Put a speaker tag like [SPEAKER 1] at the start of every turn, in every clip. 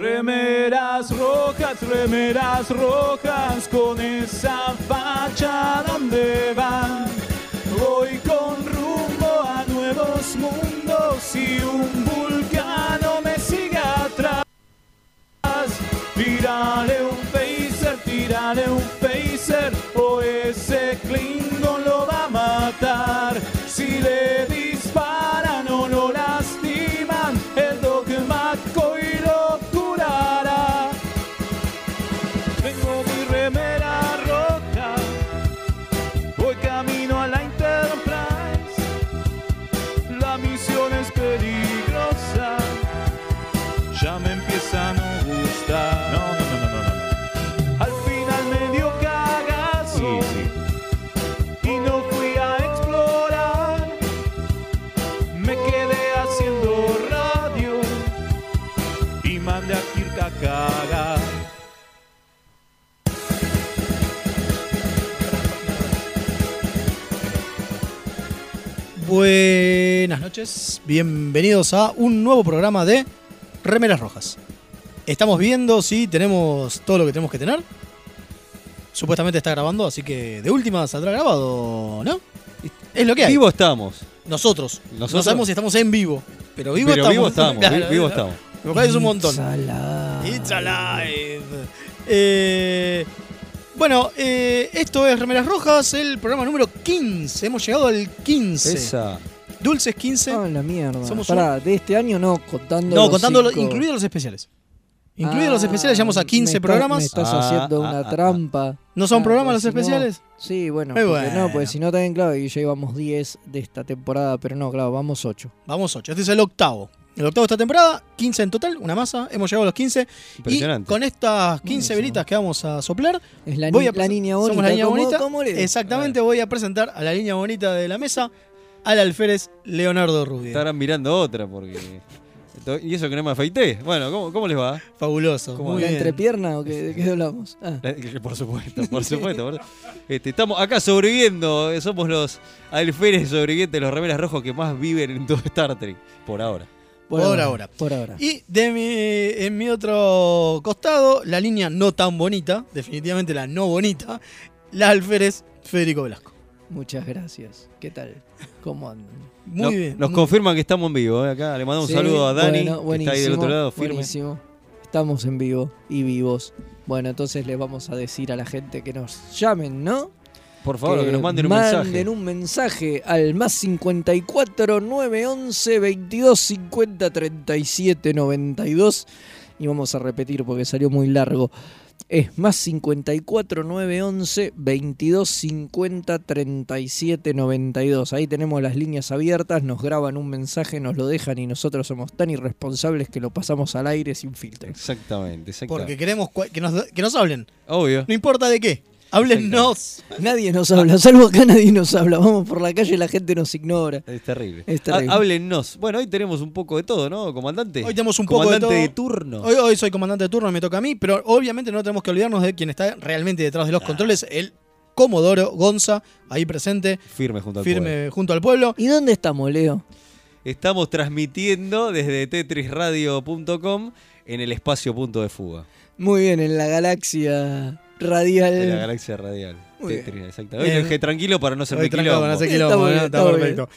[SPEAKER 1] Remeras rojas, remeras rojas, con esa facha donde van. Voy con rumbo a nuevos mundos y un vulcano me sigue atrás. Tírale un phaser, tírale un phaser, o ese Klingon lo va a matar. Si le disparan o lo lastiman, el dogmático y lo curará. Tengo mi remera rota, voy camino a la Enterprise. La misión es peligrosa, ya me empieza a no gustar.
[SPEAKER 2] No, no, no, no, no.
[SPEAKER 1] Al final me dio cagazo
[SPEAKER 2] no. Sí, sí.
[SPEAKER 1] y no fui a explorar. Me quedé haciendo radio y mandé a Kirk a cagar.
[SPEAKER 3] Buenas noches, bienvenidos a un nuevo programa de Remeras Rojas. Estamos viendo si tenemos todo lo que tenemos que tener. Supuestamente está grabando, así que de última saldrá grabado, ¿no? Es lo que hay.
[SPEAKER 2] Vivo estamos.
[SPEAKER 3] Nosotros. No
[SPEAKER 2] Nosotros.
[SPEAKER 3] sabemos si estamos en vivo, pero vivo
[SPEAKER 2] Pero
[SPEAKER 3] estamos.
[SPEAKER 2] vivo estamos, vi-
[SPEAKER 3] Claro,
[SPEAKER 2] vivo estamos.
[SPEAKER 3] Lo cual es un montón. It's alive. Eh, bueno, eh, esto es Remeras Rojas, el programa número 15. Hemos llegado al 15.
[SPEAKER 2] Esa.
[SPEAKER 3] Dulces 15.
[SPEAKER 4] Ah, la mierda.
[SPEAKER 3] Somos
[SPEAKER 4] Pará, de este año no, contando.
[SPEAKER 3] No,
[SPEAKER 4] los
[SPEAKER 3] contando
[SPEAKER 4] cinco.
[SPEAKER 3] incluidos los especiales. Incluidos
[SPEAKER 4] Ah,
[SPEAKER 3] los especiales, llegamos a 15
[SPEAKER 4] me está-
[SPEAKER 3] programas.
[SPEAKER 4] Me estás
[SPEAKER 2] Ah,
[SPEAKER 4] haciendo
[SPEAKER 2] ah,
[SPEAKER 4] una
[SPEAKER 2] ah, ah.
[SPEAKER 4] trampa.
[SPEAKER 3] ¿No son
[SPEAKER 4] Ah,
[SPEAKER 3] programas los
[SPEAKER 4] pues si no-
[SPEAKER 3] especiales?
[SPEAKER 4] Sí, bueno,
[SPEAKER 3] Muy
[SPEAKER 4] porque
[SPEAKER 3] bueno.
[SPEAKER 4] no, porque si no también, claro, y ya íbamos 10 de esta temporada, pero no, claro, vamos 8.
[SPEAKER 3] Vamos 8. Este es el octavo. El octavo de esta temporada, 15 en total, una masa. Hemos llegado a los 15. Y
[SPEAKER 2] Impresionante.
[SPEAKER 3] con estas 15
[SPEAKER 4] Buenísimo.
[SPEAKER 3] velitas que vamos a soplar,
[SPEAKER 4] Es la,
[SPEAKER 3] voy
[SPEAKER 4] ni-
[SPEAKER 3] a
[SPEAKER 4] la
[SPEAKER 3] presen-
[SPEAKER 4] niña
[SPEAKER 3] somos
[SPEAKER 4] bonita.
[SPEAKER 3] la niña
[SPEAKER 4] ¿cómo-
[SPEAKER 3] bonita.
[SPEAKER 4] cómo le-
[SPEAKER 3] Exactamente, voy a presentar a la niña bonita de la mesa, al alférez Leonardo Rubio.
[SPEAKER 2] Estarán mirando otra porque. Esto- Y eso que no me afeité. Bueno, ¿cómo, cómo les va?
[SPEAKER 3] Fabuloso.
[SPEAKER 2] ¿Cómo
[SPEAKER 3] Muy
[SPEAKER 4] ¿La
[SPEAKER 3] bien.
[SPEAKER 4] entrepierna o qué, de qué hablamos? Ah,
[SPEAKER 2] La- Por supuesto, por supuesto. por- Este, estamos acá sobreviviendo. eh, Somos los alférez sobrevivientes, los remeras rojos que más viven en todo Star Trek. Por ahora.
[SPEAKER 3] Por ahora.
[SPEAKER 4] Por ahora.
[SPEAKER 3] Y de mi, en mi otro costado, la línea no tan bonita, definitivamente la no bonita, la alférez Federico Velasco.
[SPEAKER 4] Muchas gracias. ¿Qué tal? ¿Cómo andan?
[SPEAKER 3] Muy
[SPEAKER 2] Nos-
[SPEAKER 3] bien.
[SPEAKER 2] Nos
[SPEAKER 3] muy-
[SPEAKER 2] confirman que estamos en vivo. eh, Acá le mandamos
[SPEAKER 4] Sí,
[SPEAKER 2] un saludo a Dani,
[SPEAKER 4] bueno,
[SPEAKER 2] que está ahí del otro lado, firme.
[SPEAKER 4] buenísimo. Estamos en vivo y vivos. Bueno, entonces les vamos a decir a la gente que nos llamen, ¿no?
[SPEAKER 2] Por favor, que, nos manden un mensaje.
[SPEAKER 4] un mensaje al más 54 911 22 50 37 92. Y vamos a repetir porque salió muy largo. Es más 54 911 22 50 37 92. Ahí tenemos las líneas abiertas, nos graban un mensaje, nos lo dejan y nosotros somos tan irresponsables que lo pasamos al aire sin filtro.
[SPEAKER 2] Exactamente, exactamente.
[SPEAKER 3] Porque queremos cua- que nos, que nos hablen.
[SPEAKER 2] Obvio.
[SPEAKER 3] No importa de qué. Háblennos.
[SPEAKER 4] Nadie nos habla, salvo acá nadie nos habla. Vamos por la calle y la gente nos ignora.
[SPEAKER 2] Es terrible.
[SPEAKER 4] Es terrible.
[SPEAKER 2] Ha- háblenos. Bueno, hoy tenemos un poco de todo, ¿no, comandante?
[SPEAKER 3] Hoy tenemos un poco de
[SPEAKER 2] comandante
[SPEAKER 3] todo.
[SPEAKER 2] turno.
[SPEAKER 3] Hoy, hoy soy comandante de turno, me toca a mí, pero obviamente no tenemos que olvidarnos de quien está realmente detrás de los controles, el Comodoro Gonza, ahí presente,
[SPEAKER 2] Firme junto al
[SPEAKER 3] firme
[SPEAKER 2] poder.
[SPEAKER 3] junto al pueblo.
[SPEAKER 4] ¿Y dónde estamos, Leo?
[SPEAKER 2] Estamos transmitiendo desde tetrisradio.com en el espacio punto de fuga
[SPEAKER 4] Muy bien, en la galaxia radial.
[SPEAKER 2] de la galaxia radial.
[SPEAKER 4] Muy bien.
[SPEAKER 2] Tetris, exactamente. Hoy
[SPEAKER 3] Eh,
[SPEAKER 2] lo dejé tranquilo para no ser
[SPEAKER 3] Hoy trancado con ese
[SPEAKER 2] quilombo.
[SPEAKER 3] quilombo, ¿no?
[SPEAKER 4] Está muy bien,
[SPEAKER 3] Está
[SPEAKER 4] está muy
[SPEAKER 3] perfecto.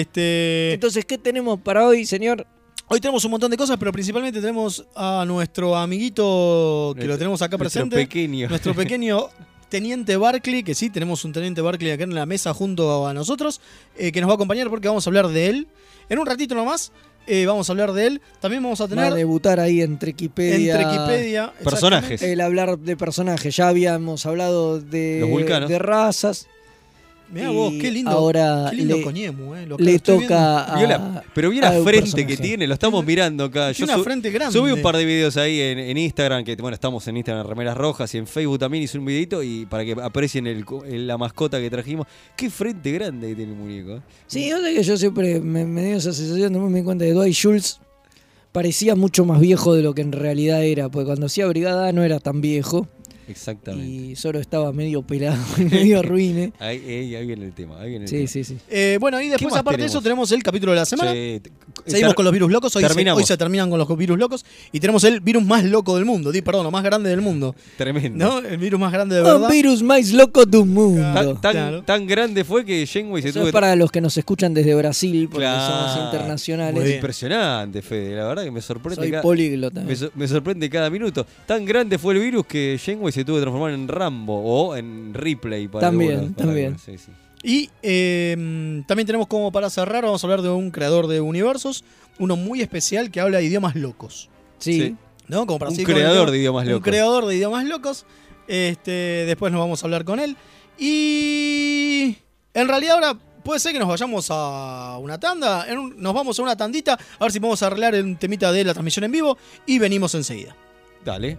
[SPEAKER 3] Este,
[SPEAKER 4] Entonces, ¿qué tenemos para hoy, señor?
[SPEAKER 3] hoy tenemos un montón de cosas, pero principalmente tenemos a nuestro amiguito que lo
[SPEAKER 2] Nuestro-
[SPEAKER 3] tenemos acá
[SPEAKER 2] Nuestro
[SPEAKER 3] presente.
[SPEAKER 2] pequeño.
[SPEAKER 3] Nuestro pequeño teniente Barclay, que sí, tenemos un teniente Barclay acá en la mesa junto a nosotros, eh, que nos va a acompañar porque vamos a hablar de él. En un ratito nomás eh, vamos a hablar de él. También vamos a
[SPEAKER 4] Va a
[SPEAKER 3] tener
[SPEAKER 4] debutar ahí en Triquipedia.
[SPEAKER 3] entre Wikipedia
[SPEAKER 2] Personajes.
[SPEAKER 4] El hablar de personajes. Ya habíamos hablado de,
[SPEAKER 2] Los vulcanos.
[SPEAKER 4] de razas.
[SPEAKER 3] Mira
[SPEAKER 4] Y
[SPEAKER 3] vos, qué lindo.
[SPEAKER 4] ahora
[SPEAKER 3] qué lindo
[SPEAKER 4] le-
[SPEAKER 3] con Emu, eh, lo que
[SPEAKER 4] Le
[SPEAKER 3] estoy viendo.
[SPEAKER 4] toca a.
[SPEAKER 2] Vio la- pero vi la
[SPEAKER 4] a Ah, un
[SPEAKER 2] frente que
[SPEAKER 4] personaje.
[SPEAKER 2] tiene, lo estamos mirando acá.
[SPEAKER 3] Tiene
[SPEAKER 2] Yo
[SPEAKER 3] una
[SPEAKER 2] su-
[SPEAKER 3] frente grande.
[SPEAKER 2] Subí un par de videos ahí en, en Instagram, que bueno, estamos en Instagram, Remeras Rojas, y en Facebook también hice un videito y para que aprecien el co- el- la mascota que trajimos. Qué frente grande que tiene el muñeco. eh.
[SPEAKER 4] Sí, yo sé que yo siempre me, me dio esa sensación, no me di cuenta de Dwight Schultz. Parecía mucho más viejo de lo que en realidad era, porque cuando hacía Brigada no era tan viejo
[SPEAKER 2] Exactamente.
[SPEAKER 4] y solo estaba medio pelado y medio ruine.
[SPEAKER 2] Ahí, ahí- ahí viene el tema, ahí viene el
[SPEAKER 4] Sí,
[SPEAKER 2] tema.
[SPEAKER 4] sí, sí.
[SPEAKER 3] Eh, bueno, y después
[SPEAKER 2] más
[SPEAKER 3] aparte de eso tenemos el capítulo de la semana.
[SPEAKER 2] Sí, t-
[SPEAKER 3] Seguimos con los virus locos. Hoy se,
[SPEAKER 2] terminamos.
[SPEAKER 3] hoy se terminan con los virus locos. Y tenemos el virus más loco del mundo. Di, perdón, lo más grande del mundo.
[SPEAKER 2] Tremendo.
[SPEAKER 3] ¿No? El virus más grande de
[SPEAKER 4] Un
[SPEAKER 3] verdad.
[SPEAKER 4] virus más loco del mundo.
[SPEAKER 2] Tan, tan-
[SPEAKER 3] Claro.
[SPEAKER 2] tan grande fue que Janeway se
[SPEAKER 4] Eso
[SPEAKER 2] tuvo
[SPEAKER 4] es para los que nos escuchan desde Brasil, porque
[SPEAKER 2] Claro.
[SPEAKER 4] somos
[SPEAKER 3] Muy
[SPEAKER 4] internacionales.
[SPEAKER 3] bien.
[SPEAKER 2] Impresionante, Fede. La verdad que me sorprende.
[SPEAKER 4] Soy
[SPEAKER 2] cada-
[SPEAKER 4] políglota.
[SPEAKER 2] Me, sor- me sorprende cada minuto. Tan grande fue el virus que Janeway se tuvo que transformar en Rambo o en Ripley. Para
[SPEAKER 4] También,
[SPEAKER 2] algunos, para
[SPEAKER 4] también.
[SPEAKER 2] algunos, sí, sí.
[SPEAKER 3] Y eh, también tenemos como para cerrar, vamos a hablar de un creador de universos, uno muy especial que habla de idiomas locos.
[SPEAKER 4] Sí.
[SPEAKER 2] sí.
[SPEAKER 3] ¿no? Como para
[SPEAKER 2] Un
[SPEAKER 3] seguir con el
[SPEAKER 2] creador
[SPEAKER 3] tema.
[SPEAKER 2] de idiomas
[SPEAKER 3] Un
[SPEAKER 2] locos.
[SPEAKER 3] creador de idiomas locos. Este, después nos vamos a hablar con él. Y en realidad ahora puede ser que nos vayamos a una tanda. en un- nos vamos a una tandita. A ver si podemos arreglar un temita de la transmisión en vivo. Y venimos enseguida.
[SPEAKER 2] Dale.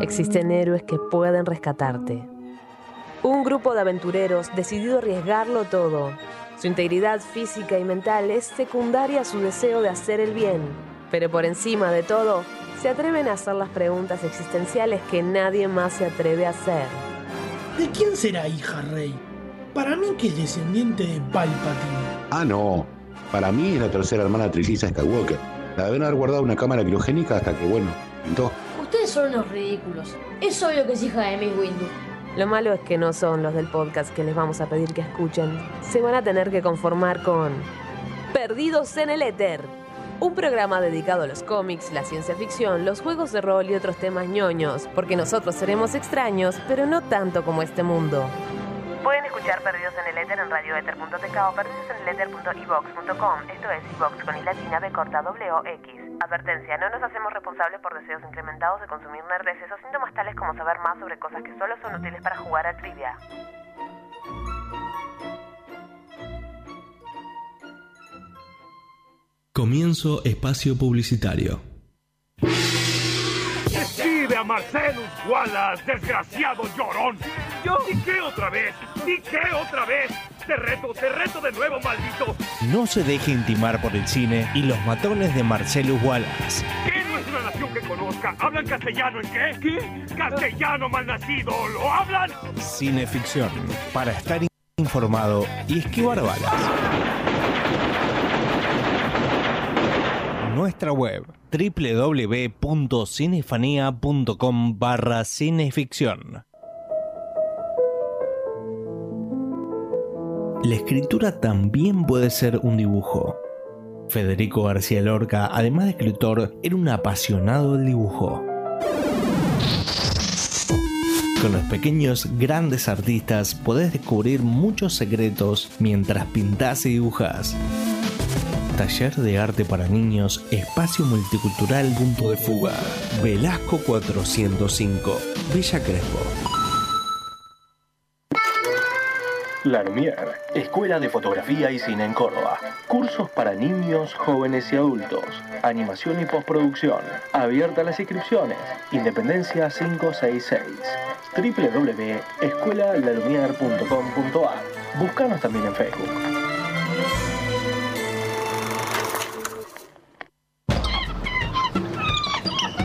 [SPEAKER 5] existen héroes que pueden rescatarte. Un grupo de aventureros decidido a arriesgarlo todo. Su integridad física y mental es secundaria a su deseo de hacer el bien. Pero por encima de todo, se atreven a hacer las preguntas existenciales que nadie más se atreve a hacer.
[SPEAKER 6] ¿De quién será hija Rey? Para mí que es descendiente de Palpatine.
[SPEAKER 7] Ah, no. Para mí es la tercera hermana trilliza Skywalker. La deben haber guardado en una cámara criogénica hasta que, bueno, pintó.
[SPEAKER 8] Ustedes son unos ridículos. Es obvio que es hija de Miss Windu.
[SPEAKER 5] Lo malo es que no son los del podcast que les vamos a pedir que escuchen. Se van a tener que conformar con Perdidos en el Éter. Un programa dedicado a los cómics, la ciencia ficción, los juegos de rol y otros temas ñoños, porque nosotros seremos extraños, pero no tanto como este mundo. Pueden escuchar Perdidos en el Éter en radioether.tk o perdidoseneleter.evox.com. Esto es iVox con i latina b corta w x. Advertencia, no nos hacemos responsables por deseos incrementados de consumir nerdeces o síntomas tales como saber más sobre cosas que solo son útiles para jugar a trivia.
[SPEAKER 9] Comienzo espacio publicitario.
[SPEAKER 10] Escribe a Marcelus Wallace, desgraciado llorón. ¿Yo? ¿Y qué otra vez? ¿Y qué otra vez? Te reto, te reto de nuevo, maldito.
[SPEAKER 1] No se deje intimar por el cine y los matones de Marcelo Wallace.
[SPEAKER 10] ¿Qué no es una nación que conozca? ¿Hablan castellano en qué? ¿Qué? Castellano malnacido, ¿lo hablan?
[SPEAKER 1] Cineficción, para estar in- informado y esquivar balas. Nuestra web www.cinefanía.com barra cineficción. La escritura también puede ser un dibujo. Federico García Lorca, además de escritor, era un apasionado del dibujo. Con los pequeños grandes artistas podés descubrir muchos secretos mientras pintás y dibujas. Taller de arte para niños, espacio multicultural, punto de fuga. Velasco 405, Villa Crespo.
[SPEAKER 9] Larmier, Escuela de Fotografía y Cine en Córdoba. Cursos para niños, jóvenes y adultos. Animación y postproducción. Abierta las inscripciones. Independencia 566. www.escuelalarmier.com.ar. Búscanos también en Facebook.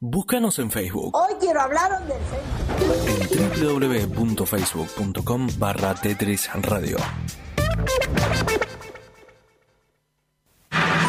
[SPEAKER 11] Búscanos en Facebook.
[SPEAKER 12] Hoy quiero hablar del
[SPEAKER 11] www.facebook.com barra Tetris Radio.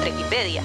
[SPEAKER 13] Trequipedia.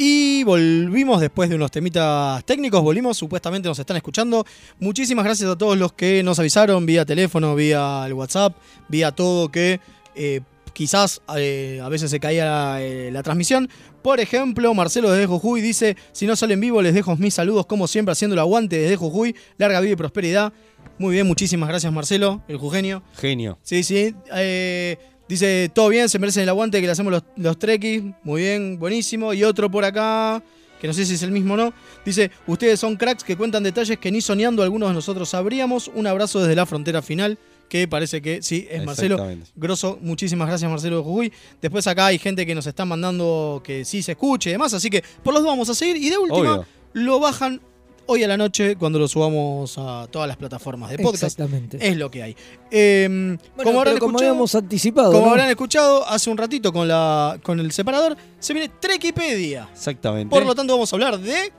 [SPEAKER 3] Y volvimos después de unos temitas técnicos, volvimos, supuestamente nos están escuchando. Muchísimas gracias a todos los que nos avisaron vía teléfono, vía el WhatsApp, vía todo que eh, quizás eh, a veces se caía eh, la transmisión. Por ejemplo, Marcelo desde Jujuy dice, si no sale en vivo les dejo mis saludos como siempre haciendo el aguante desde Jujuy, larga vida y prosperidad. Muy bien, muchísimas gracias Marcelo, el jujeño.
[SPEAKER 2] Genio.
[SPEAKER 3] Sí, sí. eh, dice, todo bien, se merecen el aguante que le hacemos los, los trekkies. Muy bien, buenísimo. Y otro por acá, que no sé si es el mismo o no. Dice, ustedes son cracks que cuentan detalles que ni soñando algunos de nosotros sabríamos. Un abrazo desde la frontera final. Que parece que sí, es Marcelo.
[SPEAKER 2] Exactamente.
[SPEAKER 3] Grosso, muchísimas gracias Marcelo de Jujuy. Después acá hay gente que nos está mandando que sí se escuche y demás. Así que por los dos vamos a seguir. Y de última,
[SPEAKER 2] Obvio.
[SPEAKER 3] lo bajan hoy a la noche cuando lo subamos a todas las plataformas de podcast.
[SPEAKER 4] Exactamente.
[SPEAKER 3] Es lo que hay. Eh,
[SPEAKER 4] Bueno,
[SPEAKER 3] como habrán
[SPEAKER 4] pero como
[SPEAKER 3] escuchado-
[SPEAKER 4] habíamos anticipado,
[SPEAKER 3] como
[SPEAKER 4] ¿no?
[SPEAKER 3] habrán escuchado hace un ratito con, la, con el separador, se viene Trekipedia.
[SPEAKER 2] Exactamente.
[SPEAKER 3] Por lo tanto, vamos a hablar de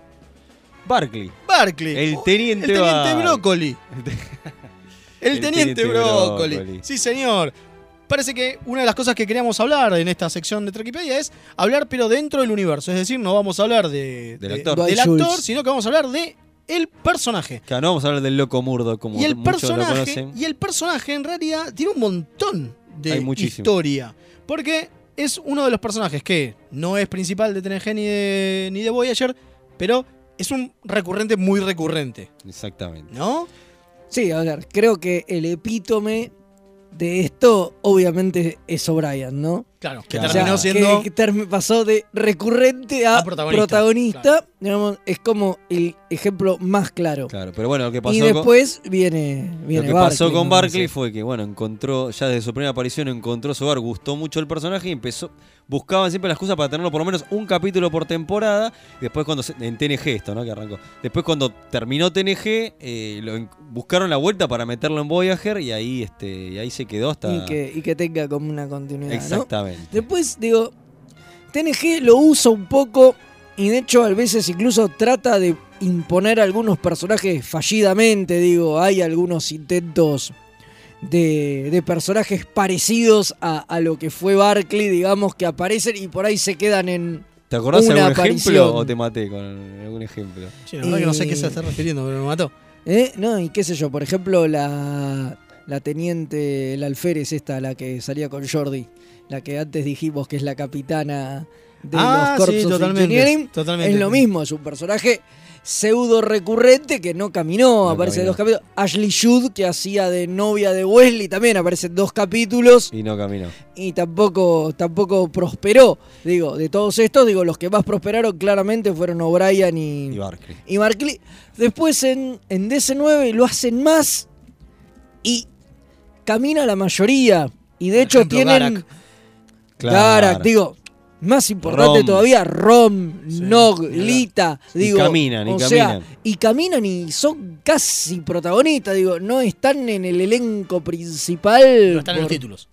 [SPEAKER 2] Barkley.
[SPEAKER 3] Barclay.
[SPEAKER 2] El teniente,
[SPEAKER 3] El teniente
[SPEAKER 2] Barkley.
[SPEAKER 3] Brócoli. El,
[SPEAKER 2] El
[SPEAKER 3] teniente,
[SPEAKER 2] teniente
[SPEAKER 3] brócoli.
[SPEAKER 2] Brócoli.
[SPEAKER 3] Sí, señor. Parece que una de las cosas que queríamos hablar en esta sección de Trekipedia es hablar, pero dentro del universo. Es decir, no vamos a hablar de,
[SPEAKER 2] Del
[SPEAKER 3] de-
[SPEAKER 2] actor.
[SPEAKER 3] del
[SPEAKER 2] Dwight
[SPEAKER 3] actor,
[SPEAKER 2] Schultz.
[SPEAKER 3] sino que vamos a hablar de el personaje.
[SPEAKER 2] Claro, no vamos a hablar del loco murdo como
[SPEAKER 3] Y el
[SPEAKER 2] muchos lo
[SPEAKER 3] personaje,
[SPEAKER 2] conocen.
[SPEAKER 3] y el personaje en realidad tiene un montón de
[SPEAKER 2] Hay muchísimo.
[SPEAKER 3] historia. Porque es uno de los personajes que no es principal de TNG ni de, ni de Voyager, pero es un recurrente muy recurrente.
[SPEAKER 2] Exactamente.
[SPEAKER 3] ¿No?
[SPEAKER 4] Sí, a ver, creo que el epítome de esto obviamente es O'Brien, ¿no?
[SPEAKER 3] Claro, que
[SPEAKER 4] O sea,
[SPEAKER 3] terminó siendo.
[SPEAKER 4] que- que termi- pasó de recurrente a,
[SPEAKER 3] A Ah, protagonista,
[SPEAKER 4] protagonista. digamos, es como el ejemplo más claro.
[SPEAKER 2] Claro, pero bueno, lo que pasó
[SPEAKER 4] y
[SPEAKER 2] con-
[SPEAKER 4] después viene,
[SPEAKER 2] Lo
[SPEAKER 4] viene
[SPEAKER 2] que
[SPEAKER 4] Barclay,
[SPEAKER 2] pasó con
[SPEAKER 4] ¿no?
[SPEAKER 2] Barkley fue que, bueno, encontró, ya desde su primera aparición encontró su hogar, gustó mucho el personaje y empezó, buscaban siempre la excusa para tenerlo por lo menos un capítulo por temporada. Y después cuando, se- en TNG esto, ¿no? Que arrancó. Después cuando terminó TNG, eh, lo en- buscaron la vuelta para meterlo en Voyager y ahí, este, y ahí se quedó hasta...
[SPEAKER 4] Y que, y que tenga como una continuidad. ¿no?
[SPEAKER 2] Exactamente.
[SPEAKER 4] Después, digo, TNG lo usa un poco y de hecho a veces incluso trata de imponer algunos personajes fallidamente, digo, hay algunos intentos de, de personajes parecidos a, a lo que fue Barclay, digamos, que aparecen y por ahí se quedan en...
[SPEAKER 2] ¿Te acordás de
[SPEAKER 4] una
[SPEAKER 2] algún
[SPEAKER 4] aparición.
[SPEAKER 2] ejemplo o te maté con algún ejemplo?
[SPEAKER 3] Sí, la verdad que no sé a qué se está refiriendo, pero me mató.
[SPEAKER 4] ¿Eh? No, y qué sé yo, por ejemplo, la, la teniente, la alférez esta, la que salía con Jordi, la que antes dijimos que es la capitana de
[SPEAKER 3] Ah,
[SPEAKER 4] los Corps
[SPEAKER 3] sí,
[SPEAKER 4] of
[SPEAKER 3] totalmente,
[SPEAKER 4] Engineering,
[SPEAKER 3] totalmente.
[SPEAKER 4] es lo mismo, es un personaje pseudo recurrente que no caminó, aparece en dos capítulos. Ashley Judd, que hacía de novia de Wesley, también aparece en dos capítulos
[SPEAKER 2] Y no caminó.
[SPEAKER 4] y tampoco, tampoco prosperó. Digo, de todos estos, digo, los que más prosperaron claramente fueron O'Brien y,
[SPEAKER 2] Y Barkley.
[SPEAKER 4] y Barkley. Después en, en DC9 lo hacen más y camina la mayoría. Y de hecho
[SPEAKER 3] ejemplo,
[SPEAKER 4] tienen.
[SPEAKER 3] Garak.
[SPEAKER 4] Claro. Digo, más importante
[SPEAKER 2] Rom.
[SPEAKER 4] todavía, Rom, Nog, Lita.
[SPEAKER 2] Y
[SPEAKER 4] Digo,
[SPEAKER 2] caminan, y
[SPEAKER 4] o sea,
[SPEAKER 2] caminan.
[SPEAKER 4] y caminan y son casi protagonistas. Digo, no están en el elenco principal.
[SPEAKER 3] No están en los
[SPEAKER 4] por-
[SPEAKER 3] títulos.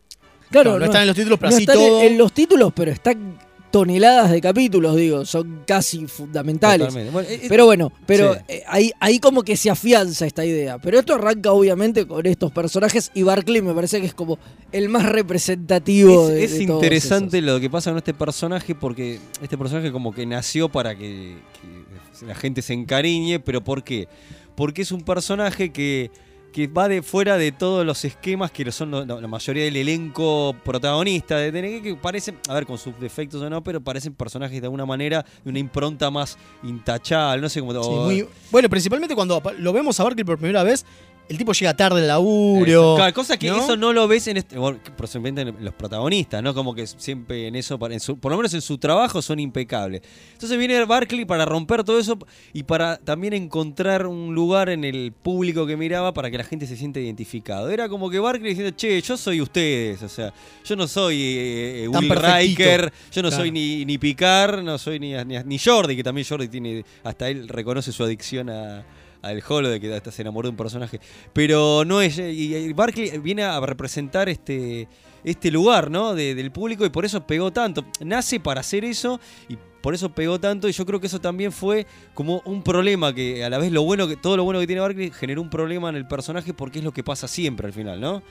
[SPEAKER 4] Claro,
[SPEAKER 3] No, no están en los títulos, pero
[SPEAKER 4] no
[SPEAKER 3] así
[SPEAKER 4] están en-
[SPEAKER 3] todo-
[SPEAKER 4] en los títulos, pero están toneladas de capítulos, digo, son casi fundamentales.
[SPEAKER 2] Totalmente. Bueno, eh, eh,
[SPEAKER 4] pero bueno, pero
[SPEAKER 2] sí.
[SPEAKER 4] eh, ahí, ahí como que se afianza esta idea. Pero esto arranca obviamente con estos personajes y Barclay me parece que es como el más representativo
[SPEAKER 2] Es,
[SPEAKER 4] de-
[SPEAKER 2] es
[SPEAKER 4] de todos
[SPEAKER 2] interesante lo que pasa con este personaje porque este personaje como que nació para que, que la gente se encariñe, pero ¿por qué? Porque es un personaje que, que va de fuera de todos los esquemas que son lo- la, la mayoría del elenco protagonista de TNG, que parecen, a ver, con sus defectos o no, pero parecen personajes de alguna manera de una impronta más intachable, no sé cómo...
[SPEAKER 3] Sí,
[SPEAKER 2] o-
[SPEAKER 3] muy- bueno, principalmente cuando apa- lo vemos a Barkley por primera vez, el tipo llega tarde al laburo.
[SPEAKER 2] Claro, cosa que
[SPEAKER 3] ¿no?
[SPEAKER 2] eso no lo ves en este, bueno, que por ejemplo, en los protagonistas, ¿no? Como que siempre en eso, para- en su- por lo menos en su trabajo son impecables. Entonces viene Barkley para romper todo eso y para también encontrar un lugar en el público que miraba para que la gente se sienta identificado. Era como que Barkley diciendo, che, yo soy ustedes, o sea, yo no soy eh, eh,
[SPEAKER 3] Tan
[SPEAKER 2] Will
[SPEAKER 3] perfectito.
[SPEAKER 2] Riker, yo no
[SPEAKER 3] Claro.
[SPEAKER 2] soy ni, ni Picard, no soy ni, ni, ni Jordi, que también Jordi tiene, hasta él reconoce su adicción a, al holo de que hasta se enamoró de un personaje. Pero no es. Y, y Barkley viene a representar este, este lugar, ¿no? De- del público y por eso pegó tanto. Nace para hacer eso y por eso pegó tanto. Y yo creo que eso también fue como un problema que a la vez lo bueno que todo lo bueno que tiene Barkley generó un problema en el personaje porque es lo que pasa siempre al final, ¿no?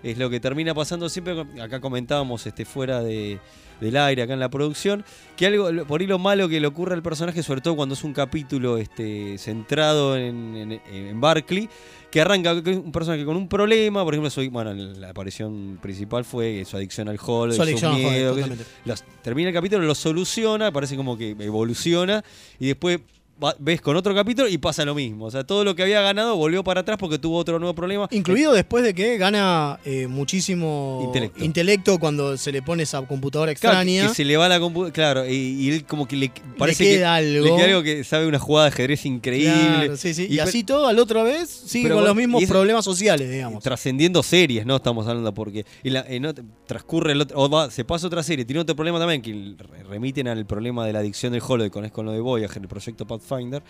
[SPEAKER 2] Es lo que termina pasando siempre. Acá comentábamos este, fuera de, del aire, acá en la producción, que algo, lo- por ahí lo malo que le ocurre al personaje, sobre todo cuando es un capítulo este, centrado en, en, en Barclay, que arranca con un personaje con un problema, por ejemplo, soy, bueno, la aparición principal fue su adicción al hall,
[SPEAKER 3] Su
[SPEAKER 2] sus
[SPEAKER 3] adicción al hall,
[SPEAKER 2] miedos, qué sé yo.
[SPEAKER 3] totalmente.
[SPEAKER 2] Los- termina el capítulo, lo soluciona, parece como que evoluciona, y después va- ves con otro capítulo y pasa lo mismo. O sea, todo lo que había ganado volvió para atrás porque tuvo otro nuevo problema.
[SPEAKER 3] Incluido después de que gana eh, muchísimo
[SPEAKER 2] Intelecto.
[SPEAKER 3] cuando se le pone esa computadora
[SPEAKER 2] Claro, que-
[SPEAKER 3] extraña.
[SPEAKER 2] que se le va la computadora. Claro, y, y él como que le parece
[SPEAKER 3] queda
[SPEAKER 2] que
[SPEAKER 3] algo.
[SPEAKER 2] le queda algo que sabe una jugada de ajedrez increíble.
[SPEAKER 3] Claro, sí, sí. Y,
[SPEAKER 2] pe-
[SPEAKER 3] así todo, al otra vez, sigue
[SPEAKER 2] pero
[SPEAKER 3] con
[SPEAKER 2] bueno,
[SPEAKER 3] los mismos
[SPEAKER 2] y ese-
[SPEAKER 3] problemas sociales, digamos.
[SPEAKER 2] Trascendiendo series, ¿no? Estamos hablando porque y la- en otra- transcurre el otro, o va- se pasa otra serie, tiene otro problema también, que re- remiten al problema de la adicción del Holo, con, es con lo de Voyager, el proyecto Pathfinder.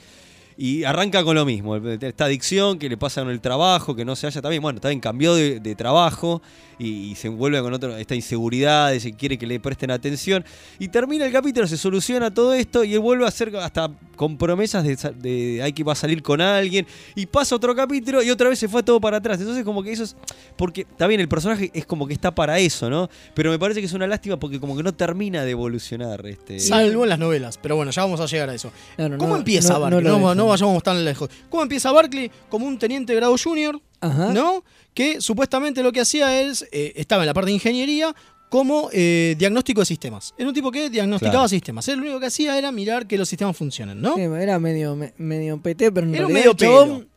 [SPEAKER 2] Y arranca con lo mismo, el- esta adicción que le pasa en el trabajo, que no se halla también, bueno, también cambió de, de trabajo y, y se envuelve con otro, esta inseguridad, de si quiere que le presten atención. Y termina el capítulo, se soluciona todo esto y él vuelve a hacer hasta con promesas de, sa- de hay que va a salir con alguien. Y pasa otro capítulo y otra vez se fue todo para atrás. Entonces como que eso es... Porque también el personaje es como que está para eso, ¿no? Pero me parece que es una lástima porque como que no termina de evolucionar. Este...
[SPEAKER 3] Salvo en las novelas, pero bueno, ya vamos a llegar a eso.
[SPEAKER 4] no,
[SPEAKER 3] ¿Cómo
[SPEAKER 4] no,
[SPEAKER 3] empieza
[SPEAKER 4] no,
[SPEAKER 3] Barkley?
[SPEAKER 4] no lo
[SPEAKER 3] No,
[SPEAKER 4] dejan.
[SPEAKER 3] no vayamos tan lejos. ¿Cómo empieza Barkley? Como un teniente grado junior,
[SPEAKER 4] Ajá.
[SPEAKER 3] ¿no? Que supuestamente lo que hacía es, eh, estaba en la parte de ingeniería como eh, diagnóstico de sistemas. Era un tipo que diagnosticaba
[SPEAKER 4] Claro.
[SPEAKER 3] sistemas. Él lo único que hacía era mirar que los sistemas funcionen, ¿no?
[SPEAKER 4] Sí, Era medio, me- medio PT, pero en
[SPEAKER 3] Era un medio
[SPEAKER 4] realidad el chabón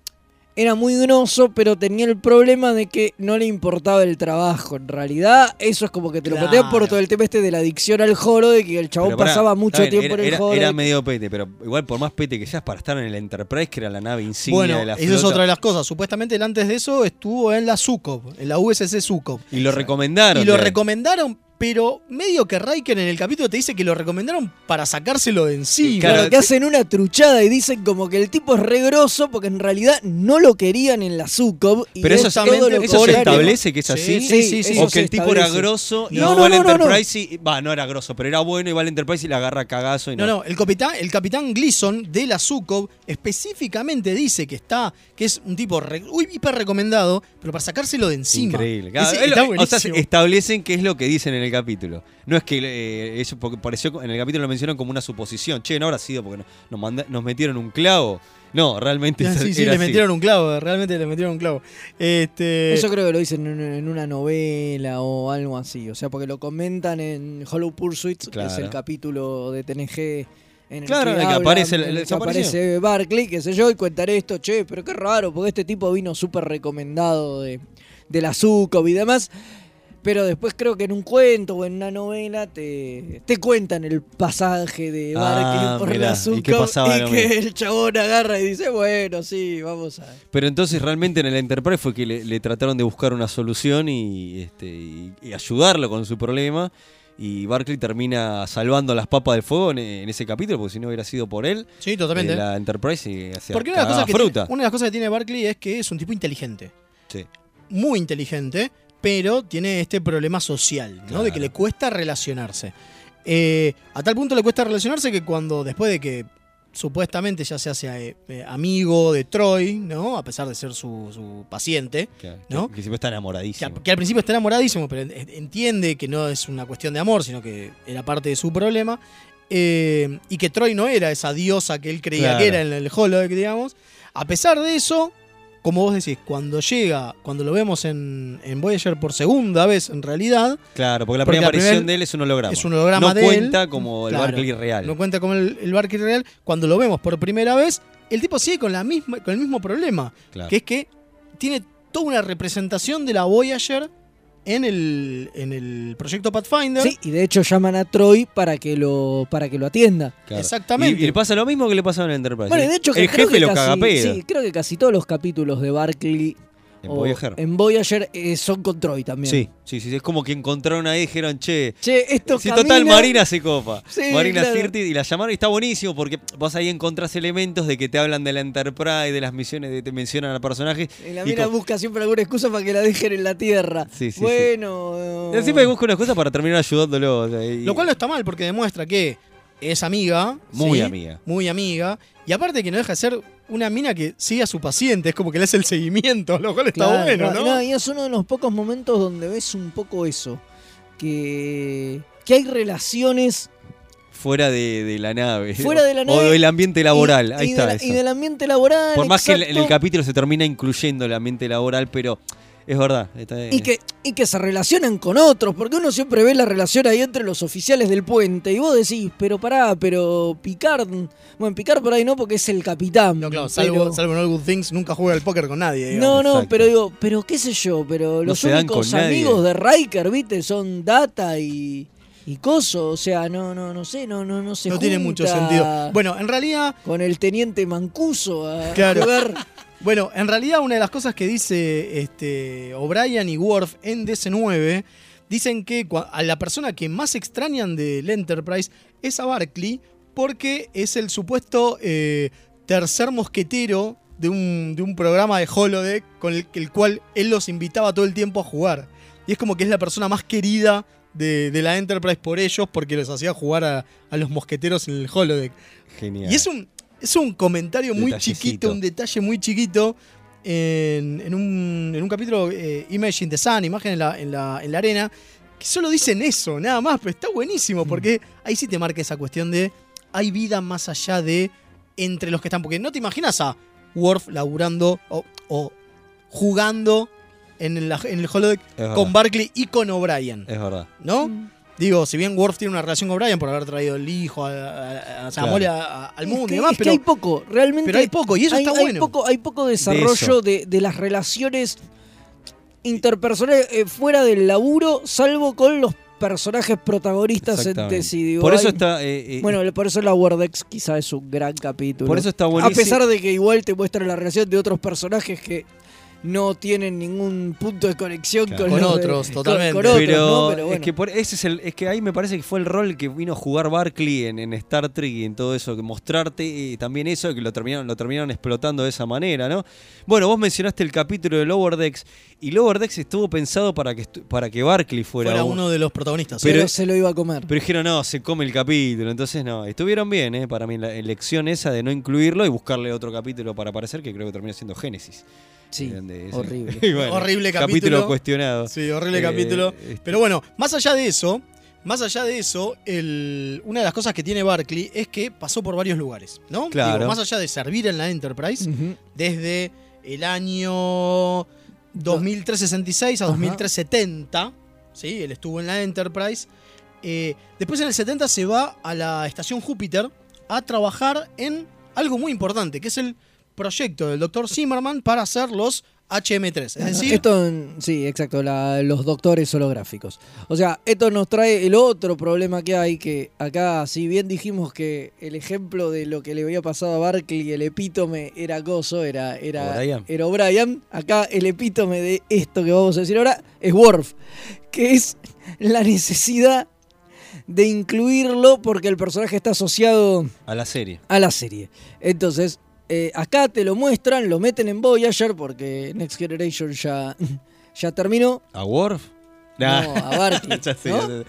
[SPEAKER 4] era muy groso, pero tenía el problema de que no le importaba el trabajo. En realidad, eso es como que te lo plantean por
[SPEAKER 3] Claro.
[SPEAKER 4] todo el tema este de la adicción al joro, de que el chabón
[SPEAKER 2] Pero pará,
[SPEAKER 4] pasaba
[SPEAKER 2] está
[SPEAKER 4] mucho
[SPEAKER 2] bien,
[SPEAKER 4] tiempo
[SPEAKER 2] era,
[SPEAKER 4] en el
[SPEAKER 2] era-
[SPEAKER 4] joro.
[SPEAKER 2] era
[SPEAKER 4] de-
[SPEAKER 2] medio pete, pero igual por más pete que seas para estar en el Enterprise, que era la nave insignia
[SPEAKER 3] bueno,
[SPEAKER 2] de la
[SPEAKER 3] eso es
[SPEAKER 2] flota,
[SPEAKER 3] otra de las cosas. Supuestamente él antes de eso estuvo en la SUCOP, en la USC SUCOP.
[SPEAKER 2] Y lo recomendaron.
[SPEAKER 3] Y lo
[SPEAKER 2] digamos.
[SPEAKER 3] recomendaron, pero medio que Riker en el capítulo te dice que lo recomendaron para sacárselo de encima.
[SPEAKER 4] Claro, que hacen una truchada y dicen como que el tipo es re groso porque en realidad no lo querían en la SUCOB. y
[SPEAKER 2] Pero eso,
[SPEAKER 4] es todo lo
[SPEAKER 2] eso se
[SPEAKER 4] contrario.
[SPEAKER 2] establece que es así.
[SPEAKER 4] Sí, sí, sí.
[SPEAKER 2] o
[SPEAKER 4] eso
[SPEAKER 2] que el
[SPEAKER 4] se
[SPEAKER 2] tipo era
[SPEAKER 4] establece.
[SPEAKER 2] grosso y
[SPEAKER 4] No,
[SPEAKER 2] va al
[SPEAKER 4] no, no, no, no.
[SPEAKER 2] Enterprise y. Va, no era grosso, pero era bueno y va al Enterprise y la agarra a cagazo. Y no.
[SPEAKER 3] No, no, el capitán, el capitán Gleason de la Zukov específicamente dice que está, que es un tipo re- uy, hiper recomendado, pero para sacárselo de encima.
[SPEAKER 2] Increíble.
[SPEAKER 3] Ese-
[SPEAKER 2] Claro, es lo-
[SPEAKER 3] está
[SPEAKER 2] o sea,
[SPEAKER 3] buenísimo.
[SPEAKER 2] establecen qué es lo que dicen en el capítulo. No es que eh, eso porque pareció en el capítulo lo mencionan como una suposición. Che, no habrá sido porque no- nos, manda- nos metieron un clavo. No, realmente
[SPEAKER 3] Ah,
[SPEAKER 2] es-
[SPEAKER 3] sí, sí,
[SPEAKER 2] era
[SPEAKER 3] le
[SPEAKER 2] así.
[SPEAKER 3] metieron un clavo, realmente le metieron un clavo.
[SPEAKER 2] Eh,
[SPEAKER 3] Este,
[SPEAKER 4] Eso creo que lo dicen en, en una novela o algo así. O sea, porque lo comentan en Hollow Pursuit, que es
[SPEAKER 2] Claro.
[SPEAKER 4] el capítulo de TNG. En
[SPEAKER 2] Claro, en
[SPEAKER 4] el que,
[SPEAKER 2] el que
[SPEAKER 4] hablan,
[SPEAKER 2] aparece el-
[SPEAKER 4] en
[SPEAKER 2] el
[SPEAKER 4] que
[SPEAKER 2] desaparecido.
[SPEAKER 4] aparece Barclay, qué sé yo, y contaré esto, che, pero qué raro, porque este tipo vino súper recomendado de, de la Zukov y demás. Pero después creo que en un cuento o en una novela te, te cuentan el pasaje de Barclay
[SPEAKER 2] Ah,
[SPEAKER 4] por
[SPEAKER 2] mirá,
[SPEAKER 4] la
[SPEAKER 2] y
[SPEAKER 4] Zukov
[SPEAKER 2] que pasaba lo
[SPEAKER 4] y que
[SPEAKER 2] mismo.
[SPEAKER 4] el chabón agarra y dice, bueno, sí, vamos a...
[SPEAKER 2] Pero entonces realmente en el Enterprise fue que le, le trataron de buscar una solución y, este, y- y ayudarlo con su problema. Y Barclay termina salvando a las papas del fuego en, en ese capítulo, porque si no hubiera sido por él.
[SPEAKER 3] Sí, totalmente.
[SPEAKER 2] eh, La Enterprise y hacia
[SPEAKER 3] Porque una de, las cosas que
[SPEAKER 2] fruta.
[SPEAKER 3] tiene- una de las cosas que tiene Barclay es que es un tipo inteligente.
[SPEAKER 2] Sí.
[SPEAKER 3] Muy inteligente, pero tiene este problema social, ¿no? De que le cuesta relacionarse. Eh, a tal punto le cuesta relacionarse que cuando, después de que supuestamente ya se hace eh, eh, amigo de Troy, ¿no? A pesar de ser su, su paciente,
[SPEAKER 2] Claro, que-
[SPEAKER 3] ¿no?
[SPEAKER 2] Que, siempre está enamoradísimo.
[SPEAKER 3] que al principio está enamoradísimo, pero en- entiende que no es una cuestión de amor, sino que era parte de su problema. eh, y que Troy no era esa diosa que él creía
[SPEAKER 2] Claro.
[SPEAKER 3] que era en el Holodeck, digamos. A pesar de eso, como vos decís, cuando llega, cuando lo vemos en, en Voyager por segunda vez, en realidad,
[SPEAKER 2] Claro, porque la
[SPEAKER 3] Porque
[SPEAKER 2] primera
[SPEAKER 3] la
[SPEAKER 2] aparición
[SPEAKER 3] primer-
[SPEAKER 2] de él es un holograma.
[SPEAKER 3] es un holograma
[SPEAKER 2] no
[SPEAKER 3] de él.
[SPEAKER 2] cuenta como el
[SPEAKER 3] Claro,
[SPEAKER 2] Barclay real.
[SPEAKER 3] no cuenta como el, el Barclay real. Cuando lo vemos por primera vez, el tipo sigue con, la misma, con el mismo problema,
[SPEAKER 2] Claro.
[SPEAKER 3] que es que tiene toda una representación de la Voyager en el, en el proyecto Pathfinder.
[SPEAKER 4] Sí, y de hecho llaman a Troy para que lo, para que lo atienda.
[SPEAKER 2] Claro.
[SPEAKER 3] exactamente.
[SPEAKER 2] Y, y le pasa lo mismo que le pasaba en Enterprise.
[SPEAKER 4] Bueno, y de hecho,
[SPEAKER 2] el
[SPEAKER 4] creo
[SPEAKER 2] jefe
[SPEAKER 4] que
[SPEAKER 2] lo
[SPEAKER 4] casi,
[SPEAKER 2] cagapea.
[SPEAKER 4] Sí, creo que casi todos los capítulos de Barclay
[SPEAKER 2] En
[SPEAKER 4] o
[SPEAKER 2] Voyager.
[SPEAKER 4] en Voyager, eh, son con Troy también.
[SPEAKER 2] Sí, sí, sí, es como que encontraron ahí y dijeron, che,
[SPEAKER 4] Che, esto
[SPEAKER 2] si
[SPEAKER 4] camina-
[SPEAKER 2] total Marina se copa.
[SPEAKER 4] Sí,
[SPEAKER 2] Marina
[SPEAKER 4] claro.
[SPEAKER 2] Sirtis y la llamaron y está buenísimo porque vos ahí encontrás elementos de que te hablan de la Enterprise, de las misiones, de te mencionan a personajes.
[SPEAKER 4] Y la
[SPEAKER 2] y
[SPEAKER 4] mina
[SPEAKER 2] como-
[SPEAKER 4] busca siempre alguna excusa para que la dejen en la tierra.
[SPEAKER 2] Sí, sí, sí.
[SPEAKER 4] bueno. eh,
[SPEAKER 2] Siempre busca una cosa para terminar ayudándolo. o sea, y-
[SPEAKER 3] Lo cual no está mal porque demuestra que es amiga.
[SPEAKER 2] Muy
[SPEAKER 3] ¿sí?
[SPEAKER 2] amiga.
[SPEAKER 3] Muy amiga. Y aparte que no deja de ser una mina que sigue a su paciente, es como que le hace el seguimiento, lo cual está
[SPEAKER 4] Claro,
[SPEAKER 3] bueno, ¿no?
[SPEAKER 4] y es uno de los pocos momentos donde ves un poco eso. Que, que hay relaciones
[SPEAKER 2] Fuera de, de la nave.
[SPEAKER 4] fuera de la nave.
[SPEAKER 2] O del ambiente laboral.
[SPEAKER 4] y-
[SPEAKER 2] ahí
[SPEAKER 4] y
[SPEAKER 2] está.
[SPEAKER 4] de la-
[SPEAKER 2] eso.
[SPEAKER 4] y del ambiente laboral.
[SPEAKER 2] Por más que en- en el
[SPEAKER 4] exacto.
[SPEAKER 2] capítulo se termina incluyendo el ambiente laboral, pero es verdad. está-
[SPEAKER 4] Y que, y que se relacionan con otros, porque uno siempre ve la relación ahí entre los oficiales del puente. Y vos decís, pero pará, pero Picard. Bueno, Picard por ahí no, porque es el capitán. No,
[SPEAKER 3] Claro, salvo, salvo en All Good Things, nunca juega al póker con nadie.
[SPEAKER 4] no,
[SPEAKER 3] digamos.
[SPEAKER 4] no, pero digo, pero qué sé yo, pero
[SPEAKER 3] No
[SPEAKER 4] los
[SPEAKER 3] se dan
[SPEAKER 4] únicos
[SPEAKER 3] con nadie.
[SPEAKER 4] amigos de Riker, viste, son Data y. Y coso, o sea, no, no, no sé, no, no, no se
[SPEAKER 3] No tiene
[SPEAKER 4] junta
[SPEAKER 3] mucho sentido. Bueno, en realidad.
[SPEAKER 4] Con el teniente Mancuso a
[SPEAKER 3] Claro.
[SPEAKER 4] jugar.
[SPEAKER 3] Bueno, en realidad una de las cosas que dice este, O'Brien y Worf en DC9 dicen que cua- a la persona que más extrañan del Enterprise es a Barclay porque es el supuesto eh, tercer mosquetero de un, de un programa de Holodeck con el, el cual él los invitaba todo el tiempo a jugar. Y es como que es la persona más querida de, de la Enterprise por ellos porque los hacía jugar a, a los mosqueteros en el Holodeck.
[SPEAKER 2] Genial.
[SPEAKER 3] Y es un, es un comentario muy
[SPEAKER 2] Detallecito.
[SPEAKER 3] chiquito, un detalle muy chiquito en, en un, en un capítulo eh, Image in the Sun, imagen en la, en, la, en la arena, que solo dicen eso, nada más, pero está
[SPEAKER 2] Mm.
[SPEAKER 3] buenísimo porque ahí sí te marca esa cuestión de hay vida más allá de entre los que están, porque no te imaginas a Worf laburando o, o jugando en, la- en el holodeck
[SPEAKER 2] verdad.
[SPEAKER 3] con Barkley y con O'Brien.
[SPEAKER 2] Es verdad.
[SPEAKER 3] ¿No? Digo, si bien Worf tiene una relación con Brian por haber traído el hijo a, a- a Samuel
[SPEAKER 2] Claro.
[SPEAKER 3] a- a- al
[SPEAKER 4] Es
[SPEAKER 3] mundo
[SPEAKER 4] que-
[SPEAKER 3] y demás,
[SPEAKER 4] es que
[SPEAKER 3] pero
[SPEAKER 4] hay poco, realmente.
[SPEAKER 3] pero hay poco, y eso
[SPEAKER 4] hay,
[SPEAKER 3] está
[SPEAKER 4] hay
[SPEAKER 3] bueno.
[SPEAKER 4] Poco, hay poco desarrollo de, de las relaciones interpersonales eh, fuera del laburo, salvo con los personajes protagonistas
[SPEAKER 2] Exactamente.
[SPEAKER 4] en sí. digo,
[SPEAKER 2] Por eso
[SPEAKER 4] hay-
[SPEAKER 2] está, eh, eh,
[SPEAKER 4] bueno, por eso la Wordex quizá es un gran capítulo.
[SPEAKER 2] Por eso está buenísimo.
[SPEAKER 4] A pesar de que igual te muestran la relación de otros personajes que no tienen ningún punto de conexión
[SPEAKER 2] Claro.
[SPEAKER 4] con, los de- con- con otros,
[SPEAKER 2] pero,
[SPEAKER 4] ¿no? Pero
[SPEAKER 2] es
[SPEAKER 4] bueno.
[SPEAKER 2] que por- ese es el, es que ahí me parece que fue el rol que vino a jugar Barkley en, en Star Trek y en todo eso, que mostrarte eh, también eso, que lo terminaron, lo terminaron explotando de esa manera, ¿no? Bueno, vos mencionaste el capítulo de Lower Decks, y Lower Decks estuvo pensado para que estu- para que Barkley fuera,
[SPEAKER 3] fuera
[SPEAKER 2] un-
[SPEAKER 3] uno de los protagonistas.
[SPEAKER 4] Pero
[SPEAKER 2] pero-
[SPEAKER 4] se lo iba a comer.
[SPEAKER 2] Pero dijeron, no, se come el capítulo. Entonces, no, estuvieron bien, ¿eh? Para mí, la elección esa de no incluirlo y buscarle otro capítulo para aparecer, que creo que terminó siendo Génesis.
[SPEAKER 4] Sí,
[SPEAKER 2] Donde es-
[SPEAKER 4] horrible.
[SPEAKER 2] y bueno,
[SPEAKER 3] horrible capítulo.
[SPEAKER 2] cuestionado.
[SPEAKER 3] Sí, horrible
[SPEAKER 2] Eh,
[SPEAKER 3] capítulo.
[SPEAKER 2] este,
[SPEAKER 3] Pero bueno, más allá de eso, más allá de eso, el- una de las cosas que tiene Barclay es que pasó por varios lugares, ¿no?
[SPEAKER 2] Claro.
[SPEAKER 3] Digo, más allá de servir en la Enterprise, desde el año 2366 a 2370, ¿sí? Él estuvo en la Enterprise. Eh, después en el 70 se va a la estación Júpiter a trabajar en algo muy importante, que es el proyecto del doctor Zimmerman para hacer los HM3. Es decir,
[SPEAKER 4] Esto, en- sí, exacto, la- los doctores holográficos. O sea, esto nos trae el otro problema que hay, que acá, si bien dijimos que el ejemplo de lo que le había pasado a Barkley, el epítome era gozo, era era
[SPEAKER 2] O'Brien.
[SPEAKER 4] era O'Brien, acá el epítome de esto que vamos a decir ahora es Worf, que es la necesidad de incluirlo porque el personaje está asociado
[SPEAKER 2] A la serie.
[SPEAKER 4] a la serie. Entonces, eh, acá te lo muestran, lo meten en Voyager porque Next Generation ya, ya terminó.
[SPEAKER 2] ¿A Worf?
[SPEAKER 4] No, a Barty,
[SPEAKER 2] Ah. Ya sé,
[SPEAKER 4] ¿no?
[SPEAKER 2] ya sé.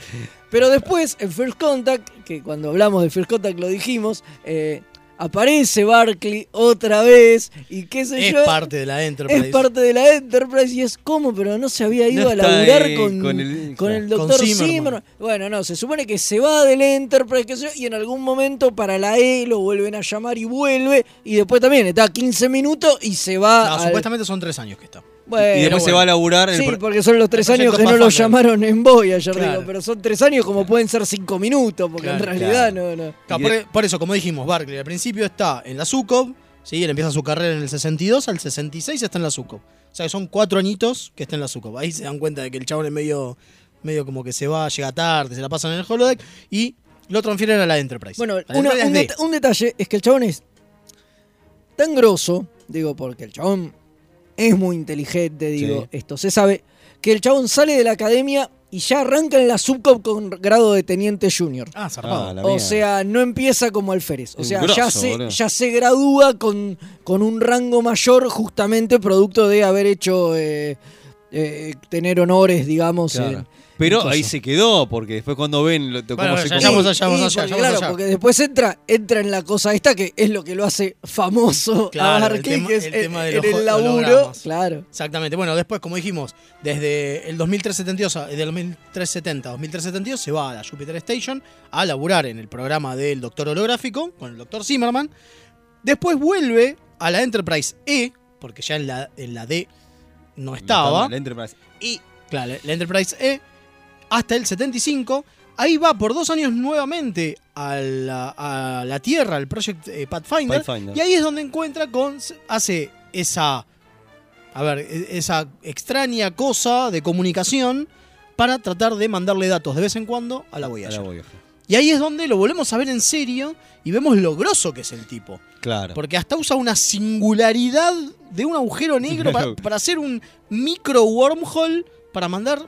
[SPEAKER 4] Pero después, en First Contact, que cuando hablamos de First Contact lo dijimos, eh, aparece Barclay otra vez y qué sé
[SPEAKER 3] Es
[SPEAKER 4] yo.
[SPEAKER 3] parte de la Enterprise.
[SPEAKER 4] Es parte de la Enterprise y es como, pero no se había ido
[SPEAKER 3] No
[SPEAKER 4] a
[SPEAKER 3] está,
[SPEAKER 4] laburar
[SPEAKER 3] eh,
[SPEAKER 4] con,
[SPEAKER 3] con el-
[SPEAKER 4] con el
[SPEAKER 3] con
[SPEAKER 4] doctor Zimmerman.
[SPEAKER 3] Zimmerman.
[SPEAKER 4] Bueno, no, se supone que se va del Enterprise qué sé yo, y en algún momento para la E lo vuelven a llamar y vuelve y después también está 15 minutos y se va.
[SPEAKER 3] No,
[SPEAKER 4] al-
[SPEAKER 3] supuestamente son tres años que está.
[SPEAKER 4] Bueno,
[SPEAKER 2] y después se
[SPEAKER 4] bueno.
[SPEAKER 2] va a laburar en el
[SPEAKER 4] Sí,
[SPEAKER 2] pro-
[SPEAKER 4] porque son los tres
[SPEAKER 3] El
[SPEAKER 4] años
[SPEAKER 3] proyecto
[SPEAKER 4] que no lo
[SPEAKER 3] Pathfinder.
[SPEAKER 4] llamaron en Voyager,
[SPEAKER 3] Claro.
[SPEAKER 4] digo, pero son tres años como pueden ser cinco minutos, porque en
[SPEAKER 3] Claro,
[SPEAKER 4] realidad no, no.
[SPEAKER 3] Claro, por, por eso, como dijimos, Barclay al principio está en la SUCOB, ¿sí? él empieza su carrera en el 62, al 66 está en la SUCOB. O sea, que son cuatro añitos que está en la SUCOB. Ahí se dan cuenta de que el chabón es medio, medio como que se va, llega tarde, se la pasan en el holodeck y lo transfieren a la Enterprise.
[SPEAKER 4] Bueno,
[SPEAKER 3] La
[SPEAKER 4] una-
[SPEAKER 3] Enterprise
[SPEAKER 4] un,
[SPEAKER 3] D.
[SPEAKER 4] deta- un detalle es que el chabón es tan grosso, digo, porque el chabón es muy inteligente, digo,
[SPEAKER 2] Sí.
[SPEAKER 4] esto se sabe, que el chabón sale de la academia y ya arranca en la subcom con grado de teniente junior.
[SPEAKER 3] Ah, zarpado.
[SPEAKER 2] Ah, la
[SPEAKER 4] o
[SPEAKER 2] mierda.
[SPEAKER 4] sea, no empieza como alférez. O
[SPEAKER 2] Un
[SPEAKER 4] sea, ya,
[SPEAKER 2] grosso,
[SPEAKER 4] se,
[SPEAKER 2] boludo.
[SPEAKER 4] ya se gradúa con, con un rango mayor justamente producto de haber hecho, eh, eh, tener honores, digamos.
[SPEAKER 2] Claro.
[SPEAKER 4] en-
[SPEAKER 2] Pero
[SPEAKER 4] en
[SPEAKER 2] ahí
[SPEAKER 4] cosas.
[SPEAKER 2] se quedó, porque después cuando ven lo, cómo
[SPEAKER 3] Bueno,
[SPEAKER 2] se
[SPEAKER 3] ya
[SPEAKER 2] come-
[SPEAKER 3] llamamos allá,
[SPEAKER 4] Y
[SPEAKER 3] vamos allá,
[SPEAKER 4] porque,
[SPEAKER 3] vamos
[SPEAKER 4] claro,
[SPEAKER 3] allá.
[SPEAKER 4] porque después entra, entra en la cosa esta que es lo que lo hace famoso a
[SPEAKER 3] Claro, el
[SPEAKER 4] Barclay,
[SPEAKER 3] tema,
[SPEAKER 4] que es
[SPEAKER 3] el
[SPEAKER 4] en-
[SPEAKER 3] tema de
[SPEAKER 4] en
[SPEAKER 3] los
[SPEAKER 4] el
[SPEAKER 3] ho-
[SPEAKER 4] laburo.
[SPEAKER 3] hologramas.
[SPEAKER 4] Claro.
[SPEAKER 3] Exactamente. Bueno, después, como dijimos, desde el 2372, a- eh, del 2370 a 2372 se va a la Jupiter Station a laburar en el programa del Doctor Holográfico con el Doctor Zimmerman. Después vuelve a la Enterprise E, porque ya en la, en la D no estaba.
[SPEAKER 2] La Enterprise.
[SPEAKER 3] Y, claro, la Enterprise E hasta el 75. Ahí va por dos años nuevamente a la, a la Tierra, al Project eh, Pathfinder,
[SPEAKER 2] Pathfinder.
[SPEAKER 3] Y ahí es donde encuentra con. hace esa. A ver, e- esa extraña cosa de comunicación para tratar de mandarle datos de vez en cuando a la Voyager.
[SPEAKER 2] Ahora voy, ojo.
[SPEAKER 3] Y ahí es donde lo volvemos a ver en serio y vemos lo grosso que es el tipo.
[SPEAKER 2] Claro.
[SPEAKER 3] Porque hasta usa una singularidad de un agujero negro para, para hacer un micro wormhole para mandar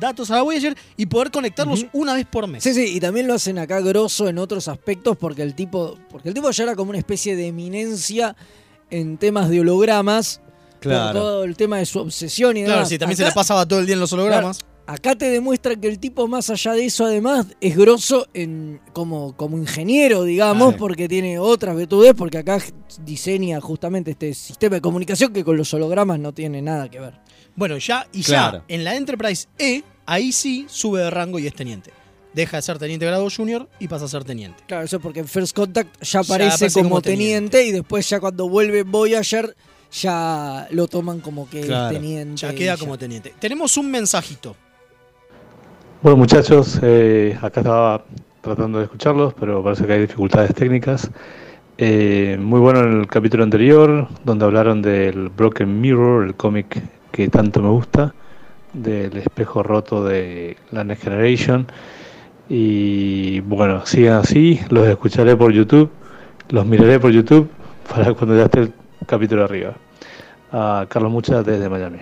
[SPEAKER 3] datos a la Voyager y poder conectarlos una vez por mes.
[SPEAKER 4] Sí, sí, y también lo hacen acá grosso en otros aspectos porque el tipo, porque el tipo ya era como una especie de eminencia en temas de hologramas.
[SPEAKER 3] Claro.
[SPEAKER 4] Por todo el tema de su obsesión y demás.
[SPEAKER 3] Claro, sí, también se
[SPEAKER 4] Acá-
[SPEAKER 3] la pasaba todo el día en los hologramas.
[SPEAKER 4] Acá te demuestra que el tipo, más allá de eso, además, es grosso en, como, como ingeniero, digamos,
[SPEAKER 2] Claro.
[SPEAKER 4] porque tiene otras virtudes, porque acá j- diseña justamente este sistema de comunicación que con los hologramas no tiene nada que ver.
[SPEAKER 3] Bueno, ya y
[SPEAKER 2] Claro.
[SPEAKER 3] ya en la Enterprise E, ahí sí sube de rango y es teniente. Deja de ser teniente grado junior y pasa a ser teniente.
[SPEAKER 4] Claro, eso porque en First Contact ya
[SPEAKER 3] Ya
[SPEAKER 4] aparece
[SPEAKER 3] aparece
[SPEAKER 4] como,
[SPEAKER 3] como
[SPEAKER 4] teniente, y después ya cuando vuelve Voyager ya lo toman como que es
[SPEAKER 3] Claro.
[SPEAKER 4] teniente.
[SPEAKER 3] Ya
[SPEAKER 4] y
[SPEAKER 3] queda como teniente. Tenemos un mensajito.
[SPEAKER 12] Bueno muchachos, eh, acá estaba tratando de escucharlos, pero parece que hay dificultades técnicas. Eh, muy bueno el capítulo anterior, donde hablaron del Broken Mirror, el cómic que tanto me gusta, del espejo roto de la Next Generation. Y bueno, sigan así, los escucharé por YouTube, los miraré por YouTube para cuando ya esté el capítulo arriba. A Carlos Mucha desde Miami.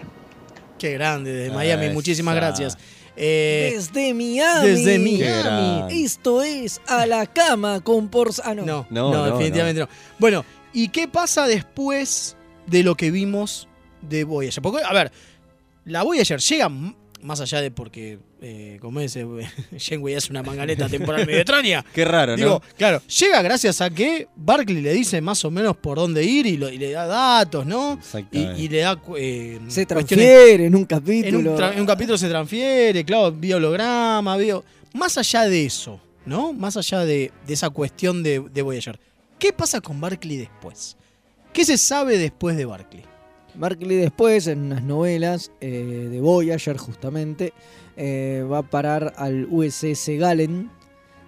[SPEAKER 3] Qué grande
[SPEAKER 2] Ah,
[SPEAKER 3] de Miami,
[SPEAKER 12] Esa.
[SPEAKER 3] muchísimas gracias. Eh,
[SPEAKER 4] Desde Miami.
[SPEAKER 3] Desde Miami.
[SPEAKER 2] Qué grande.
[SPEAKER 4] Esto es a la cama con por Ah, no.
[SPEAKER 3] no, no,
[SPEAKER 2] No, no,
[SPEAKER 3] definitivamente no. Bueno, ¿y qué pasa después de lo que vimos de Voyager? Porque, a ver, la Voyager llega m- más allá de porque, eh, como es, eh, Janeway es una manganeta temporal medio extraña.
[SPEAKER 2] Qué raro, ¿no?
[SPEAKER 3] Digo, claro, llega gracias a que Barclay le dice más o menos por dónde ir y, lo- y le da datos, ¿no? Y,
[SPEAKER 2] Exactamente.
[SPEAKER 3] y le da. cu- eh,
[SPEAKER 4] Se
[SPEAKER 3] cuestiones-
[SPEAKER 4] transfiere en un capítulo.
[SPEAKER 3] en un, tra- en un capítulo se transfiere, claro, vía holograma, vía- Más allá de eso, ¿no? Más allá de, de esa cuestión de, de Voyager. ¿Qué pasa con Barclay después? ¿Qué se sabe después de Barclay?
[SPEAKER 4] Barclay después, en unas novelas eh, de Voyager justamente, eh, va a parar al USS Galen,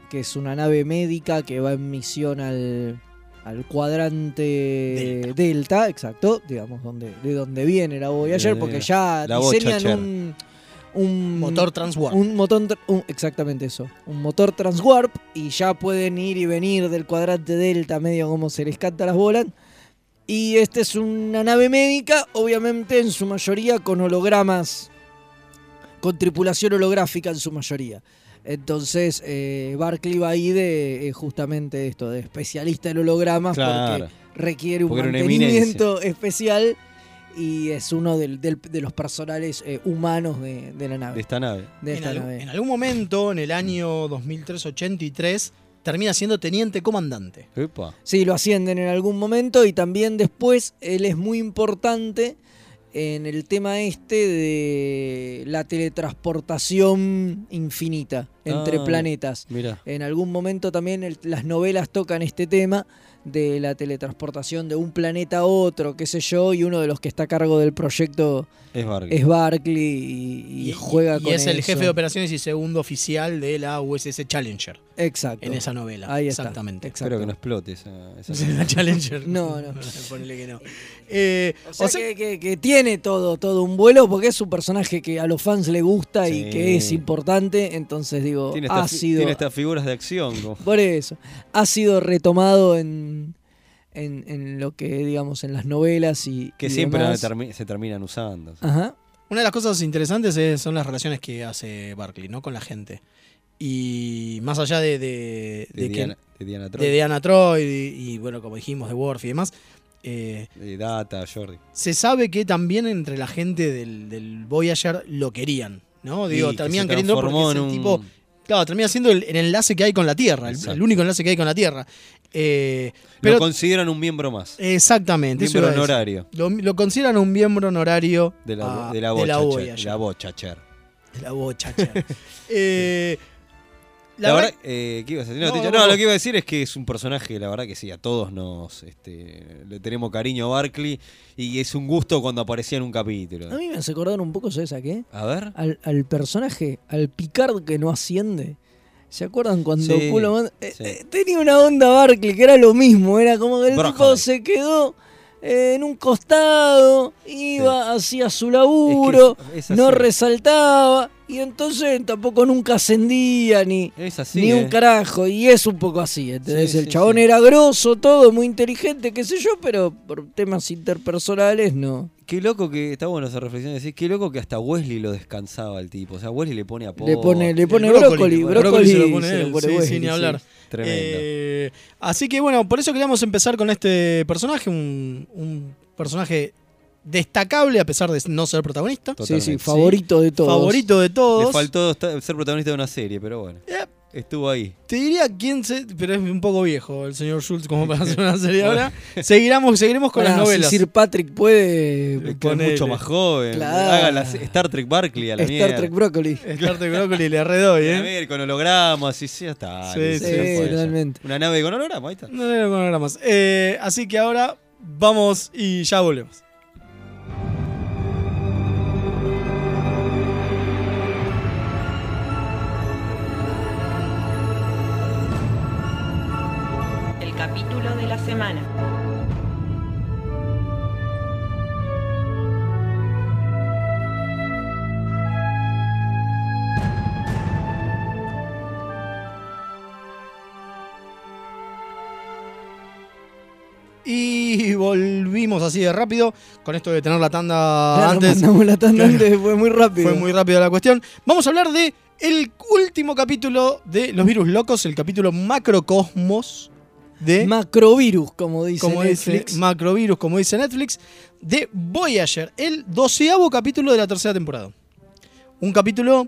[SPEAKER 4] que es una nave médica que va en misión al, al cuadrante Delta. exacto, digamos, donde, de donde viene la Voyager,
[SPEAKER 2] Eh,
[SPEAKER 4] porque ya
[SPEAKER 2] la
[SPEAKER 4] diseñan
[SPEAKER 2] Voyager.
[SPEAKER 4] un, un...
[SPEAKER 3] Motor transwarp.
[SPEAKER 4] Mm. Un motor, tr- un- exactamente eso. Un motor transwarp y ya pueden ir y venir del cuadrante delta, medio como se les canta las bolas. Y esta es una nave médica, obviamente en su mayoría con hologramas, con tripulación holográfica en su mayoría. Entonces, eh, Barclay va ahí de eh, justamente esto, de especialista en hologramas,
[SPEAKER 2] Claro.
[SPEAKER 4] porque requiere un
[SPEAKER 2] Porque era una
[SPEAKER 4] mantenimiento especial y es uno del- del- de los personales eh, humanos de, de la nave.
[SPEAKER 2] de esta nave.
[SPEAKER 4] De
[SPEAKER 3] en,
[SPEAKER 4] esta
[SPEAKER 3] algu-
[SPEAKER 4] nave.
[SPEAKER 3] en algún momento, en el año 2383, termina siendo teniente comandante.
[SPEAKER 2] Epa.
[SPEAKER 4] Sí, lo ascienden en algún momento y también después él es muy importante en el tema este de la teletransportación infinita entre
[SPEAKER 2] Ah,
[SPEAKER 4] planetas.
[SPEAKER 2] Mira.
[SPEAKER 4] En algún momento también el- las novelas tocan este tema de la teletransportación de un planeta a otro, qué sé yo, y uno de los que está a cargo del proyecto
[SPEAKER 2] Es Barclay.
[SPEAKER 4] es Barclay y, y juega
[SPEAKER 3] y
[SPEAKER 4] con
[SPEAKER 3] es el
[SPEAKER 4] eso.
[SPEAKER 3] jefe de operaciones y segundo oficial de la USS Challenger.
[SPEAKER 4] Exacto.
[SPEAKER 3] En esa novela.
[SPEAKER 4] Oh. Ahí está,
[SPEAKER 3] Exactamente.
[SPEAKER 2] Espero que no explote esa, esa
[SPEAKER 3] La Challenger.
[SPEAKER 4] No, no.
[SPEAKER 3] Ponele que no. Eh,
[SPEAKER 4] O sea, que, que- que tiene todo, todo un vuelo, porque es un personaje que a los fans le gusta
[SPEAKER 2] Sí.
[SPEAKER 4] y que es importante. Entonces digo,
[SPEAKER 2] Tiene,
[SPEAKER 4] ha
[SPEAKER 2] estas fi-
[SPEAKER 4] sido.
[SPEAKER 2] tiene estas figuras de acción. como-
[SPEAKER 4] Por eso. Ha sido retomado en, en, en lo que, digamos, en las novelas y.
[SPEAKER 2] que
[SPEAKER 4] y
[SPEAKER 2] siempre
[SPEAKER 4] demás. Ah,
[SPEAKER 2] termi- se terminan usando.
[SPEAKER 4] Ajá.
[SPEAKER 3] Una de las cosas interesantes es- son las relaciones que hace Barclay, ¿no? Con la gente. Y más allá de, de,
[SPEAKER 2] De,
[SPEAKER 3] de que-
[SPEAKER 2] Diana, de Diana Troy.
[SPEAKER 3] de Diana Troy y, y, bueno, como dijimos, de Worf y demás, eh,
[SPEAKER 2] De Data, Jordi.
[SPEAKER 3] se sabe que también entre la gente del, del Voyager lo querían, ¿no?
[SPEAKER 2] Sí,
[SPEAKER 3] Digo,
[SPEAKER 2] que
[SPEAKER 3] terminan
[SPEAKER 2] se
[SPEAKER 3] queriendo
[SPEAKER 2] transformó
[SPEAKER 3] porque es
[SPEAKER 2] en
[SPEAKER 3] el
[SPEAKER 2] un-
[SPEAKER 3] tipo... Claro, termina siendo el, el enlace que hay con la Tierra, el,
[SPEAKER 2] Exacto.
[SPEAKER 3] el único enlace que hay con la Tierra. Eh, pero Eh,
[SPEAKER 2] lo consideran un miembro más.
[SPEAKER 3] Exactamente. eso
[SPEAKER 2] Miembro
[SPEAKER 3] iba a decir.
[SPEAKER 2] honorario.
[SPEAKER 3] Lo, lo consideran un miembro honorario
[SPEAKER 2] De la,
[SPEAKER 3] ah,
[SPEAKER 2] de la
[SPEAKER 3] de la
[SPEAKER 2] bocha.
[SPEAKER 3] Voyager.
[SPEAKER 2] la bocha, Cher.
[SPEAKER 3] De la bocha, che. Eh,
[SPEAKER 2] La,
[SPEAKER 3] la
[SPEAKER 2] verdad,
[SPEAKER 3] verdad-
[SPEAKER 2] eh, ¿qué ibas a decir? No,
[SPEAKER 3] No,
[SPEAKER 2] te-
[SPEAKER 3] no,
[SPEAKER 2] no,
[SPEAKER 3] no.
[SPEAKER 2] lo que iba a decir es que es un personaje, la verdad que sí, a todos nos este, le tenemos cariño a Barkley y es un gusto cuando aparecía en un capítulo.
[SPEAKER 4] A mí me hace acordar un poco, ¿sabes a qué?
[SPEAKER 2] A ver.
[SPEAKER 4] Al, al personaje, al Picard que no asciende. ¿Se acuerdan cuando
[SPEAKER 2] Sí,
[SPEAKER 4] Culo manda- eh,
[SPEAKER 2] sí.
[SPEAKER 4] eh, Tenía una onda Barclay que era lo mismo, era como que el
[SPEAKER 2] Broccoli.
[SPEAKER 4] tipo se quedó eh, en un costado, iba, hacía su laburo,
[SPEAKER 2] es
[SPEAKER 4] no
[SPEAKER 2] así.
[SPEAKER 4] resaltaba, y entonces tampoco nunca ascendía ni,
[SPEAKER 2] Es así,
[SPEAKER 4] ni un
[SPEAKER 2] eh.
[SPEAKER 4] carajo, y es un poco así, ¿entendés?
[SPEAKER 2] Sí,
[SPEAKER 4] el
[SPEAKER 2] sí,
[SPEAKER 4] chabón
[SPEAKER 2] sí.
[SPEAKER 4] era grosso, todo, muy inteligente, qué sé yo, pero por temas interpersonales no.
[SPEAKER 2] Qué loco que, está bueno esa reflexión, decir, qué loco que hasta Wesley lo descansaba el tipo. O sea, Wesley le pone apodo.
[SPEAKER 4] Le pone, le pone
[SPEAKER 3] El brócoli, el
[SPEAKER 4] brócoli, brócoli,
[SPEAKER 3] brócoli se lo pone él, sí,
[SPEAKER 4] Wesley,
[SPEAKER 3] sin ni hablar.
[SPEAKER 2] Tremendo.
[SPEAKER 3] Eh, así que bueno, por eso queríamos empezar con este personaje, un, un personaje destacable a pesar de no ser protagonista.
[SPEAKER 4] Sí, sí,
[SPEAKER 2] Totalmente.
[SPEAKER 4] favorito de todos.
[SPEAKER 3] Favorito de todos. Eh,
[SPEAKER 2] Le faltó esta- ser protagonista de una serie, pero bueno. Estuvo ahí.
[SPEAKER 3] Te diría quién se, pero es un poco viejo el señor Schultz como para hacer una serie ahora. Seguiremos, seguiremos con
[SPEAKER 4] Ahora,
[SPEAKER 3] las novelas.
[SPEAKER 4] Si Sir Patrick puede.
[SPEAKER 2] Que es
[SPEAKER 3] Ponele.
[SPEAKER 2] mucho más joven.
[SPEAKER 4] Claro.
[SPEAKER 2] Haga la se- Star Trek Barkley a la
[SPEAKER 4] Star
[SPEAKER 2] mierda.
[SPEAKER 4] Trek Broccoli.
[SPEAKER 3] Star Trek Broccoli le redoy,
[SPEAKER 2] A
[SPEAKER 3] ¿eh?
[SPEAKER 2] ver, con hologramas y sí, hasta.
[SPEAKER 3] Sí,
[SPEAKER 2] le-
[SPEAKER 3] sí,
[SPEAKER 2] le fue
[SPEAKER 3] sí,
[SPEAKER 2] ella.
[SPEAKER 4] totalmente.
[SPEAKER 2] Una nave con hologramas, ahí está.
[SPEAKER 3] No le programas. Eh, así que ahora vamos y ya volvemos.
[SPEAKER 13] El capítulo de la semana.
[SPEAKER 3] Y volvimos así de rápido con esto de tener la tanda
[SPEAKER 4] Claro,
[SPEAKER 3] Ah, antes.
[SPEAKER 4] mandamos la tanda
[SPEAKER 3] Claro.
[SPEAKER 4] antes, fue muy rápido.
[SPEAKER 3] Fue muy rápido la cuestión. Vamos a hablar de el último capítulo de Los Virus Locos, el capítulo Macrocosmos de
[SPEAKER 4] Macrovirus, como dice
[SPEAKER 3] como
[SPEAKER 4] Netflix.
[SPEAKER 3] dice Macrovirus, como dice Netflix, de Voyager, el doceavo capítulo de la tercera temporada. Un capítulo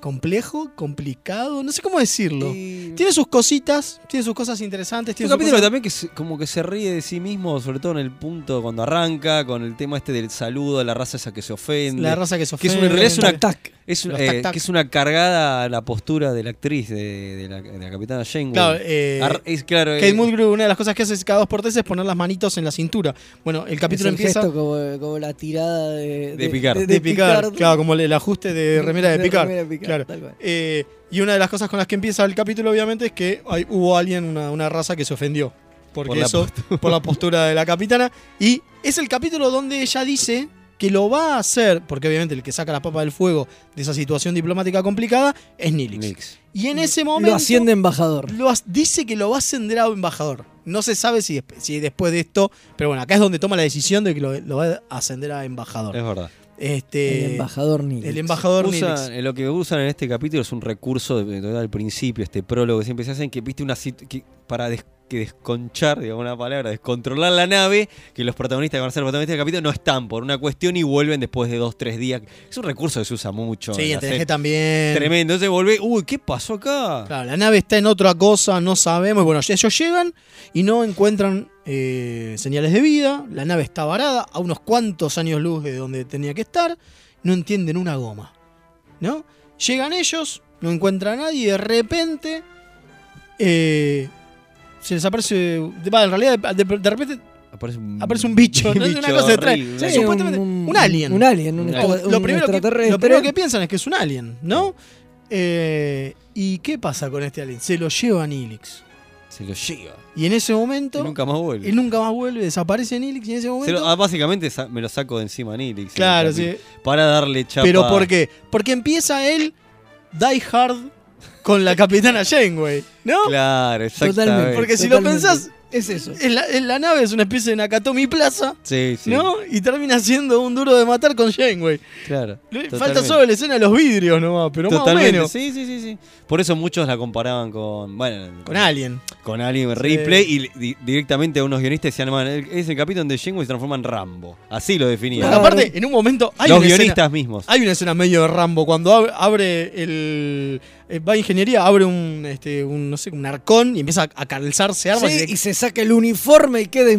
[SPEAKER 3] complejo, complicado, no sé cómo decirlo. Tiene sus cositas, tiene sus cosas interesantes.
[SPEAKER 2] Es un
[SPEAKER 3] Tiene sus
[SPEAKER 2] capítulo
[SPEAKER 3] cosas-
[SPEAKER 2] también que se- como que se ríe de sí mismo, sobre todo en el punto cuando arranca, con el tema este del saludo a la raza esa que se ofende.
[SPEAKER 3] La raza que se
[SPEAKER 2] Que es, una- en
[SPEAKER 3] ofende.
[SPEAKER 2] realidad es una,
[SPEAKER 4] Tac.
[SPEAKER 2] es un-
[SPEAKER 3] Los
[SPEAKER 2] eh,
[SPEAKER 3] tac-tac.
[SPEAKER 2] que es una cargada a la postura de la actriz, de, de la, de la capitana Janeway.
[SPEAKER 3] Claro, eh,
[SPEAKER 2] Ar- es, claro, eh,
[SPEAKER 3] Kate Mulgrew, una de las cosas que hace es cada dos por tres es poner las manitos en la cintura. Bueno, el capítulo
[SPEAKER 4] Es el
[SPEAKER 3] empieza
[SPEAKER 4] gesto como, como la tirada de,
[SPEAKER 2] De Picard.
[SPEAKER 4] De,
[SPEAKER 3] de picar,
[SPEAKER 4] Picard.
[SPEAKER 3] claro, como el ajuste de remera de,
[SPEAKER 4] De
[SPEAKER 3] picar.
[SPEAKER 4] remera de Picard,
[SPEAKER 3] claro.
[SPEAKER 4] tal cual.
[SPEAKER 3] Eh, y una de las cosas con las que empieza el capítulo, obviamente, es que hay- hubo alguien, una, una raza que se ofendió. Porque
[SPEAKER 2] Por la
[SPEAKER 3] eso, por la postura de la capitana. Y es el capítulo donde ella dice que lo va a hacer, porque obviamente el que saca la papa del fuego de esa situación diplomática complicada es Nilix.
[SPEAKER 2] Nix.
[SPEAKER 3] Y en ese momento.
[SPEAKER 4] Lo asciende embajador.
[SPEAKER 3] lo as- dice que lo va a ascender a embajador. No se sabe si,
[SPEAKER 2] Eh,
[SPEAKER 3] desp- si después de esto. Pero bueno, acá es donde toma la decisión de que lo, lo va a ascender a embajador.
[SPEAKER 2] Es verdad.
[SPEAKER 3] Este,
[SPEAKER 4] El embajador Nilix.
[SPEAKER 3] El embajador
[SPEAKER 2] Usan-
[SPEAKER 3] Nilix.
[SPEAKER 2] eh, lo que usan en este capítulo es un recurso de- de- al principio, este prólogo que siempre se hacen, que viste una sit- que- para des- que desconchar, digamos una palabra, descontrolar la nave, que los protagonistas que van a ser protagonistas del capítulo no están por una cuestión y vuelven después de dos, tres días. Es un recurso que se usa mucho.
[SPEAKER 3] Sí, en
[SPEAKER 2] la
[SPEAKER 3] TNG
[SPEAKER 2] serie.
[SPEAKER 3] también.
[SPEAKER 2] Tremendo. Entonces volvé, uy, ¿qué pasó acá?
[SPEAKER 3] Claro, la nave está en otra cosa, no sabemos. Bueno, ellos llegan y no encuentran eh, señales de vida. La nave está varada a unos cuantos años luz de donde tenía que estar. No entienden una goma. ¿No? Llegan ellos, no encuentran a nadie. De repente eh, se desaparece. va, en realidad, de, de repente
[SPEAKER 2] Aparece un,
[SPEAKER 3] aparece un bicho. ¿no? una
[SPEAKER 2] bicho
[SPEAKER 3] cosa extraña.
[SPEAKER 2] horrible.
[SPEAKER 4] Sí,
[SPEAKER 3] Supuestamente,
[SPEAKER 4] un-
[SPEAKER 3] un, alien.
[SPEAKER 4] un alien, un-
[SPEAKER 3] Lo-
[SPEAKER 4] un
[SPEAKER 3] lo, primero que,
[SPEAKER 4] extraterrestre.
[SPEAKER 3] lo primero que piensan es que es un alien, ¿no? Eh, ¿Y qué pasa con este alien? Se lo lleva Nilix.
[SPEAKER 2] Se lo lleva.
[SPEAKER 3] Y en ese momento.
[SPEAKER 2] Y nunca más vuelve.
[SPEAKER 3] Él nunca más vuelve, desaparece Nilix y en ese
[SPEAKER 2] Se
[SPEAKER 3] momento.
[SPEAKER 2] lo- ah, básicamente sa- me lo saco de encima Nilix.
[SPEAKER 3] Claro,
[SPEAKER 2] el capítulo,
[SPEAKER 3] sí.
[SPEAKER 2] Para darle chapa.
[SPEAKER 3] ¿Pero por qué? Porque empieza él Die Hard con la capitana Janeway, ¿no?
[SPEAKER 2] Claro, exactamente.
[SPEAKER 3] Porque si lo pensás, es eso. En la, en la nave es una especie de Nakatomi Plaza,
[SPEAKER 2] Sí, sí.
[SPEAKER 3] ¿no? Y termina siendo un duro de matar con Janeway.
[SPEAKER 2] Claro.
[SPEAKER 3] Falta
[SPEAKER 2] totalmente.
[SPEAKER 3] solo la escena de los vidrios nomás, pero más o
[SPEAKER 2] Totalmente,
[SPEAKER 3] menos.
[SPEAKER 2] sí, sí, sí, sí. Por eso muchos la comparaban con. Bueno,
[SPEAKER 3] Con Alien.
[SPEAKER 2] Con Alien
[SPEAKER 3] Sí.
[SPEAKER 2] Ripley y li- di- directamente a unos guionistas decían: "Man, el- es el capítulo donde Janeway se transforma en Rambo. Así lo definían.
[SPEAKER 3] Porque aparte, en un momento hay
[SPEAKER 2] Los
[SPEAKER 3] una
[SPEAKER 2] guionistas
[SPEAKER 3] escena-
[SPEAKER 2] mismos.
[SPEAKER 3] Hay una escena medio de Rambo. Cuando ab- abre el. eh, Va a ingeniería, abre un, este, un, no sé, un arcón y empieza a- a calzarse armas.
[SPEAKER 4] Sí,
[SPEAKER 3] y,
[SPEAKER 4] y se saca el uniforme y queda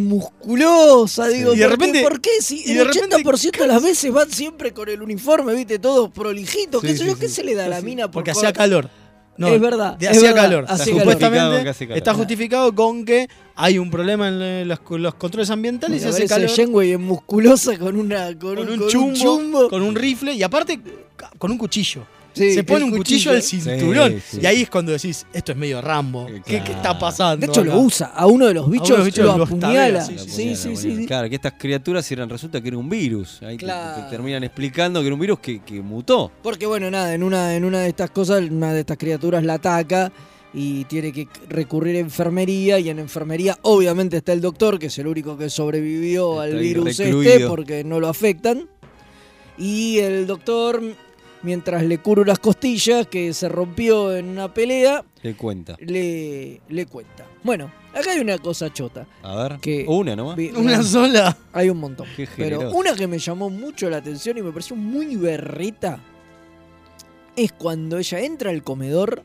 [SPEAKER 4] musculosa. Digo,
[SPEAKER 3] Y de
[SPEAKER 4] ¿por qué-
[SPEAKER 3] repente-
[SPEAKER 4] ¿Por qué? Si
[SPEAKER 3] y
[SPEAKER 4] el
[SPEAKER 3] de repente
[SPEAKER 4] 80% de las veces van siempre con el uniforme, viste, todo prolijito. ¿Qué
[SPEAKER 3] Sí,
[SPEAKER 4] sé
[SPEAKER 3] sí,
[SPEAKER 4] yo? ¿Qué
[SPEAKER 3] sí.
[SPEAKER 4] se le da a la mina? por
[SPEAKER 3] porque hacía
[SPEAKER 4] correr?
[SPEAKER 3] calor.
[SPEAKER 4] Es verdad,
[SPEAKER 3] de-
[SPEAKER 4] es
[SPEAKER 3] hacía
[SPEAKER 4] verdad,
[SPEAKER 3] calor.
[SPEAKER 4] hacía calor.
[SPEAKER 3] Supuestamente
[SPEAKER 2] Justificado que hace calor.
[SPEAKER 3] está justificado con que hay un problema en eh, los, los controles ambientales
[SPEAKER 4] Bueno,
[SPEAKER 3] y se
[SPEAKER 4] parece
[SPEAKER 3] hace calor.
[SPEAKER 4] Janeway es musculosa con, una, con,
[SPEAKER 3] con
[SPEAKER 4] un,
[SPEAKER 3] un
[SPEAKER 4] con un
[SPEAKER 3] chumbo,
[SPEAKER 4] chumbo.
[SPEAKER 3] con un rifle y aparte ca- con un cuchillo.
[SPEAKER 4] Sí,
[SPEAKER 3] se pone
[SPEAKER 4] el
[SPEAKER 3] un cuchillo, al
[SPEAKER 4] cuchillo.
[SPEAKER 3] cinturón.
[SPEAKER 4] Sí, sí.
[SPEAKER 3] Y ahí es cuando decís, esto es medio Rambo. ¿Qué, qué está pasando?
[SPEAKER 4] De hecho,
[SPEAKER 3] acá?
[SPEAKER 4] lo usa. A uno de los bichos,
[SPEAKER 3] los bichos
[SPEAKER 4] lo
[SPEAKER 3] lo
[SPEAKER 4] apuñala.
[SPEAKER 3] estabea, sí, sí,
[SPEAKER 4] Sí, sí, sí. sí.
[SPEAKER 2] Claro, que estas criaturas eran, resulta que era un virus. Ahí te- te,
[SPEAKER 4] Claro.
[SPEAKER 2] terminan explicando que era un virus que, que mutó.
[SPEAKER 4] Porque, bueno, nada, en una, en una de estas cosas, una de estas criaturas la ataca y tiene que recurrir a enfermería. Y en enfermería, obviamente, está el doctor, que es el único que sobrevivió al
[SPEAKER 2] ahí
[SPEAKER 4] virus este,
[SPEAKER 2] recluido.
[SPEAKER 4] porque no lo afectan. Y el doctor, mientras le curo las costillas, que se rompió en una pelea,
[SPEAKER 2] Le cuenta.
[SPEAKER 4] le, le cuenta. Bueno, acá hay una cosa chota.
[SPEAKER 2] A ver.
[SPEAKER 4] Que-
[SPEAKER 2] una nomás.
[SPEAKER 4] Vi-
[SPEAKER 3] Una
[SPEAKER 4] no,
[SPEAKER 3] sola.
[SPEAKER 4] Hay un montón.
[SPEAKER 2] Qué
[SPEAKER 4] Pero
[SPEAKER 2] generoso.
[SPEAKER 4] una que me llamó mucho la atención y me pareció muy berreta es cuando ella entra al comedor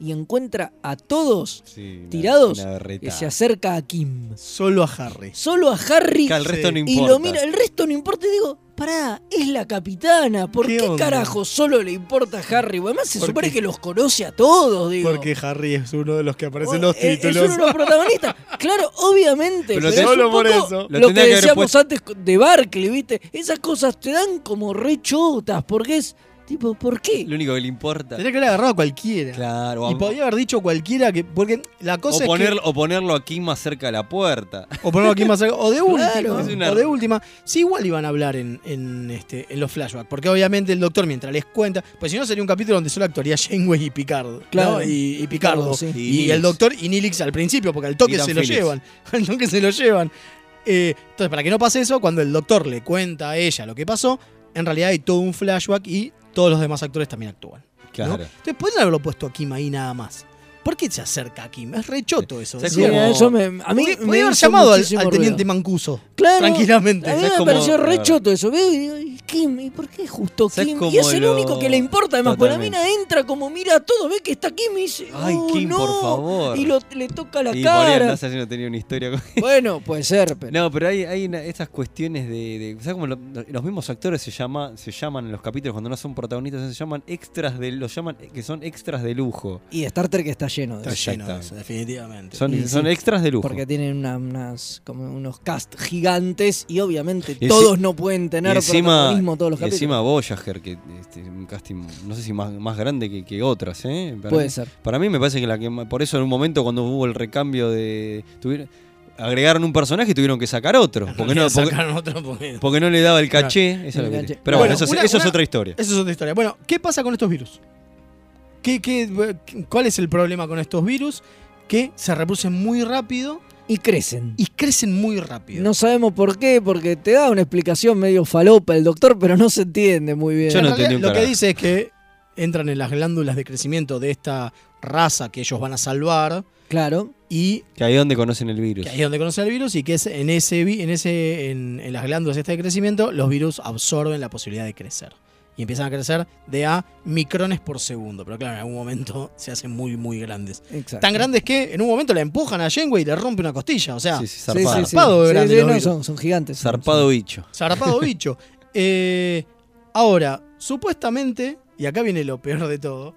[SPEAKER 4] y encuentra a todos
[SPEAKER 2] Sí, una-
[SPEAKER 4] tirados
[SPEAKER 2] una berreta.
[SPEAKER 4] que se acerca a Kim.
[SPEAKER 3] Solo a Harry.
[SPEAKER 4] Solo a Harry.
[SPEAKER 2] Que al resto no
[SPEAKER 4] Y
[SPEAKER 2] importa.
[SPEAKER 4] lo mira, el resto no importa. Y digo, pará, es la capitana. ¿Por
[SPEAKER 3] ¿Qué
[SPEAKER 4] qué,
[SPEAKER 3] onda?
[SPEAKER 4] carajo solo le importa a Harry? Bueno, Además se
[SPEAKER 3] Porque-
[SPEAKER 4] supone que los conoce a todos, digo.
[SPEAKER 3] Porque Harry es uno de los que aparece en
[SPEAKER 4] Bueno,
[SPEAKER 3] los
[SPEAKER 4] Oh, eh, es-
[SPEAKER 3] títulos.
[SPEAKER 4] Es uno de los protagonistas. Claro, obviamente.
[SPEAKER 3] Pero
[SPEAKER 4] Pero,
[SPEAKER 3] solo
[SPEAKER 4] es un
[SPEAKER 3] por
[SPEAKER 4] poco
[SPEAKER 3] eso. Lo
[SPEAKER 4] Lo que
[SPEAKER 3] tendría que haber
[SPEAKER 4] decíamos
[SPEAKER 3] puesto-
[SPEAKER 4] antes de Barclay, ¿viste? Esas cosas te dan como re chotas, porque es tipo, ¿por qué?
[SPEAKER 2] Lo único que le importa.
[SPEAKER 3] Tendría que haber agarrado a cualquiera.
[SPEAKER 2] Claro,
[SPEAKER 3] Y
[SPEAKER 2] o,
[SPEAKER 3] podría haber dicho cualquiera que. Porque la cosa
[SPEAKER 2] o
[SPEAKER 3] es.
[SPEAKER 2] ponerlo,
[SPEAKER 3] que,
[SPEAKER 2] o ponerlo aquí más cerca de la puerta.
[SPEAKER 3] o ponerlo aquí más cerca. O de
[SPEAKER 2] Claro.
[SPEAKER 3] última.
[SPEAKER 2] Es una-
[SPEAKER 3] O de última. Sí, igual iban a hablar en, en, este, en los flashbacks. Porque obviamente el doctor, mientras les cuenta. Pues si no, sería un capítulo donde solo actuaría Janeway y Picardo.
[SPEAKER 4] Claro.
[SPEAKER 3] ¿no? Y, y Picardo.
[SPEAKER 4] Picardo, sí.
[SPEAKER 3] Y,
[SPEAKER 2] Y Nilix.
[SPEAKER 3] el doctor y Nilix al principio, porque al toque
[SPEAKER 2] Y Dan
[SPEAKER 3] se lo
[SPEAKER 2] Phillips.
[SPEAKER 3] llevan. Al toque se lo llevan. Eh, entonces, para que no pase eso, cuando el doctor le cuenta a ella lo que pasó, en realidad hay todo un flashback y todos los demás actores también actúan. ¿no?
[SPEAKER 2] Claro.
[SPEAKER 3] Entonces podrían haberlo puesto a Kim ahí nada más. ¿Por qué se acerca a Kim? Es rechoto eso.
[SPEAKER 2] ¿Sabes
[SPEAKER 4] Sí,
[SPEAKER 3] ¿no?
[SPEAKER 2] cómo?
[SPEAKER 4] a eso me, a mí
[SPEAKER 3] Podría-
[SPEAKER 4] me
[SPEAKER 3] podría haber
[SPEAKER 4] hizo
[SPEAKER 3] llamado al,
[SPEAKER 4] muchísimo
[SPEAKER 3] al
[SPEAKER 4] ruido.
[SPEAKER 3] teniente Mancuso.
[SPEAKER 4] Claro,
[SPEAKER 3] Tranquilamente.
[SPEAKER 4] A mí
[SPEAKER 2] ¿Sabés
[SPEAKER 4] me
[SPEAKER 2] cómo-
[SPEAKER 4] pareció re
[SPEAKER 2] Claro.
[SPEAKER 4] choto eso. Veo y digo, "¿Y Kim, ¿y por qué justo
[SPEAKER 2] ¿Sabés
[SPEAKER 4] Kim? Y
[SPEAKER 2] cómo
[SPEAKER 4] es el
[SPEAKER 2] lo-
[SPEAKER 4] único que le importa, además, porque la
[SPEAKER 2] Totalmente.
[SPEAKER 4] mina entra como mira todo, ve que está Kim y dice,
[SPEAKER 2] Ay,
[SPEAKER 4] "Oh,
[SPEAKER 2] Kim,
[SPEAKER 4] no",
[SPEAKER 2] por favor.
[SPEAKER 4] Y lo- le toca la
[SPEAKER 2] Y María
[SPEAKER 4] cara.
[SPEAKER 2] Andasa, yo no tenía una historia con
[SPEAKER 4] Bueno, puede ser, pero.
[SPEAKER 2] No, pero hay, hay una- estas cuestiones de. de- ¿Sabes cómo lo- los mismos actores se, llama, se llaman en los capítulos cuando no son protagonistas? Se llaman extras de. Los llaman que son extras de lujo.
[SPEAKER 4] Y Star Trek está lleno de
[SPEAKER 3] Está
[SPEAKER 4] eso.
[SPEAKER 3] lleno de
[SPEAKER 2] Exactamente.
[SPEAKER 3] eso, definitivamente.
[SPEAKER 2] Son,
[SPEAKER 4] Y
[SPEAKER 2] son
[SPEAKER 4] sí,
[SPEAKER 2] extras de lujo.
[SPEAKER 4] Porque tienen una- unas, como unos cast gigantes y obviamente
[SPEAKER 2] Y
[SPEAKER 4] todos
[SPEAKER 2] enci-
[SPEAKER 4] no pueden
[SPEAKER 2] Y
[SPEAKER 4] tener
[SPEAKER 2] encima,
[SPEAKER 4] protagonismo todos los
[SPEAKER 2] y
[SPEAKER 4] capítulos.
[SPEAKER 2] encima Voyager, que este, un casting, no sé si más, más grande que, que otras, ¿eh? Para
[SPEAKER 4] Puede
[SPEAKER 2] mí-
[SPEAKER 4] ser.
[SPEAKER 2] Para mí me parece que la que más- Por eso en un momento cuando hubo el recambio de. tuvieron- agregaron un personaje y tuvieron que sacar otro. Porque no, porque,
[SPEAKER 3] Sacaron otro porque-
[SPEAKER 2] porque no le daba el caché. eso es lo que-
[SPEAKER 4] caché.
[SPEAKER 2] Pero bueno,
[SPEAKER 4] Bueno,
[SPEAKER 2] eso, es-
[SPEAKER 3] una-
[SPEAKER 2] eso es
[SPEAKER 3] una-
[SPEAKER 2] otra historia.
[SPEAKER 3] Eso es otra historia. Bueno, ¿qué pasa con estos virus? ¿Qué, qué, ¿Cuál es el problema con estos virus? Que se reproducen muy rápido
[SPEAKER 4] Y crecen.
[SPEAKER 3] Y crecen muy rápido.
[SPEAKER 4] No sabemos por qué, porque te da una explicación medio falopa el doctor, pero no se entiende muy bien.
[SPEAKER 3] En realidad, Lo que dice es que entran en las glándulas de crecimiento de esta raza que ellos van a salvar.
[SPEAKER 4] Claro.
[SPEAKER 3] Y
[SPEAKER 2] Que ahí es donde conocen el virus.
[SPEAKER 3] que ahí es donde conocen el virus y que es en ese vi- en ese en, en las glándulas estas de crecimiento los virus absorben la posibilidad de crecer y empiezan a crecer de a micrones por segundo pero claro en algún momento se hacen muy muy grandes
[SPEAKER 4] Exacto.
[SPEAKER 3] tan grandes que en un momento la empujan a Janeway y le rompe una costilla o sea
[SPEAKER 2] Sí, sí, zarpado.
[SPEAKER 3] sí, sí. Zarpado de
[SPEAKER 4] Sí,
[SPEAKER 3] grande
[SPEAKER 4] sí,
[SPEAKER 3] los
[SPEAKER 4] no,
[SPEAKER 3] virus.
[SPEAKER 4] son, son gigantes. son-
[SPEAKER 2] Zarpado bicho.
[SPEAKER 3] Zarpado bicho. Eh, ahora, supuestamente, y acá viene lo peor de todo,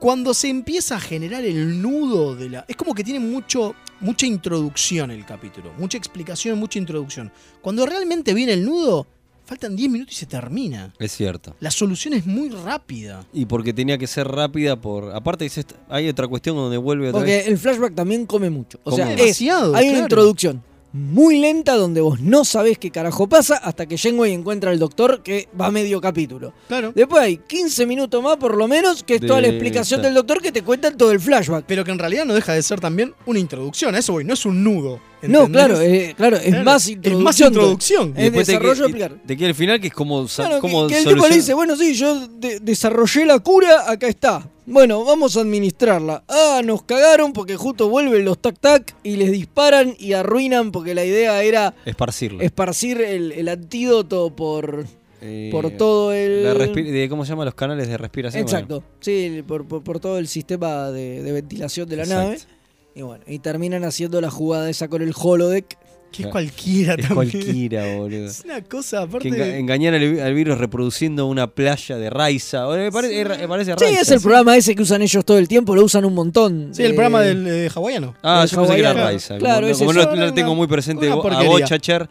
[SPEAKER 3] cuando se empieza a generar el nudo de la... Es como que tiene mucho, mucha introducción el capítulo, mucha explicación, mucha introducción. Cuando realmente viene el nudo, faltan 10 minutos y se termina.
[SPEAKER 2] Es cierto.
[SPEAKER 3] La solución es muy rápida.
[SPEAKER 2] Y porque tenía que ser rápida por... Aparte dice, esta- hay otra cuestión donde vuelve otra
[SPEAKER 4] Porque
[SPEAKER 2] vez.
[SPEAKER 4] el flashback también come mucho. O
[SPEAKER 2] Come
[SPEAKER 4] sea,
[SPEAKER 2] mucho.
[SPEAKER 4] es- hay
[SPEAKER 3] Demasiado,
[SPEAKER 4] una
[SPEAKER 3] claro.
[SPEAKER 4] introducción muy lenta donde vos no sabés qué carajo pasa hasta que Janeway encuentra al doctor que va medio capítulo.
[SPEAKER 3] Claro.
[SPEAKER 4] Después hay 15 minutos más por lo menos que es toda la
[SPEAKER 2] De-
[SPEAKER 4] explicación del doctor que te cuentan todo el flashback.
[SPEAKER 3] Pero que en realidad no deja de ser también una introducción, a eso voy, no es un nudo.
[SPEAKER 4] No,
[SPEAKER 3] ¿entendés?
[SPEAKER 4] claro, eh, claro, es
[SPEAKER 3] Claro,
[SPEAKER 4] más
[SPEAKER 3] es
[SPEAKER 4] introducción.
[SPEAKER 3] más introducción.
[SPEAKER 4] Es
[SPEAKER 2] después te
[SPEAKER 4] desarrollo
[SPEAKER 2] queda-
[SPEAKER 4] aplicar.
[SPEAKER 2] Te queda el final que es como... sa-
[SPEAKER 4] Claro,
[SPEAKER 2] como
[SPEAKER 4] que, que el tipo le
[SPEAKER 2] solución-
[SPEAKER 4] dice, bueno, sí, yo de- desarrollé la cura, acá está. Bueno, vamos a administrarla. Ah, nos cagaron porque justo vuelven los tac-tac y les disparan y arruinan porque la idea era
[SPEAKER 2] Esparcirlo.
[SPEAKER 4] esparcir el, el antídoto por,
[SPEAKER 2] Eh,
[SPEAKER 4] por todo el...
[SPEAKER 2] la respi- de- ¿Cómo se llama? Los canales de respiración.
[SPEAKER 4] Exacto, sí, el- por, por- por todo el sistema de, de ventilación de la
[SPEAKER 2] Exacto.
[SPEAKER 4] nave. Y bueno, y terminan haciendo la jugada esa con el holodeck.
[SPEAKER 3] Que es cualquiera
[SPEAKER 2] Es
[SPEAKER 3] también.
[SPEAKER 2] cualquiera, boludo.
[SPEAKER 3] Es una cosa
[SPEAKER 2] Que
[SPEAKER 3] aparte...
[SPEAKER 2] enga- engañar al, al virus reproduciendo una playa de Raiza. O- Me, pare- eh, me parece
[SPEAKER 4] Sí,
[SPEAKER 2] Raiza.
[SPEAKER 4] es el programa ese que usan ellos todo el tiempo, lo usan un montón.
[SPEAKER 3] Sí, el
[SPEAKER 4] Eh,
[SPEAKER 3] programa del eh, hawaiano.
[SPEAKER 2] Ah,
[SPEAKER 4] El
[SPEAKER 2] yo pensé que era
[SPEAKER 4] hawaiano.
[SPEAKER 2] Raiza.
[SPEAKER 4] Claro,
[SPEAKER 2] como,
[SPEAKER 4] ese
[SPEAKER 2] como no,
[SPEAKER 4] es
[SPEAKER 2] no
[SPEAKER 4] una-
[SPEAKER 2] lo tengo muy presente
[SPEAKER 3] una
[SPEAKER 2] de Bo- a
[SPEAKER 3] porquería.
[SPEAKER 2] Bochacher.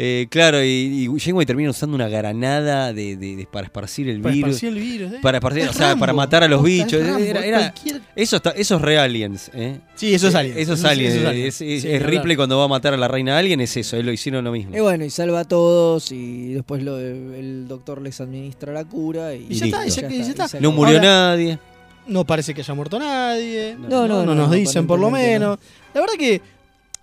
[SPEAKER 2] Eh, claro, y, y Janeway termina usando una granada de, de- de- para esparcir el
[SPEAKER 3] Para
[SPEAKER 2] virus.
[SPEAKER 3] esparcir el virus, eh.
[SPEAKER 2] Para, esparcir-
[SPEAKER 3] Es
[SPEAKER 2] o sea,
[SPEAKER 3] Rambo,
[SPEAKER 2] para matar a los
[SPEAKER 3] posta, es
[SPEAKER 2] bichos.
[SPEAKER 3] Rambo,
[SPEAKER 2] Era-
[SPEAKER 3] es
[SPEAKER 2] era-
[SPEAKER 3] cualquier-
[SPEAKER 2] eso, está, eso es re aliens. eh.
[SPEAKER 3] Sí, eso es
[SPEAKER 2] Eh,
[SPEAKER 3] Aliens.
[SPEAKER 2] Eso es
[SPEAKER 3] Eso sí,
[SPEAKER 2] aliens.
[SPEAKER 3] eso es
[SPEAKER 2] eh,
[SPEAKER 3] Aliens.
[SPEAKER 2] es- es-
[SPEAKER 3] Sí,
[SPEAKER 2] es
[SPEAKER 3] claro.
[SPEAKER 2] Ripley cuando va a matar a la reina alien, es eso. Él lo hicieron lo mismo.
[SPEAKER 4] Y bueno, y salva a todos y después lo- el doctor les administra la cura y,
[SPEAKER 3] Y ya está, y ya- y ya está.
[SPEAKER 4] se
[SPEAKER 2] no
[SPEAKER 4] acabó.
[SPEAKER 2] murió
[SPEAKER 3] Ahora-
[SPEAKER 2] nadie.
[SPEAKER 3] No parece que haya muerto nadie. No,
[SPEAKER 4] No,
[SPEAKER 3] no,
[SPEAKER 4] no, no,
[SPEAKER 3] nos dicen, por lo
[SPEAKER 4] aparentemente
[SPEAKER 3] menos. La verdad que,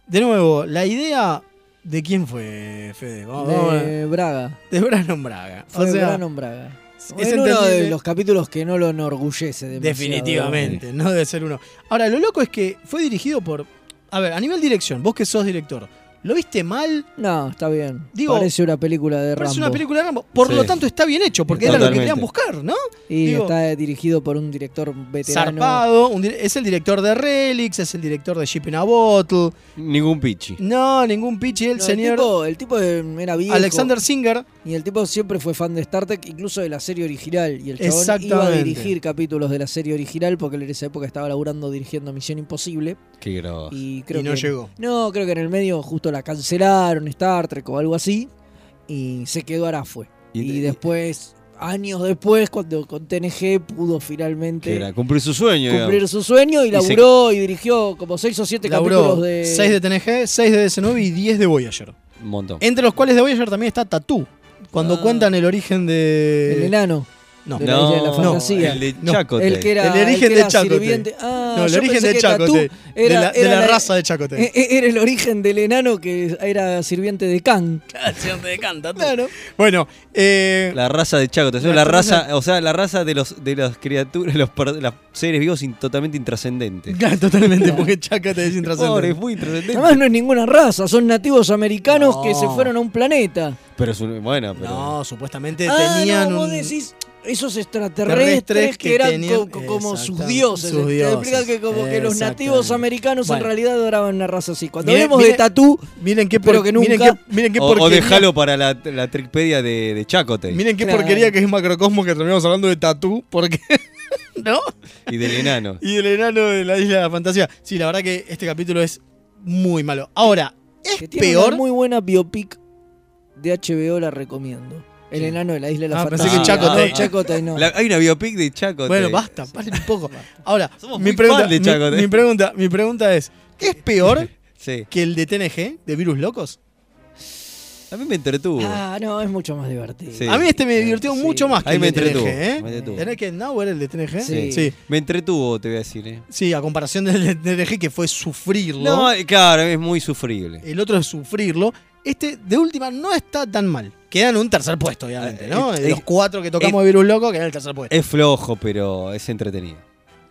[SPEAKER 3] de nuevo, la idea de quién fue Fede. Vamos, vamos a ver.
[SPEAKER 4] de Braga.
[SPEAKER 3] De Branon Braga.
[SPEAKER 4] Fue
[SPEAKER 3] Ah, o sea,
[SPEAKER 4] Branon Braga.
[SPEAKER 3] es
[SPEAKER 4] Es uno de
[SPEAKER 3] entendible.
[SPEAKER 4] los capítulos que no lo enorgullece demasiado. ¿eh?
[SPEAKER 3] Definitivamente, no debe ser uno. Ahora, lo loco es que fue dirigido por. A ver, a nivel dirección, vos que sos director, ¿lo viste mal?
[SPEAKER 4] No, está bien.
[SPEAKER 3] Digo,
[SPEAKER 4] parece una película de
[SPEAKER 3] Parece
[SPEAKER 4] Rambo.
[SPEAKER 3] una película de Rambo. Por
[SPEAKER 2] Sí.
[SPEAKER 3] lo tanto, está bien hecho, porque era lo que
[SPEAKER 2] Totalmente.
[SPEAKER 3] querían buscar, ¿no?
[SPEAKER 4] Y
[SPEAKER 3] digo-
[SPEAKER 4] está dirigido por un director veterano.
[SPEAKER 3] Zarpado, un dir- es el director de Relics, es el director de Shipping a Bottle.
[SPEAKER 2] Ningún pichi.
[SPEAKER 3] No, ningún pichi, el
[SPEAKER 4] No,
[SPEAKER 3] señor.
[SPEAKER 4] tipo- el tipo eh, era viejo.
[SPEAKER 3] Alexander Singer.
[SPEAKER 4] Y el tipo siempre fue fan de Star Trek, incluso de la serie original. Y el chabón iba a
[SPEAKER 3] Exactamente.
[SPEAKER 4] dirigir capítulos de la serie original porque él en esa época estaba laburando dirigiendo Misión Imposible.
[SPEAKER 2] Qué groso.
[SPEAKER 4] Y, creo
[SPEAKER 3] Y no
[SPEAKER 4] que,
[SPEAKER 3] llegó.
[SPEAKER 4] No, creo que en el medio justo la cancelaron, Star Trek o algo así. Y se quedó Arafue.
[SPEAKER 2] Y-
[SPEAKER 4] Y, después, años después, cuando con TNG pudo
[SPEAKER 2] Que era
[SPEAKER 4] finalmente
[SPEAKER 2] cumplir su sueño.
[SPEAKER 4] cumplir
[SPEAKER 2] digamos.
[SPEAKER 4] su sueño y
[SPEAKER 2] Y se-
[SPEAKER 4] laburó y dirigió como seis o siete
[SPEAKER 3] Laburó
[SPEAKER 4] capítulos este de.
[SPEAKER 3] 6 de TNG, 6 de DS9 y 10 de Voyager.
[SPEAKER 2] Un montón.
[SPEAKER 3] Entre los cuales de Voyager también está Tatú. Cuando
[SPEAKER 2] Ah.
[SPEAKER 3] cuentan el origen de.
[SPEAKER 4] El enano.
[SPEAKER 3] No.
[SPEAKER 4] de la isla de la fantasía.
[SPEAKER 2] el de
[SPEAKER 3] No.
[SPEAKER 2] Chacote.
[SPEAKER 4] El que era.
[SPEAKER 3] El origen
[SPEAKER 4] que
[SPEAKER 3] de
[SPEAKER 4] era
[SPEAKER 3] Chacote.
[SPEAKER 4] sirviente. Ah,
[SPEAKER 3] No, el
[SPEAKER 4] yo
[SPEAKER 3] origen
[SPEAKER 4] pensé
[SPEAKER 3] de
[SPEAKER 4] que Tatú
[SPEAKER 3] Chacote, de
[SPEAKER 4] Era,
[SPEAKER 3] la- de
[SPEAKER 4] era
[SPEAKER 3] la raza de Chacote.
[SPEAKER 4] e- e- Era el origen del enano que era sirviente de Khan. Claro.
[SPEAKER 3] Bueno, eh,
[SPEAKER 2] La raza de Chaco, te suena
[SPEAKER 3] La
[SPEAKER 2] la,
[SPEAKER 3] raza-
[SPEAKER 2] raza, o sea, la raza de los de las criaturas, los per- las seres vivos in- totalmente intrascendentes.
[SPEAKER 3] claro, totalmente, porque Chacote es intrascendente.
[SPEAKER 2] Pobre, es muy intrascendente.
[SPEAKER 4] Además no es ninguna raza, son nativos americanos
[SPEAKER 3] No.
[SPEAKER 4] que se fueron a un planeta.
[SPEAKER 2] Pero es un, bueno, pero
[SPEAKER 3] No, supuestamente
[SPEAKER 4] Ah,
[SPEAKER 3] tenían
[SPEAKER 4] no, vos
[SPEAKER 3] un.
[SPEAKER 4] decís esos
[SPEAKER 3] terrestres
[SPEAKER 4] extraterrestres que,
[SPEAKER 3] que
[SPEAKER 4] eran
[SPEAKER 3] tenían-
[SPEAKER 4] co- co- como sus
[SPEAKER 3] Exactamente,
[SPEAKER 4] dioses.
[SPEAKER 3] sus
[SPEAKER 4] Te explican
[SPEAKER 3] dioses,
[SPEAKER 4] que como que los nativos
[SPEAKER 3] exactamente.
[SPEAKER 4] americanos
[SPEAKER 3] Bueno.
[SPEAKER 4] en realidad eran una raza así. Cuando
[SPEAKER 3] Miren-
[SPEAKER 4] hablemos de
[SPEAKER 3] miren-
[SPEAKER 4] tatú,
[SPEAKER 3] Miren qué,
[SPEAKER 4] Espero
[SPEAKER 3] por-
[SPEAKER 4] que
[SPEAKER 3] miren
[SPEAKER 4] nunca.
[SPEAKER 3] qué, miren qué
[SPEAKER 2] o, o
[SPEAKER 3] porquería.
[SPEAKER 2] déjalo para la, la Tricpedia de, de Chacote
[SPEAKER 3] Miren qué
[SPEAKER 4] Claro.
[SPEAKER 3] porquería que es Macrocosmo que terminamos hablando de Tatú, porque. ¿No?
[SPEAKER 2] y del enano.
[SPEAKER 3] Y el enano de la isla de la fantasía. Sí, la verdad que este capítulo es muy malo. Ahora, es
[SPEAKER 4] que tiene
[SPEAKER 3] peor.
[SPEAKER 4] una muy buena biopic de HBO, la recomiendo. El enano de la isla de la
[SPEAKER 3] Ah, pensé
[SPEAKER 4] fantasía.
[SPEAKER 2] que Chacotay.
[SPEAKER 4] No, Chacotay no. Ah,
[SPEAKER 2] La- hay una biopic de Chacote
[SPEAKER 3] Bueno, basta, paren un poco. Ahora,
[SPEAKER 2] Somos
[SPEAKER 3] mi
[SPEAKER 2] muy
[SPEAKER 3] pregunta,
[SPEAKER 2] fan de
[SPEAKER 3] mi-
[SPEAKER 2] Chacote.
[SPEAKER 3] mi, pregunta, mi pregunta es: ¿es peor
[SPEAKER 2] Sí.
[SPEAKER 3] que el de TNG, de Virus Locos?
[SPEAKER 2] A mí me entretuvo.
[SPEAKER 4] Ah, no, es mucho más divertido.
[SPEAKER 2] Sí.
[SPEAKER 3] A mí este me divirtió mucho más que
[SPEAKER 2] Ahí
[SPEAKER 3] el
[SPEAKER 2] me
[SPEAKER 3] de TNG,
[SPEAKER 2] entretuvo.
[SPEAKER 3] ¿eh?
[SPEAKER 2] me entretuvo.
[SPEAKER 3] ¿Tenés que Nauer el de TNG?
[SPEAKER 2] Sí.
[SPEAKER 3] sí.
[SPEAKER 2] Me entretuvo, te voy a decir. ¿eh?
[SPEAKER 3] Sí, a comparación del de TNG que fue sufrirlo.
[SPEAKER 2] No, eh, claro, es muy sufrible.
[SPEAKER 3] el otro es sufrirlo. Este, de última, no está tan mal. Queda en un tercer puesto, obviamente, ¿no?
[SPEAKER 2] Eh,
[SPEAKER 3] De los
[SPEAKER 2] eh,
[SPEAKER 3] cuatro que tocamos
[SPEAKER 2] eh,
[SPEAKER 3] de Virus Loco, queda en el tercer puesto.
[SPEAKER 2] Es flojo, pero es entretenido.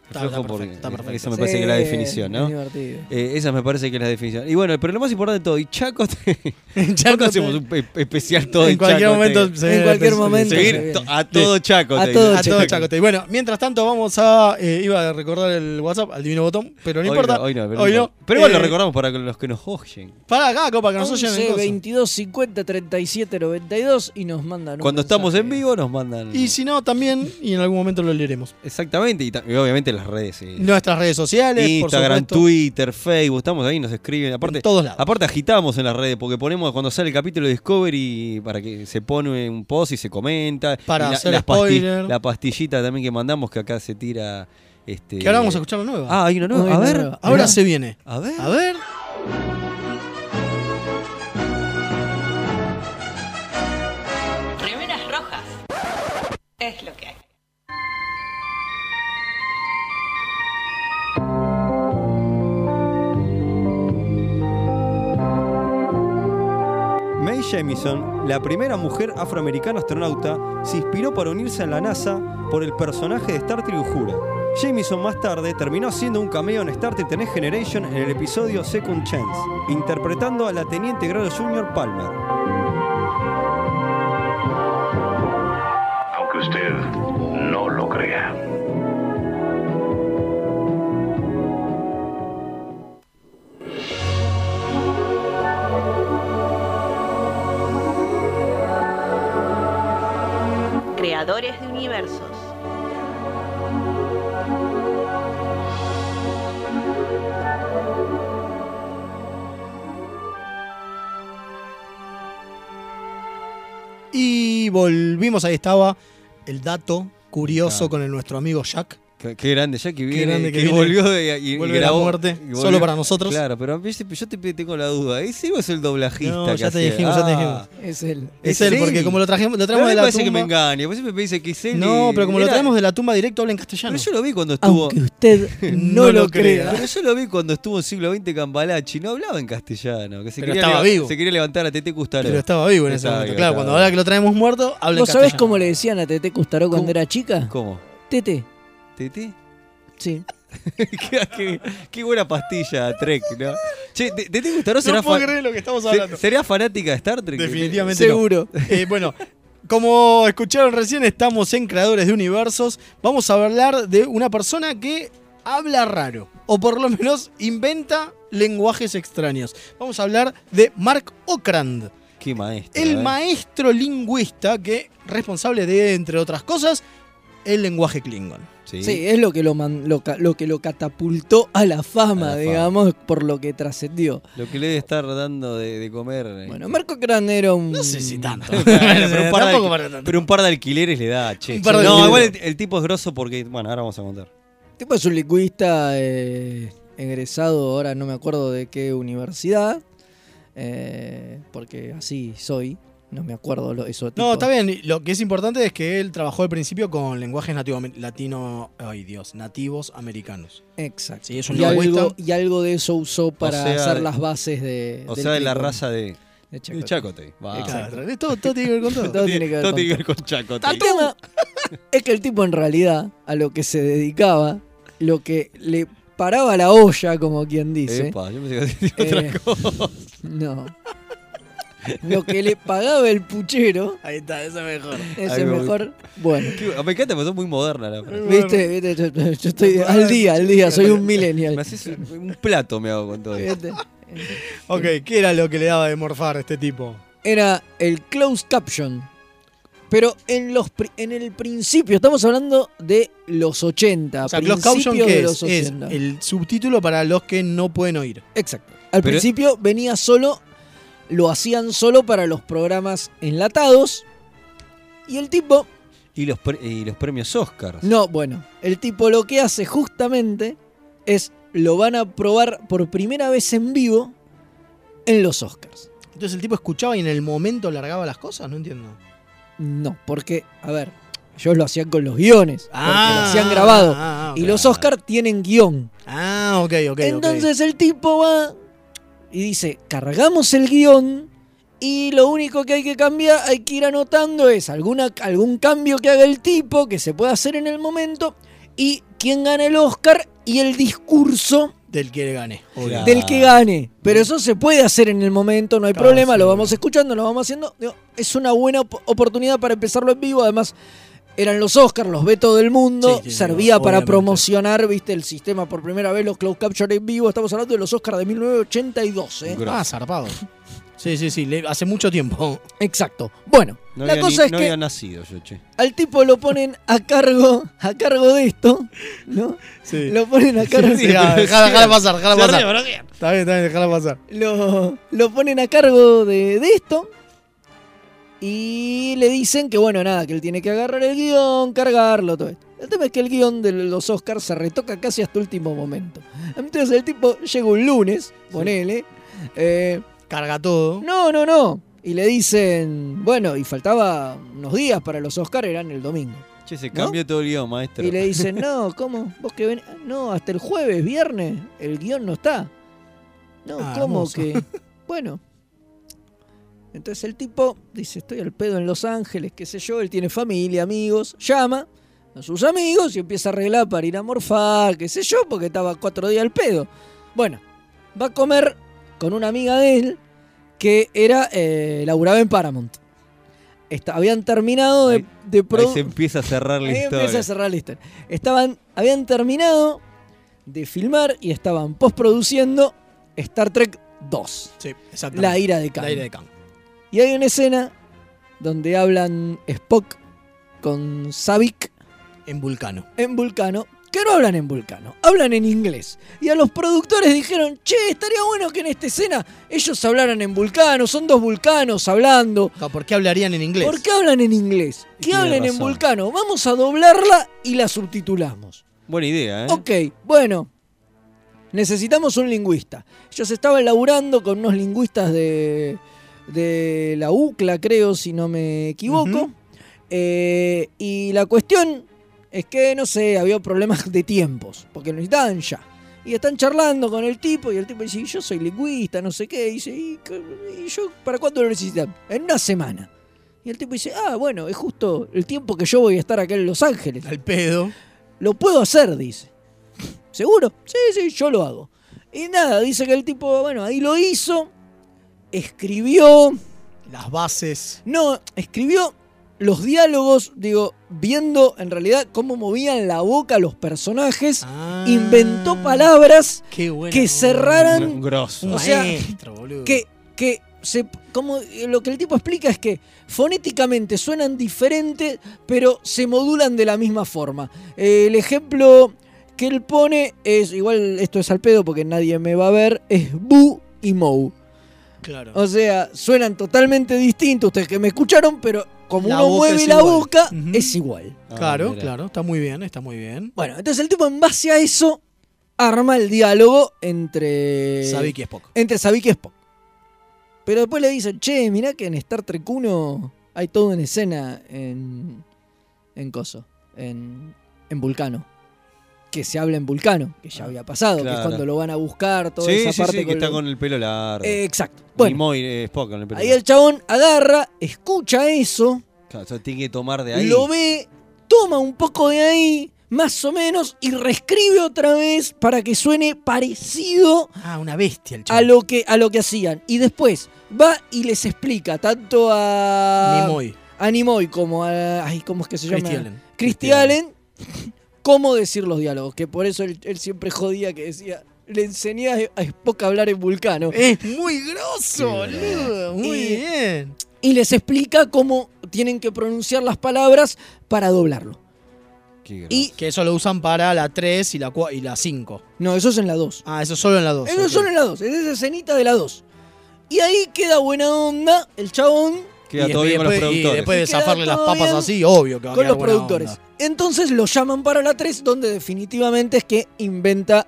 [SPEAKER 2] Es
[SPEAKER 3] Está-
[SPEAKER 2] flojo
[SPEAKER 3] está perfecto,
[SPEAKER 2] porque
[SPEAKER 3] está perfecto.
[SPEAKER 2] Esa me parece
[SPEAKER 3] Sí,
[SPEAKER 2] que es la definición, ¿no?
[SPEAKER 4] es divertido.
[SPEAKER 2] Eh, esa me parece que es la definición. Y bueno, pero lo más importante de todo, y Chaco. te- ¿Cuándo hacemos un pe- especial todo
[SPEAKER 3] en cualquier
[SPEAKER 2] Chaco?
[SPEAKER 3] momento.
[SPEAKER 2] Te-
[SPEAKER 3] se viene
[SPEAKER 2] En
[SPEAKER 3] el
[SPEAKER 2] cualquier
[SPEAKER 3] episodio.
[SPEAKER 2] momento. Seguir to- a todo Chaco.
[SPEAKER 3] A
[SPEAKER 2] te-
[SPEAKER 3] todo, a todo Chaco. te- Bueno, mientras tanto, vamos a. eh, iba a recordar el WhatsApp al divino botón, pero no eh,
[SPEAKER 2] Hoy
[SPEAKER 3] importa.
[SPEAKER 2] hoy no, pero, no importa. Pero igual lo recordamos para que los que nos oyen.
[SPEAKER 3] Para acá, copa, que nos oyen en el
[SPEAKER 4] 11,
[SPEAKER 3] coso.
[SPEAKER 4] 22, 50, 37, 92 y nos mandan un
[SPEAKER 2] Cuando
[SPEAKER 4] mensaje.
[SPEAKER 2] estamos en vivo nos mandan.
[SPEAKER 3] Y si no, también, y en algún momento lo leeremos.
[SPEAKER 2] Exactamente, y, ta- y obviamente las redes. eh,
[SPEAKER 3] Nuestras redes sociales,
[SPEAKER 2] Instagram,
[SPEAKER 3] por supuesto.
[SPEAKER 2] Twitter, Facebook, estamos ahí, nos escriben. Aparte,
[SPEAKER 3] En todos lados.
[SPEAKER 2] Aparte agitamos en las redes, porque ponemos cuando sale el capítulo de Discovery para que se pone un post y se comenta.
[SPEAKER 3] Para
[SPEAKER 2] Y la,
[SPEAKER 3] hacer
[SPEAKER 2] las pasti-
[SPEAKER 3] spoiler.
[SPEAKER 2] la pastillita también que mandamos que acá se tira. Este,
[SPEAKER 3] Que ahora vamos a escuchar la nueva.
[SPEAKER 2] Ah, hay una nueva.
[SPEAKER 3] Hay
[SPEAKER 2] a
[SPEAKER 3] una
[SPEAKER 2] ver.
[SPEAKER 3] nueva. Ahora se viene.
[SPEAKER 2] A ver.
[SPEAKER 3] A ver.
[SPEAKER 14] Remeras rojas. Es lo que hay.
[SPEAKER 2] Mae Jamison, la primera mujer afroamericana astronauta, se inspiró para unirse a la NASA por el personaje de Star Trek Uhura. Jamison más tarde terminó haciendo un cameo en Star Trek The Next Generation en el episodio Second Chance, interpretando a la teniente grado Junior Palmer.
[SPEAKER 15] Aunque usted no lo crea.
[SPEAKER 13] Creadores de universos.
[SPEAKER 3] Y volvimos, ahí estaba el dato curioso con el nuestro amigo Jack.
[SPEAKER 2] Qué, qué grande, Jackie que
[SPEAKER 3] Qué
[SPEAKER 2] viene,
[SPEAKER 3] grande que
[SPEAKER 2] que
[SPEAKER 3] viene.
[SPEAKER 2] volvió de, y, y
[SPEAKER 3] Vuelve la
[SPEAKER 2] grabó-
[SPEAKER 3] muerte,
[SPEAKER 2] y volvió-
[SPEAKER 3] solo para nosotros.
[SPEAKER 2] Claro, pero a mí se- yo te tengo la duda. ¿eh? ¿Ese o es el doblajista?
[SPEAKER 3] No,
[SPEAKER 2] que
[SPEAKER 3] ya te
[SPEAKER 2] hacía?
[SPEAKER 3] dijimos, ya te
[SPEAKER 2] Ah.
[SPEAKER 3] dijimos.
[SPEAKER 4] Es él.
[SPEAKER 3] Es él, porque como lo trajimos- lo
[SPEAKER 2] Pero
[SPEAKER 3] traemos
[SPEAKER 2] a mí
[SPEAKER 3] de la
[SPEAKER 2] parece que
[SPEAKER 3] tumba.
[SPEAKER 2] me engaña, pues siempre me dice que es él.
[SPEAKER 3] No,
[SPEAKER 2] y
[SPEAKER 3] pero como lo
[SPEAKER 2] era-
[SPEAKER 3] traemos de la tumba directo, habla en castellano.
[SPEAKER 2] Pero yo lo vi cuando estuvo.
[SPEAKER 4] Aunque usted no, lo crea.
[SPEAKER 2] Pero yo lo vi cuando estuvo en siglo XX Cambalachi, no hablaba en castellano. Que se
[SPEAKER 3] Pero
[SPEAKER 2] quería
[SPEAKER 3] estaba
[SPEAKER 2] leva-
[SPEAKER 3] vivo.
[SPEAKER 2] Se quería levantar a Tete Custaró.
[SPEAKER 3] Pero estaba vivo en ese
[SPEAKER 2] Estaba
[SPEAKER 3] momento.
[SPEAKER 2] vivo,
[SPEAKER 3] claro,
[SPEAKER 2] estaba
[SPEAKER 3] cuando
[SPEAKER 2] vivo.
[SPEAKER 3] ahora que lo traemos muerto, habla en
[SPEAKER 4] ¿Vos sabés
[SPEAKER 3] castellano.
[SPEAKER 4] cómo le decían a Tete Custaró cuando era chica?
[SPEAKER 2] ¿Cómo?
[SPEAKER 4] Tete.
[SPEAKER 2] ¿Tete?
[SPEAKER 4] Sí.
[SPEAKER 2] qué, qué- qué buena pastilla, Trek, ¿no? Che, ¿te- Tete Custaró
[SPEAKER 3] No
[SPEAKER 2] será
[SPEAKER 3] puedo
[SPEAKER 2] fan-
[SPEAKER 3] creer lo que estamos
[SPEAKER 2] se-
[SPEAKER 3] hablando.
[SPEAKER 2] ¿Será fanática de Star Trek?
[SPEAKER 3] Definitivamente no. Eh, bueno, como escucharon recién, estamos en Creadores de Universos. Vamos a hablar de una persona que habla raro, o por lo menos inventa lenguajes extraños. Vamos a hablar de Mark Okrand,
[SPEAKER 2] Qué maestro.
[SPEAKER 3] el
[SPEAKER 2] ¿eh?
[SPEAKER 3] maestro lingüista que responsable de, entre otras cosas, el lenguaje klingon.
[SPEAKER 4] Sí, es lo que lo, man- lo ca- lo que lo catapultó a la fama,
[SPEAKER 2] fama.
[SPEAKER 4] digamos, por lo que trascendió.
[SPEAKER 2] Lo que le debe estar dando de, de comer. eh.
[SPEAKER 4] Bueno, Marco Cran era un.
[SPEAKER 3] No sé si tanto.
[SPEAKER 2] Claro, pero, un par de
[SPEAKER 3] Tampoco
[SPEAKER 2] alqui-
[SPEAKER 3] para tanto.
[SPEAKER 2] pero un par de alquileres le da, che.
[SPEAKER 3] Un par de
[SPEAKER 2] no,
[SPEAKER 3] alquileres.
[SPEAKER 2] igual el, el tipo es grosso porque. Bueno, ahora vamos a contar.
[SPEAKER 4] tipo es un lingüista eh, egresado, ahora no me acuerdo de qué universidad, eh, porque así soy, no me acuerdo lo- eso.
[SPEAKER 3] No,
[SPEAKER 4] tipo-
[SPEAKER 3] está bien. Lo que es importante es que él trabajó al principio con lenguajes nativo, latino, ay Dios, nativos americanos.
[SPEAKER 4] Exacto.
[SPEAKER 3] Sí, es un
[SPEAKER 4] Y algo,
[SPEAKER 3] lingüista.
[SPEAKER 4] y algo de eso usó para
[SPEAKER 2] sea,
[SPEAKER 4] hacer las bases de.
[SPEAKER 2] O
[SPEAKER 4] del
[SPEAKER 2] sea, de la
[SPEAKER 4] Klingon.
[SPEAKER 2] raza de.
[SPEAKER 4] De Chakotay.
[SPEAKER 2] De Chakotay. Va.
[SPEAKER 4] Exacto.
[SPEAKER 3] Claro, Todo, todo tiene que ver con todo.
[SPEAKER 4] Ah. Todo tiene que ver
[SPEAKER 2] Todo
[SPEAKER 4] con
[SPEAKER 2] tiene que
[SPEAKER 4] todo.
[SPEAKER 2] ver con Chakotay.
[SPEAKER 4] El tema es que el tipo en realidad a lo que se dedicaba, lo que le paraba la olla, como quien dice.
[SPEAKER 2] Epa, yo pensé que decía otra
[SPEAKER 4] eh,
[SPEAKER 2] cosa.
[SPEAKER 4] No. Lo que le pagaba el puchero,
[SPEAKER 3] Ahí está, eso es mejor.
[SPEAKER 4] ese
[SPEAKER 2] Ahí
[SPEAKER 4] es
[SPEAKER 2] me voy.
[SPEAKER 4] mejor. Bueno,
[SPEAKER 2] Qué- Me encanta, porque sos muy moderna la frase.
[SPEAKER 4] viste, viste, yo, yo estoy al día, al día, soy un millennial.
[SPEAKER 2] Me haces un, un plato, me hago con todo esto.
[SPEAKER 4] Viste.
[SPEAKER 3] Ok, ¿qué era lo que le daba de morfar a este tipo?
[SPEAKER 4] Era el closed caption. Pero en los pri- en el principio, estamos hablando de los 80.
[SPEAKER 3] O sea, Closed Caption,
[SPEAKER 4] principios
[SPEAKER 3] ¿qué
[SPEAKER 4] de
[SPEAKER 3] es?
[SPEAKER 4] los
[SPEAKER 3] Es
[SPEAKER 4] 80.
[SPEAKER 3] el subtítulo para los que no pueden oír.
[SPEAKER 4] Exacto. Al
[SPEAKER 2] Pero-
[SPEAKER 4] principio venía solo, lo hacían solo para los programas enlatados. Y el tipo,
[SPEAKER 2] Y los, pre- y los premios Oscars.
[SPEAKER 4] no, bueno, el tipo lo que hace justamente es lo van a probar por primera vez en vivo en los Oscars.
[SPEAKER 3] Entonces el tipo escuchaba y en el momento largaba las cosas, no entiendo.
[SPEAKER 4] No, porque, a ver, ellos lo hacían con los guiones. porque lo hacían grabado.
[SPEAKER 3] ah,
[SPEAKER 4] Y los Oscar tienen guión.
[SPEAKER 3] Ah, ok, ok.
[SPEAKER 4] Entonces el tipo va y dice, cargamos el guión y lo único que hay que cambiar, hay que ir anotando es alguna, algún cambio que haga el tipo, que se pueda hacer en el momento, y quién gana el Oscar y el discurso
[SPEAKER 3] Del que gane. obvio.
[SPEAKER 4] del que gane. Pero eso se puede hacer en el momento, no hay
[SPEAKER 3] Claro,
[SPEAKER 4] problema,
[SPEAKER 3] sí,
[SPEAKER 4] lo vamos escuchando, lo vamos haciendo. Digo, es una buena op- oportunidad para empezarlo en vivo, además eran los Oscars, los ve todo el mundo,
[SPEAKER 3] Sí, sí, sí,
[SPEAKER 4] servía para
[SPEAKER 3] obviamente.
[SPEAKER 4] promocionar, viste, el sistema por primera vez, los closed capture en vivo, estamos hablando de los Oscars de 1982, ¿eh?
[SPEAKER 3] Ah, zarpado. Sí, sí, sí, le- hace mucho tiempo.
[SPEAKER 4] Exacto. Bueno,
[SPEAKER 2] No
[SPEAKER 4] la
[SPEAKER 2] había
[SPEAKER 4] cosa
[SPEAKER 2] ni-
[SPEAKER 4] es
[SPEAKER 2] no
[SPEAKER 4] que
[SPEAKER 2] había nacido yo, che.
[SPEAKER 4] al tipo lo ponen a cargo, a cargo de esto, ¿no? Lo ponen a cargo
[SPEAKER 3] Sí, ah, dejala, dejala pasar, dejala pasar. Está bien, está bien, dejala pasar.
[SPEAKER 4] lo, lo ponen a cargo de, de esto. Y le dicen que, bueno, nada, que él tiene que agarrar el guión, cargarlo, todo esto. El tema es que el guión de los Oscars se retoca casi hasta último momento. Entonces el tipo llega un lunes, ponele. eh,
[SPEAKER 3] Carga todo.
[SPEAKER 4] No, no, no. Y le dicen, bueno, y faltaba unos días para los Oscars, eran el domingo.
[SPEAKER 2] Che, se
[SPEAKER 4] ¿No?
[SPEAKER 2] cambió todo el guión, maestro.
[SPEAKER 4] Y le dicen, no, ¿cómo? ¿Vos que ven? No, hasta el jueves, viernes, el guión no está. No,
[SPEAKER 3] Ah,
[SPEAKER 4] ¿cómo
[SPEAKER 3] hermoso.
[SPEAKER 4] que? Bueno. Entonces el tipo dice, estoy al pedo en Los Ángeles, qué sé yo, él tiene familia, amigos, llama a sus amigos y empieza a arreglar para ir a morfar, qué sé yo, porque estaba cuatro días al pedo. Bueno, va a comer con una amiga de él que era, eh, laburaba en Paramount. Esta- habían terminado de, de
[SPEAKER 2] Ahí
[SPEAKER 4] produ-
[SPEAKER 2] se empieza a cerrar la
[SPEAKER 4] Ahí
[SPEAKER 2] historia.
[SPEAKER 4] empieza Eh, a cerrar la historia. Estaban, habían terminado de filmar y estaban postproduciendo Star Trek 2.
[SPEAKER 3] Sí, exactamente.
[SPEAKER 4] La ira de Khan.
[SPEAKER 3] La ira de Khan.
[SPEAKER 4] Y hay una escena donde hablan Spock con Savik
[SPEAKER 3] En Vulcano.
[SPEAKER 4] en Vulcano, que no hablan en Vulcano, hablan en inglés. Y a los productores dijeron, che, estaría bueno que en esta escena ellos hablaran en Vulcano, son dos Vulcanos hablando.
[SPEAKER 3] ¿Por qué hablarían en inglés?
[SPEAKER 4] ¿Por qué hablan en inglés?
[SPEAKER 3] Y
[SPEAKER 4] Que
[SPEAKER 3] tiene
[SPEAKER 4] hablen en
[SPEAKER 3] razón.
[SPEAKER 4] Vulcano, vamos a doblarla y la subtitulamos.
[SPEAKER 2] Buena idea, ¿eh?
[SPEAKER 4] Ok, bueno. Necesitamos un lingüista. Ellos estaban laburando con unos lingüistas de, de la UCLA, creo, si no me equivoco. Eh, y la cuestión es que, no sé, había problemas de tiempos, porque lo necesitaban ya. Y están charlando con el tipo y el tipo dice, "Y yo soy lingüista, no sé qué. Y dice, ¿y, qué- y yo para cuándo lo necesitan? En una semana. Y el tipo dice, ah, bueno, es justo el tiempo que yo voy a estar acá en Los Ángeles.
[SPEAKER 3] Al pedo.
[SPEAKER 4] Lo puedo hacer, dice. ¿Seguro? Sí, sí, yo lo hago. Y nada, dice que el tipo, bueno, ahí lo hizo, escribió,
[SPEAKER 3] Las bases.
[SPEAKER 4] no, escribió los diálogos, digo, viendo en realidad cómo movían la boca los personajes, inventó palabras
[SPEAKER 3] Qué bueno.
[SPEAKER 4] que cerraran
[SPEAKER 2] Un grosso.
[SPEAKER 4] o sea,
[SPEAKER 3] Maestro, boludo.
[SPEAKER 4] que, que se, como, eh, lo que el tipo explica es que fonéticamente suenan diferente, pero se modulan de la misma forma. Eh, el ejemplo que él pone es, igual esto es al pedo porque nadie me va a ver, es bu y mou.
[SPEAKER 3] Claro.
[SPEAKER 4] O sea, suenan totalmente distintos ustedes que me escucharon, pero como
[SPEAKER 3] La
[SPEAKER 4] uno
[SPEAKER 3] boca
[SPEAKER 4] mueve
[SPEAKER 3] es
[SPEAKER 4] la
[SPEAKER 3] igual.
[SPEAKER 4] boca,
[SPEAKER 3] Ujú.
[SPEAKER 4] es igual.
[SPEAKER 3] Claro, claro. Está muy bien, está muy bien.
[SPEAKER 4] Bueno, entonces el tipo en base a eso arma el diálogo entre...
[SPEAKER 3] Savik y Spock.
[SPEAKER 4] Entre Savik y Spock. Pero después le dicen, che, mirá que en Star Trek 1 hay toda una escena en... En Coso. En, en Vulcano. Que se habla en Vulcano, que ya había pasado, que
[SPEAKER 2] Ah, Claro.
[SPEAKER 4] es cuando lo van a buscar, toda
[SPEAKER 2] sí,
[SPEAKER 4] esa
[SPEAKER 2] sí,
[SPEAKER 4] parte.
[SPEAKER 2] sí, que
[SPEAKER 4] con
[SPEAKER 2] está
[SPEAKER 4] lo-
[SPEAKER 2] con el pelo largo.
[SPEAKER 4] Eh, exacto.
[SPEAKER 2] Bueno.
[SPEAKER 4] Bueno,
[SPEAKER 2] Nimoy, eh, Spock con el pelo
[SPEAKER 4] ahí
[SPEAKER 2] largo.
[SPEAKER 4] el chabón agarra, escucha eso,
[SPEAKER 2] Claro, o sea, tiene que tomar de ahí.
[SPEAKER 4] lo ve, toma un poco de ahí, más o menos, y reescribe otra vez para que suene parecido
[SPEAKER 3] Ah, una bestia el
[SPEAKER 4] a lo que, a lo que hacían. Y después va y les explica tanto a.
[SPEAKER 3] Nimoy.
[SPEAKER 4] A Nimoy como a. Ay, ¿cómo es que se llama?
[SPEAKER 3] Christy Allen.
[SPEAKER 4] Christy Allen, cómo decir los diálogos. Que por eso él, él siempre jodía que decía. Le enseñé a- a Spock a hablar en vulcano.
[SPEAKER 3] Es muy grosso, boludo. Muy
[SPEAKER 4] Y-
[SPEAKER 3] bien.
[SPEAKER 4] Y les explica cómo tienen que pronunciar las palabras para doblarlo.
[SPEAKER 3] Y que eso lo usan para la 3 y la, cua- y la 5.
[SPEAKER 4] No, eso es en la 2.
[SPEAKER 3] Ah, eso solo en la 2.
[SPEAKER 4] Eso solo en la 2, es esa escenita de la 2. Y ahí queda buena onda el chabón
[SPEAKER 2] Queda
[SPEAKER 3] Y
[SPEAKER 2] todo bien con los
[SPEAKER 3] después- y
[SPEAKER 2] productores.
[SPEAKER 3] después de
[SPEAKER 4] Y queda
[SPEAKER 3] zafarle las
[SPEAKER 4] todo
[SPEAKER 3] papas
[SPEAKER 4] bien
[SPEAKER 3] así, obvio que va a
[SPEAKER 4] con
[SPEAKER 3] quedar
[SPEAKER 4] los
[SPEAKER 3] buena
[SPEAKER 4] productores.
[SPEAKER 3] onda.
[SPEAKER 4] Entonces lo llaman para la 3, donde definitivamente es que inventa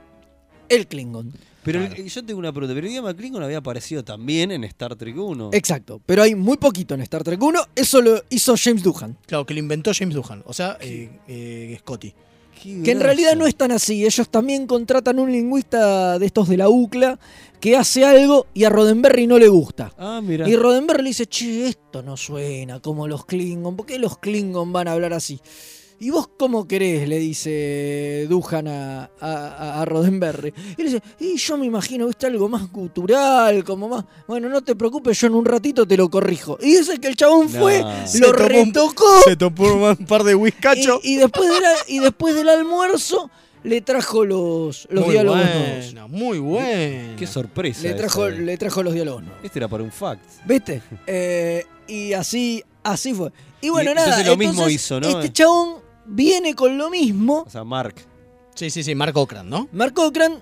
[SPEAKER 4] el Klingon.
[SPEAKER 2] Pero el- yo tengo una pregunta. Pero el idioma Klingon había aparecido también en Star Trek 1.
[SPEAKER 4] Exacto, pero hay muy poquito en Star Trek 1, eso lo hizo James Doohan.
[SPEAKER 3] Claro, que lo inventó James Doohan, o sea, eh, eh, Scotty.
[SPEAKER 4] Que en realidad no es tan así. Ellos también contratan un lingüista de estos de la UCLA que hace algo y a Roddenberry no le gusta.
[SPEAKER 2] Ah, mira.
[SPEAKER 4] Y Roddenberry le dice, che, esto no suena como los Klingon. ¿Por qué los Klingon van a hablar así? ¿Y vos cómo querés? Le dice Duhan a, a- a Roddenberry. Y le dice, y yo me imagino, viste, algo más cultural, como más... Bueno, no te preocupes, yo en un ratito te lo corrijo. Y dice que el chabón fue,
[SPEAKER 3] Se
[SPEAKER 4] lo
[SPEAKER 3] tomó un-
[SPEAKER 4] retocó.
[SPEAKER 3] Se tomó un par de whiskachos.
[SPEAKER 4] Y, y después, de la- y después del almuerzo le trajo los, los
[SPEAKER 3] Muy
[SPEAKER 4] diálogos nuevos.
[SPEAKER 3] buena, muy bueno.
[SPEAKER 2] Qué sorpresa.
[SPEAKER 4] Le trajo,
[SPEAKER 3] este.
[SPEAKER 2] esa.
[SPEAKER 4] le trajo los diálogos nuevos.
[SPEAKER 2] Este era para un fact.
[SPEAKER 4] ¿Viste? Eh, y así, así fue. Y bueno,
[SPEAKER 2] Y
[SPEAKER 4] nada.
[SPEAKER 2] entonces lo mismo hizo, ¿no?
[SPEAKER 4] Este chabón viene con lo mismo.
[SPEAKER 2] O sea, Mark.
[SPEAKER 3] Sí, sí, sí, Mark Ocran, ¿no?
[SPEAKER 4] Mark Ocran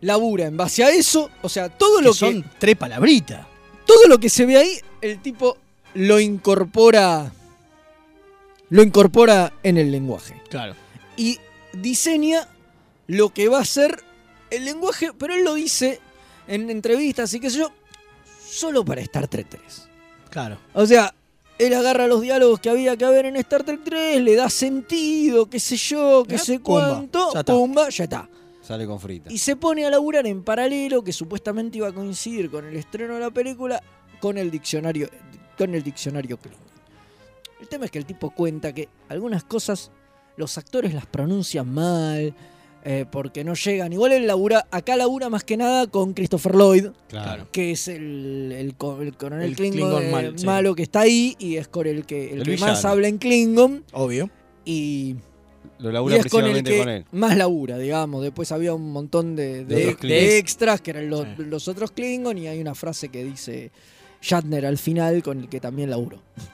[SPEAKER 4] labura en base a eso. O sea, todo lo que.
[SPEAKER 3] son tres palabritas.
[SPEAKER 4] Todo lo que se ve ahí, el tipo lo incorpora. Lo incorpora en el lenguaje.
[SPEAKER 3] Claro.
[SPEAKER 4] Y diseña lo que va a ser el lenguaje, pero él lo dice en entrevistas y qué sé yo, solo para Star Trek 3.
[SPEAKER 3] Claro.
[SPEAKER 4] O sea, él agarra los diálogos que había que haber en Star Trek 3, le da sentido, qué sé yo, qué
[SPEAKER 2] Ah,
[SPEAKER 4] sé
[SPEAKER 2] pumba,
[SPEAKER 4] cuánto,
[SPEAKER 2] ya está.
[SPEAKER 4] pumba, ya está.
[SPEAKER 2] Sale con frita.
[SPEAKER 4] Y se pone a laburar en paralelo, que supuestamente iba a coincidir con el estreno de la película, con el diccionario, con el diccionario Klingon. El tema es que el tipo cuenta que algunas cosas los actores las pronuncian mal, eh, porque no llegan. Igual él labura, acá labura más que nada con Christopher Lloyd,
[SPEAKER 2] Claro.
[SPEAKER 4] que es el, el co- el coronel
[SPEAKER 3] El
[SPEAKER 4] Klingon,
[SPEAKER 3] Klingon
[SPEAKER 4] eh,
[SPEAKER 3] mal, sí.
[SPEAKER 4] malo que está ahí y es con el que, el
[SPEAKER 2] El
[SPEAKER 4] que más
[SPEAKER 2] villano.
[SPEAKER 4] habla en Klingon.
[SPEAKER 3] Obvio.
[SPEAKER 4] Y
[SPEAKER 2] Lo
[SPEAKER 4] y
[SPEAKER 2] labura
[SPEAKER 4] es con el
[SPEAKER 2] principalmente
[SPEAKER 4] que
[SPEAKER 2] con él.
[SPEAKER 4] más labura, digamos. Después había un montón
[SPEAKER 2] De
[SPEAKER 4] de, de-
[SPEAKER 2] otros
[SPEAKER 4] de
[SPEAKER 2] Klingons.
[SPEAKER 4] extras que eran los, los otros Klingon y hay una frase que dice Shatner al final con el que también laburó.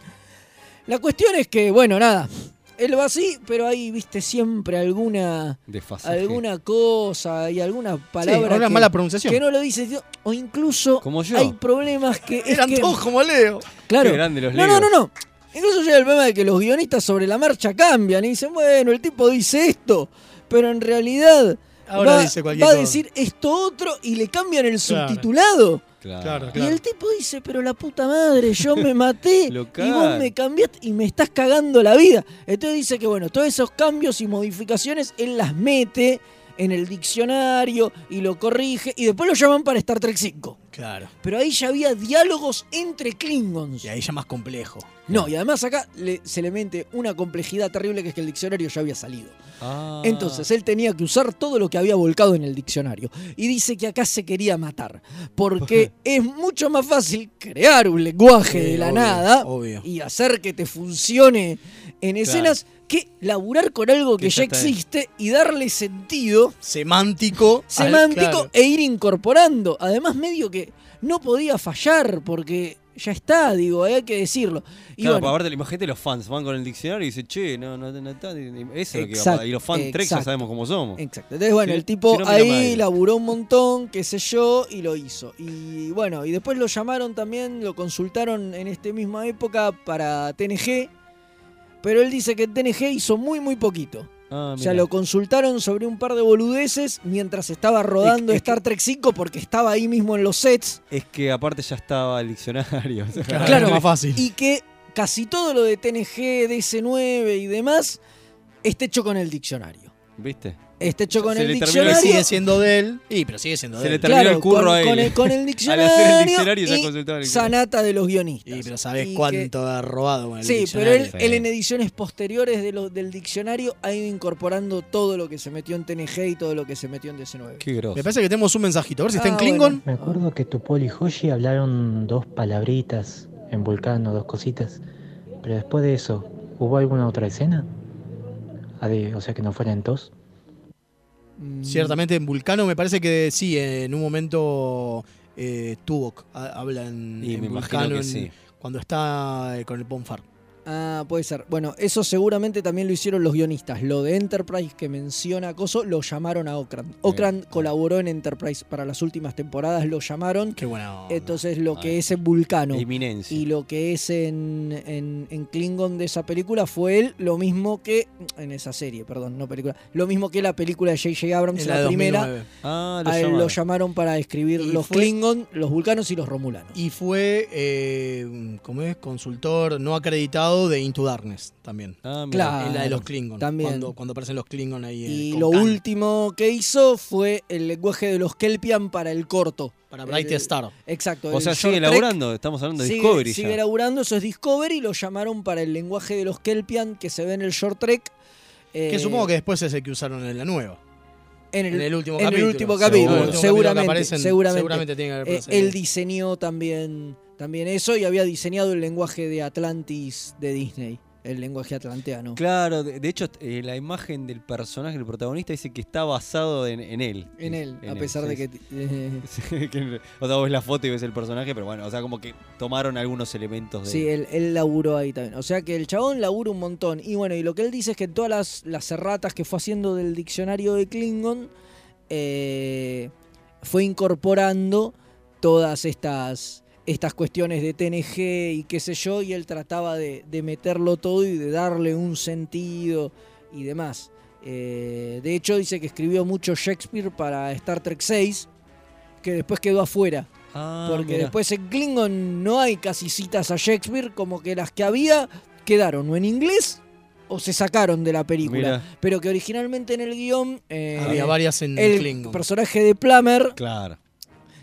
[SPEAKER 4] La cuestión es que, bueno, nada. Él va así, pero ahí viste siempre alguna
[SPEAKER 2] Desfasaje.
[SPEAKER 4] alguna cosa y alguna palabra
[SPEAKER 3] alguna
[SPEAKER 4] que,
[SPEAKER 3] mala pronunciación.
[SPEAKER 4] que no lo dice tío, o incluso
[SPEAKER 2] Como yo.
[SPEAKER 4] hay problemas que es
[SPEAKER 3] Eran
[SPEAKER 4] que-
[SPEAKER 3] todos como Leo.
[SPEAKER 4] Claro.
[SPEAKER 2] Qué grande los
[SPEAKER 4] no, no,
[SPEAKER 2] Legos.
[SPEAKER 4] no, no. Incluso llega el problema de que los guionistas sobre la marcha cambian y dicen, bueno, el tipo dice esto, pero en realidad
[SPEAKER 3] Ahora
[SPEAKER 4] va,
[SPEAKER 3] dice cualquier
[SPEAKER 4] va a
[SPEAKER 3] cosa.
[SPEAKER 4] decir esto otro y le cambian el
[SPEAKER 3] Claro.
[SPEAKER 4] subtitulado.
[SPEAKER 2] Ah, Claro.
[SPEAKER 4] Y el tipo dice, pero la puta madre, yo me maté y vos
[SPEAKER 2] Local.
[SPEAKER 4] me cambiaste y me estás cagando la vida. Entonces dice que, bueno, todos esos cambios y modificaciones él las mete en el diccionario y lo corrige y después lo llaman para Star Trek 5.
[SPEAKER 3] Claro.
[SPEAKER 4] Pero ahí ya había diálogos entre Klingons.
[SPEAKER 3] Y ahí ya más complejo.
[SPEAKER 4] No, y además acá le- se le mete una complejidad terrible que es que el diccionario ya había salido.
[SPEAKER 2] Ah.
[SPEAKER 4] Entonces él tenía que usar todo lo que había volcado en el diccionario. Y dice que acá se quería matar. Porque es mucho más fácil crear un lenguaje
[SPEAKER 3] Sí,
[SPEAKER 4] de la
[SPEAKER 3] obvio,
[SPEAKER 4] nada
[SPEAKER 3] obvio.
[SPEAKER 4] y hacer que te funcione en escenas que laburar con algo que,
[SPEAKER 3] Que
[SPEAKER 4] ya
[SPEAKER 3] ya está ahí.
[SPEAKER 4] existe y darle sentido
[SPEAKER 3] Semántico. al-
[SPEAKER 4] semántico
[SPEAKER 3] claro.
[SPEAKER 4] e ir incorporando. Además, medio que no podía fallar porque ya está, digo, hay que decirlo. Y
[SPEAKER 2] claro,
[SPEAKER 4] bueno,
[SPEAKER 2] para aparte, imagínate los fans van con el diccionario y dicen, che, no, no, no, está, eso es lo que va a
[SPEAKER 4] Exacto,
[SPEAKER 2] pasar". Y los fans Trek ya
[SPEAKER 4] exacto.
[SPEAKER 2] sabemos cómo somos.
[SPEAKER 4] Exacto. Entonces, bueno,
[SPEAKER 2] Si-
[SPEAKER 4] el tipo
[SPEAKER 2] si no, mira
[SPEAKER 4] ahí
[SPEAKER 2] madre.
[SPEAKER 4] laburó un montón, qué sé yo, y lo hizo. Y bueno, y después lo llamaron también, lo consultaron en esta misma época para TNG, pero él dice que TNG hizo muy, muy poquito.
[SPEAKER 2] Ah,
[SPEAKER 4] o sea,
[SPEAKER 2] mirá.
[SPEAKER 4] lo consultaron sobre un par de boludeces mientras estaba rodando
[SPEAKER 2] Es que-
[SPEAKER 4] Star Trek 5 porque estaba ahí mismo en los sets.
[SPEAKER 2] Es que aparte ya estaba el diccionario. o sea,
[SPEAKER 4] Claro, Y que casi todo lo de TNG, DC9 y demás esté hecho con el diccionario.
[SPEAKER 2] ¿Viste?
[SPEAKER 4] Esté hecho con
[SPEAKER 2] Se
[SPEAKER 4] el
[SPEAKER 2] le terminó
[SPEAKER 4] diccionario.
[SPEAKER 2] el-
[SPEAKER 3] Sigue siendo de él. Y, pero sigue siendo
[SPEAKER 2] Se
[SPEAKER 3] de él.
[SPEAKER 2] le terminó el curro
[SPEAKER 4] con,
[SPEAKER 2] a él.
[SPEAKER 4] Con el, con el
[SPEAKER 2] Al
[SPEAKER 4] diccionario.
[SPEAKER 2] hacer el diccionario ya
[SPEAKER 4] y
[SPEAKER 2] consultaba el diccionario.
[SPEAKER 4] Sanata de los guionistas.
[SPEAKER 3] Y, pero sabés
[SPEAKER 4] Y
[SPEAKER 3] cuánto ha robado con
[SPEAKER 4] que-
[SPEAKER 3] el
[SPEAKER 4] Sí, pero
[SPEAKER 3] diccionario.
[SPEAKER 4] él, él en ediciones posteriores de lo- del diccionario ha ido incorporando todo lo que se metió en TNG y todo lo que se metió en DC9.
[SPEAKER 2] Qué groso.
[SPEAKER 3] Me parece que tenemos un mensajito. A ver si está
[SPEAKER 4] Ah,
[SPEAKER 3] en Klingon.
[SPEAKER 16] Me acuerdo que Tupol y Joshi hablaron dos palabritas en Vulcano, dos cositas. Pero después de eso, ¿hubo alguna otra escena? Ade- O sea, que no fueran dos.
[SPEAKER 3] Ciertamente en Vulcano me parece que sí, en un momento eh, Tuvok ha- habla en,
[SPEAKER 2] Y
[SPEAKER 3] en
[SPEAKER 2] me imagino
[SPEAKER 3] Vulcano
[SPEAKER 2] que
[SPEAKER 3] en-
[SPEAKER 2] sí.
[SPEAKER 3] cuando está eh, con el Ponfar.
[SPEAKER 4] Ah, puede ser. Bueno, eso seguramente también lo hicieron los guionistas. Lo de Enterprise que menciona Coso, lo llamaron a Okran. Okran colaboró en Enterprise para las últimas temporadas, lo llamaron.
[SPEAKER 3] Qué bueno.
[SPEAKER 4] Entonces, lo que es en Vulcano
[SPEAKER 2] Eminencia.
[SPEAKER 4] y lo que es en, en- en Klingon de esa película fue él, lo mismo que. En esa serie, perdón, no película. Lo mismo que la película de J.J. Abrams,
[SPEAKER 3] En
[SPEAKER 4] la,
[SPEAKER 3] la de
[SPEAKER 4] primera.
[SPEAKER 3] 2009.
[SPEAKER 2] Ah,
[SPEAKER 4] a él lo llamaron para escribir
[SPEAKER 3] Y
[SPEAKER 4] los
[SPEAKER 3] fue-
[SPEAKER 4] Klingon, los Vulcanos y los Romulanos.
[SPEAKER 3] Y fue, eh, como es, consultor no acreditado de Into Darkness también.
[SPEAKER 2] Ah,
[SPEAKER 4] mira. Claro,
[SPEAKER 3] En la de los Klingon.
[SPEAKER 4] también.
[SPEAKER 3] Cuando, cuando aparecen los Klingon ahí. eh,
[SPEAKER 4] Y
[SPEAKER 3] con
[SPEAKER 4] lo
[SPEAKER 3] Khan,
[SPEAKER 4] último que hizo fue el lenguaje de los Kelpian para el corto.
[SPEAKER 3] Para Bright
[SPEAKER 4] El-
[SPEAKER 3] Star.
[SPEAKER 4] Exacto.
[SPEAKER 2] O
[SPEAKER 4] el
[SPEAKER 2] sea,
[SPEAKER 4] short
[SPEAKER 2] sigue
[SPEAKER 4] track.
[SPEAKER 2] laburando, estamos hablando de
[SPEAKER 4] Sigue-
[SPEAKER 2] Discovery
[SPEAKER 4] Sigue
[SPEAKER 2] ya.
[SPEAKER 4] laburando, eso es Discovery. Lo llamaron para el lenguaje de los Kelpian que se ve en el short trek. eh,
[SPEAKER 3] Que supongo que después es el que usaron en la nueva.
[SPEAKER 4] En el,
[SPEAKER 3] en el último
[SPEAKER 4] en el
[SPEAKER 3] capítulo.
[SPEAKER 4] último
[SPEAKER 3] Seguro.
[SPEAKER 4] capítulo,
[SPEAKER 3] En el último capítulo que
[SPEAKER 4] seguramente,
[SPEAKER 3] aparecen,
[SPEAKER 4] seguramente.
[SPEAKER 3] seguramente tiene que haber
[SPEAKER 4] Eh,
[SPEAKER 3] aparecido.
[SPEAKER 4] él diseñó también, también eso y había diseñado el lenguaje de Atlantis de Disney, el lenguaje atlanteano.
[SPEAKER 2] Claro, de, de hecho, eh, la imagen del personaje, el protagonista, dice que está basado en, en él.
[SPEAKER 4] En él, a pesar
[SPEAKER 2] sí,
[SPEAKER 4] de
[SPEAKER 2] sí.
[SPEAKER 4] que... eh,
[SPEAKER 2] Que- o sea, vos ves la foto y ves el personaje, pero bueno, o sea, como que tomaron algunos elementos de.
[SPEAKER 4] Sí, eh, él, él laburó ahí también. O sea que el chabón labura un montón. Y bueno, y lo que él dice es que todas las, las erratas que fue haciendo del diccionario de Klingon, eh, fue incorporando todas estas, estas cuestiones de TNG y qué sé yo, y él trataba de, de meterlo todo y de darle un sentido y demás. Eh, de hecho, dice que escribió mucho Shakespeare para Star Trek 6, que después quedó afuera.
[SPEAKER 2] Ah,
[SPEAKER 4] Porque
[SPEAKER 2] mirá.
[SPEAKER 4] después en Klingon no hay casi citas a Shakespeare, como que las que había quedaron o en inglés o se sacaron de la película.
[SPEAKER 3] Mirá.
[SPEAKER 4] Pero que originalmente en el guión... eh,
[SPEAKER 3] Había varias en
[SPEAKER 4] el
[SPEAKER 3] Klingon.
[SPEAKER 4] personaje de Plummer
[SPEAKER 2] Claro.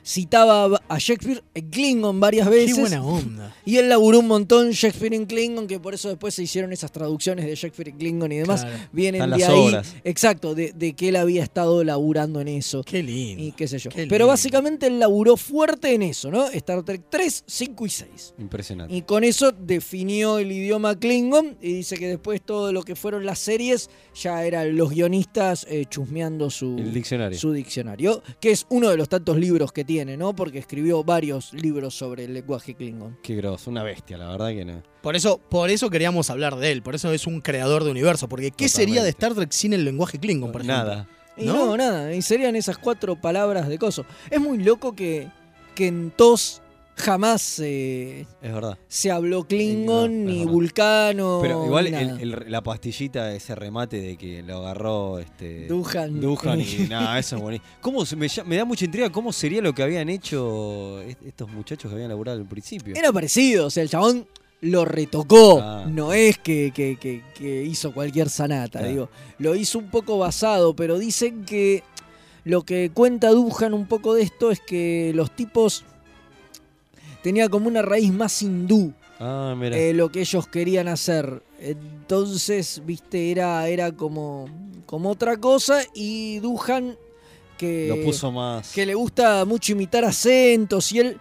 [SPEAKER 4] citaba a Shakespeare en Klingon varias veces.
[SPEAKER 3] Qué buena onda.
[SPEAKER 4] Y él laburó un montón Shakespeare en Klingon, que por eso después se hicieron esas traducciones de Shakespeare en Klingon y demás.
[SPEAKER 3] Claro.
[SPEAKER 4] Vienen
[SPEAKER 2] Están
[SPEAKER 4] de
[SPEAKER 2] las
[SPEAKER 4] ahí.
[SPEAKER 2] obras.
[SPEAKER 4] Exacto, de, de que él había estado laburando en eso.
[SPEAKER 3] Qué lindo.
[SPEAKER 4] Y qué sé yo.
[SPEAKER 3] Qué
[SPEAKER 4] Pero
[SPEAKER 3] lindo.
[SPEAKER 4] básicamente él laburó fuerte en eso, ¿no? Star Trek 3, 5 y 6.
[SPEAKER 2] Impresionante.
[SPEAKER 4] Y con eso definió el idioma Klingon y dice que después todo lo que fueron las series ya eran los guionistas eh, chusmeando su
[SPEAKER 2] El diccionario.
[SPEAKER 4] su diccionario, que es uno de los tantos libros que tiene, ¿no? Porque escribió varios libros sobre el lenguaje Klingon.
[SPEAKER 2] Qué grosso, una bestia, la verdad que no.
[SPEAKER 3] Por eso, por eso queríamos hablar de él, por eso es un creador de universo, porque ¿qué sería de Star Trek sin el lenguaje Klingon, por ejemplo?
[SPEAKER 2] Nada.
[SPEAKER 4] Y no, nada, y serían esas cuatro palabras de coso. Es muy loco que, que en TOS jamás eh,
[SPEAKER 2] Es verdad.
[SPEAKER 4] se habló Klingon, ni Vulcano.
[SPEAKER 2] Pero igual
[SPEAKER 4] ni
[SPEAKER 2] el-
[SPEAKER 4] nada.
[SPEAKER 2] el- la pastillita, ese remate de que lo agarró este,
[SPEAKER 4] Duhan.
[SPEAKER 2] Duhan y nada, eso es buenísimo. ¿Cómo se- me, ll- me da mucha intriga cómo sería lo que habían hecho est- estos muchachos que habían laburado al principio.
[SPEAKER 4] Era parecido, o sea, el chabón lo retocó.
[SPEAKER 2] Ah.
[SPEAKER 4] No es que, que- que- que hizo cualquier sanata,
[SPEAKER 2] Claro.
[SPEAKER 4] digo. Lo hizo un poco basado, pero dicen que lo que cuenta Duhan un poco de esto es que los tipos tenía como una raíz más hindú
[SPEAKER 2] Ah, mira.
[SPEAKER 4] eh, lo que ellos querían hacer. Entonces, viste, era, era como, como otra cosa y Duhan que
[SPEAKER 2] lo puso más.
[SPEAKER 4] que le gusta mucho imitar acentos y él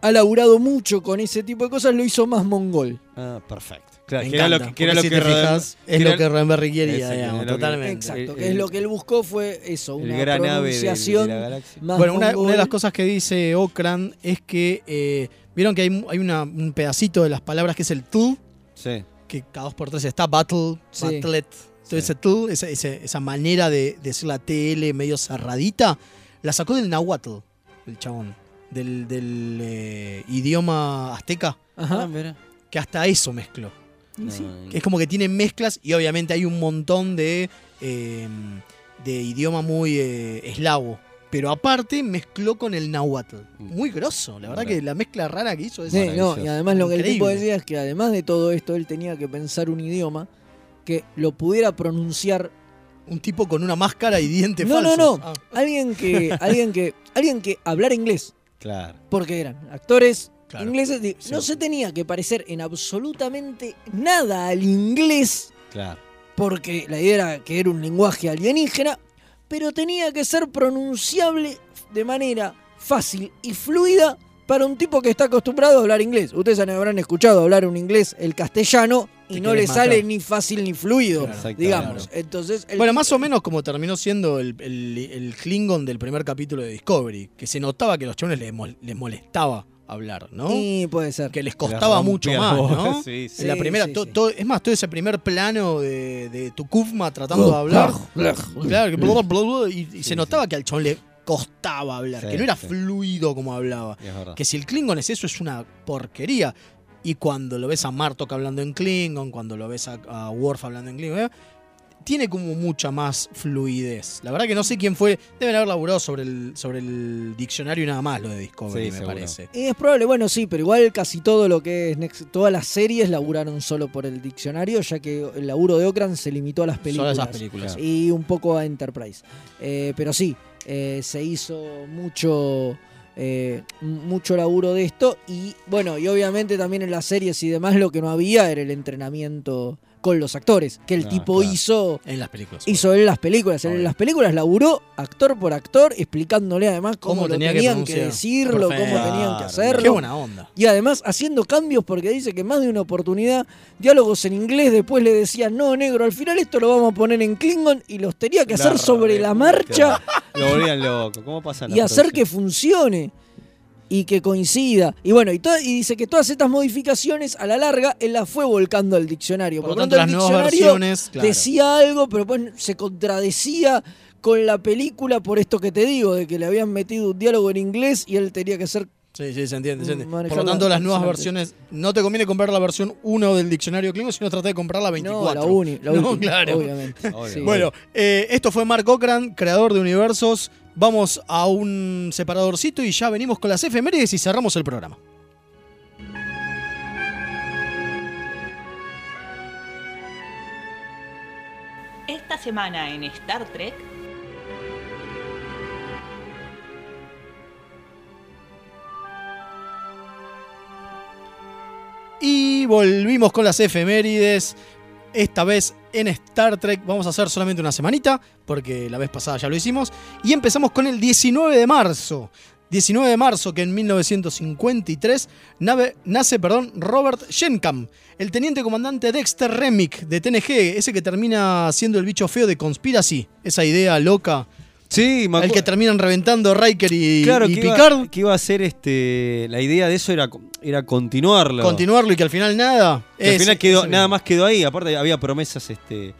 [SPEAKER 4] ha laburado mucho con ese tipo de cosas, lo hizo más mongol.
[SPEAKER 2] Ah, perfecto. Claro,
[SPEAKER 3] Me
[SPEAKER 2] que era lo
[SPEAKER 3] encanta,
[SPEAKER 2] que, que era
[SPEAKER 3] porque
[SPEAKER 2] lo
[SPEAKER 3] si
[SPEAKER 2] que
[SPEAKER 3] te
[SPEAKER 2] Roden-
[SPEAKER 3] fijas, es
[SPEAKER 2] que
[SPEAKER 3] lo
[SPEAKER 2] era-
[SPEAKER 3] que Rodenberry quería,
[SPEAKER 2] Exacto,
[SPEAKER 3] digamos,
[SPEAKER 2] era lo que-
[SPEAKER 3] totalmente.
[SPEAKER 4] Exacto, que es lo que él buscó fue eso,
[SPEAKER 2] el
[SPEAKER 4] una
[SPEAKER 2] gran ave de- de la
[SPEAKER 4] pronunciación
[SPEAKER 2] galaxia.
[SPEAKER 4] más
[SPEAKER 3] Bueno, una,
[SPEAKER 4] mongol.
[SPEAKER 3] una de las cosas que dice Okran es que eh, vieron que hay, mu- hay una- un pedacito de las palabras que es el tu,
[SPEAKER 2] Sí.
[SPEAKER 3] que cada dos por tres está battle,
[SPEAKER 4] Sí.
[SPEAKER 3] battlet. Todo ese tu, esa, ese- esa manera de decir la TL medio cerradita, la sacó del nahuatl, el chabón, del, del, eh, idioma azteca,
[SPEAKER 4] Ajá.
[SPEAKER 3] que hasta eso mezcló.
[SPEAKER 4] Sí.
[SPEAKER 3] Que Es como que tienen mezclas y obviamente hay un montón de, eh, de idioma muy eh, eslavo. Pero aparte mezcló con el náhuatl. Muy grosso, la verdad que la mezcla rara que hizo es
[SPEAKER 4] Sí, no, y además lo que el tipo
[SPEAKER 3] Increíble.
[SPEAKER 4] decía es que además de todo esto, él tenía que pensar un idioma que lo pudiera pronunciar.
[SPEAKER 3] Un tipo con una máscara y dientes
[SPEAKER 4] no,
[SPEAKER 3] falsos.
[SPEAKER 4] No, no,
[SPEAKER 3] Ah.
[SPEAKER 4] Alguien que, alguien que, alguien que hablara inglés.
[SPEAKER 2] Claro.
[SPEAKER 4] Porque eran actores
[SPEAKER 3] Claro.
[SPEAKER 4] ingleses. di- No se tenía que parecer en absolutamente nada al inglés,
[SPEAKER 2] Claro.
[SPEAKER 4] porque la idea era que era un lenguaje alienígena, pero tenía que ser pronunciable de manera fácil y fluida para un tipo que está acostumbrado a hablar inglés. Ustedes han- habrán escuchado hablar un inglés, el castellano, y
[SPEAKER 3] Te
[SPEAKER 4] no le
[SPEAKER 3] quieren
[SPEAKER 4] sale
[SPEAKER 3] matar.
[SPEAKER 4] ni fácil ni fluido,
[SPEAKER 3] Claro.
[SPEAKER 4] digamos. Entonces, el
[SPEAKER 3] Bueno,
[SPEAKER 4] tipo-
[SPEAKER 3] más o menos como terminó siendo el, el- el Klingon del primer capítulo de Discovery, que se notaba que los chones les, mol- les molestaba hablar, ¿no?
[SPEAKER 4] Sí, puede ser.
[SPEAKER 3] Que les costaba
[SPEAKER 4] rompía
[SPEAKER 3] mucho
[SPEAKER 4] la
[SPEAKER 3] más, ¿no?
[SPEAKER 4] voz, sí, sí.
[SPEAKER 3] En la
[SPEAKER 4] Sí,
[SPEAKER 3] primera,
[SPEAKER 4] sí,
[SPEAKER 3] to-
[SPEAKER 4] sí.
[SPEAKER 3] todo- es más, todo ese primer plano de, de Tukufma tratando
[SPEAKER 4] Oh,
[SPEAKER 3] de hablar. Claro, que bla, bla, bla, bla, y, y se notaba que al chon le costaba hablar,
[SPEAKER 4] Sí,
[SPEAKER 3] que no era
[SPEAKER 4] sí.
[SPEAKER 3] fluido como hablaba.
[SPEAKER 4] Es verdad.
[SPEAKER 3] Eh, Que si el Klingon es eso, es una porquería. Y cuando lo ves a Martok hablando en Klingon, cuando lo ves a, a Worf hablando en Klingon, eh, tiene como mucha más fluidez. La verdad que no sé quién fue. Deben haber laburado sobre el, sobre el diccionario y nada más lo de Discovery,
[SPEAKER 4] Sí,
[SPEAKER 3] me
[SPEAKER 4] seguro.
[SPEAKER 3] parece.
[SPEAKER 4] Y es probable, bueno, sí, pero igual casi todo lo que es Next- todas las series laburaron solo por el diccionario, ya que el laburo de Okran se limitó a las
[SPEAKER 3] Solo a
[SPEAKER 4] películas.
[SPEAKER 3] esas películas.
[SPEAKER 4] Y un poco a Enterprise. Eh, pero sí, eh, se hizo mucho. eh, m- mucho laburo de esto y bueno y obviamente también en las series y demás lo que no había era el entrenamiento con los actores que el
[SPEAKER 3] Ah,
[SPEAKER 4] tipo
[SPEAKER 3] claro.
[SPEAKER 4] hizo
[SPEAKER 3] En las películas.
[SPEAKER 4] hizo en las películas. Él en las películas laburó actor por actor, explicándole además cómo,
[SPEAKER 3] Cómo
[SPEAKER 4] lo
[SPEAKER 3] tenía que
[SPEAKER 4] tenían que,
[SPEAKER 3] pronunciar.
[SPEAKER 4] decirlo,
[SPEAKER 3] Perfecto.
[SPEAKER 4] cómo tenían que
[SPEAKER 3] Claro,
[SPEAKER 4] hacerlo.
[SPEAKER 3] qué buena onda.
[SPEAKER 4] Y además haciendo cambios porque dice que más de una oportunidad, diálogos en inglés, después le decían, no, negro, al final esto lo vamos a poner en Klingon y los tenía que
[SPEAKER 2] La
[SPEAKER 4] hacer sobre la marcha
[SPEAKER 2] Lo volvían loco. ¿Cómo pasa
[SPEAKER 4] y hacer que funcione y que coincida. Y bueno, y, to- y dice que todas estas modificaciones a la larga él las fue volcando al diccionario.
[SPEAKER 3] Por
[SPEAKER 4] Por,
[SPEAKER 3] lo
[SPEAKER 4] lo
[SPEAKER 3] tanto,
[SPEAKER 4] tanto, el
[SPEAKER 3] las nuevas
[SPEAKER 4] diccionario
[SPEAKER 3] versiones, claro.
[SPEAKER 4] decía algo, pero pues se contradecía con la película por esto que te digo, de que le habían metido un diálogo en inglés y él tenía que ser...
[SPEAKER 3] Sí, sí, se entiende, se entiende. Por lo
[SPEAKER 4] Manejarla
[SPEAKER 3] tanto, las nuevas
[SPEAKER 4] excelente.
[SPEAKER 3] versiones, no te conviene comprar la versión 1 del diccionario Klingon, sino trata de comprar la 24.
[SPEAKER 4] la uni, la
[SPEAKER 3] No,
[SPEAKER 4] última,
[SPEAKER 3] claro.
[SPEAKER 4] obviamente. Obvio, Sí. obvio.
[SPEAKER 3] Bueno, eh, esto fue Mark Cochran, creador de universos. Vamos a un separadorcito y ya venimos con las efemérides y cerramos el programa.
[SPEAKER 14] Esta semana en Star Trek,
[SPEAKER 3] Y volvimos con las efemérides. Esta vez en Star Trek vamos a hacer solamente una semanita, porque la vez pasada ya lo hicimos. Y empezamos con el 19 de marzo. 19 de marzo, que en 1953 nave- nace perdón, Robert Shenkam, el teniente comandante Dexter Remick de TNG, ese que termina siendo el bicho feo de Conspiracy, esa idea loca.
[SPEAKER 2] Sí, me
[SPEAKER 3] El
[SPEAKER 2] acu-
[SPEAKER 3] que terminan reventando Riker y,
[SPEAKER 2] Claro,
[SPEAKER 3] y
[SPEAKER 2] que iba,
[SPEAKER 3] Picard.
[SPEAKER 2] que iba a ser este. La idea de eso era, era continuarlo.
[SPEAKER 3] Continuarlo y que al final nada.
[SPEAKER 2] Que al
[SPEAKER 4] Eh,
[SPEAKER 3] Ese-
[SPEAKER 2] final quedó,
[SPEAKER 3] ese
[SPEAKER 2] nada más quedó ahí. Aparte, había promesas este,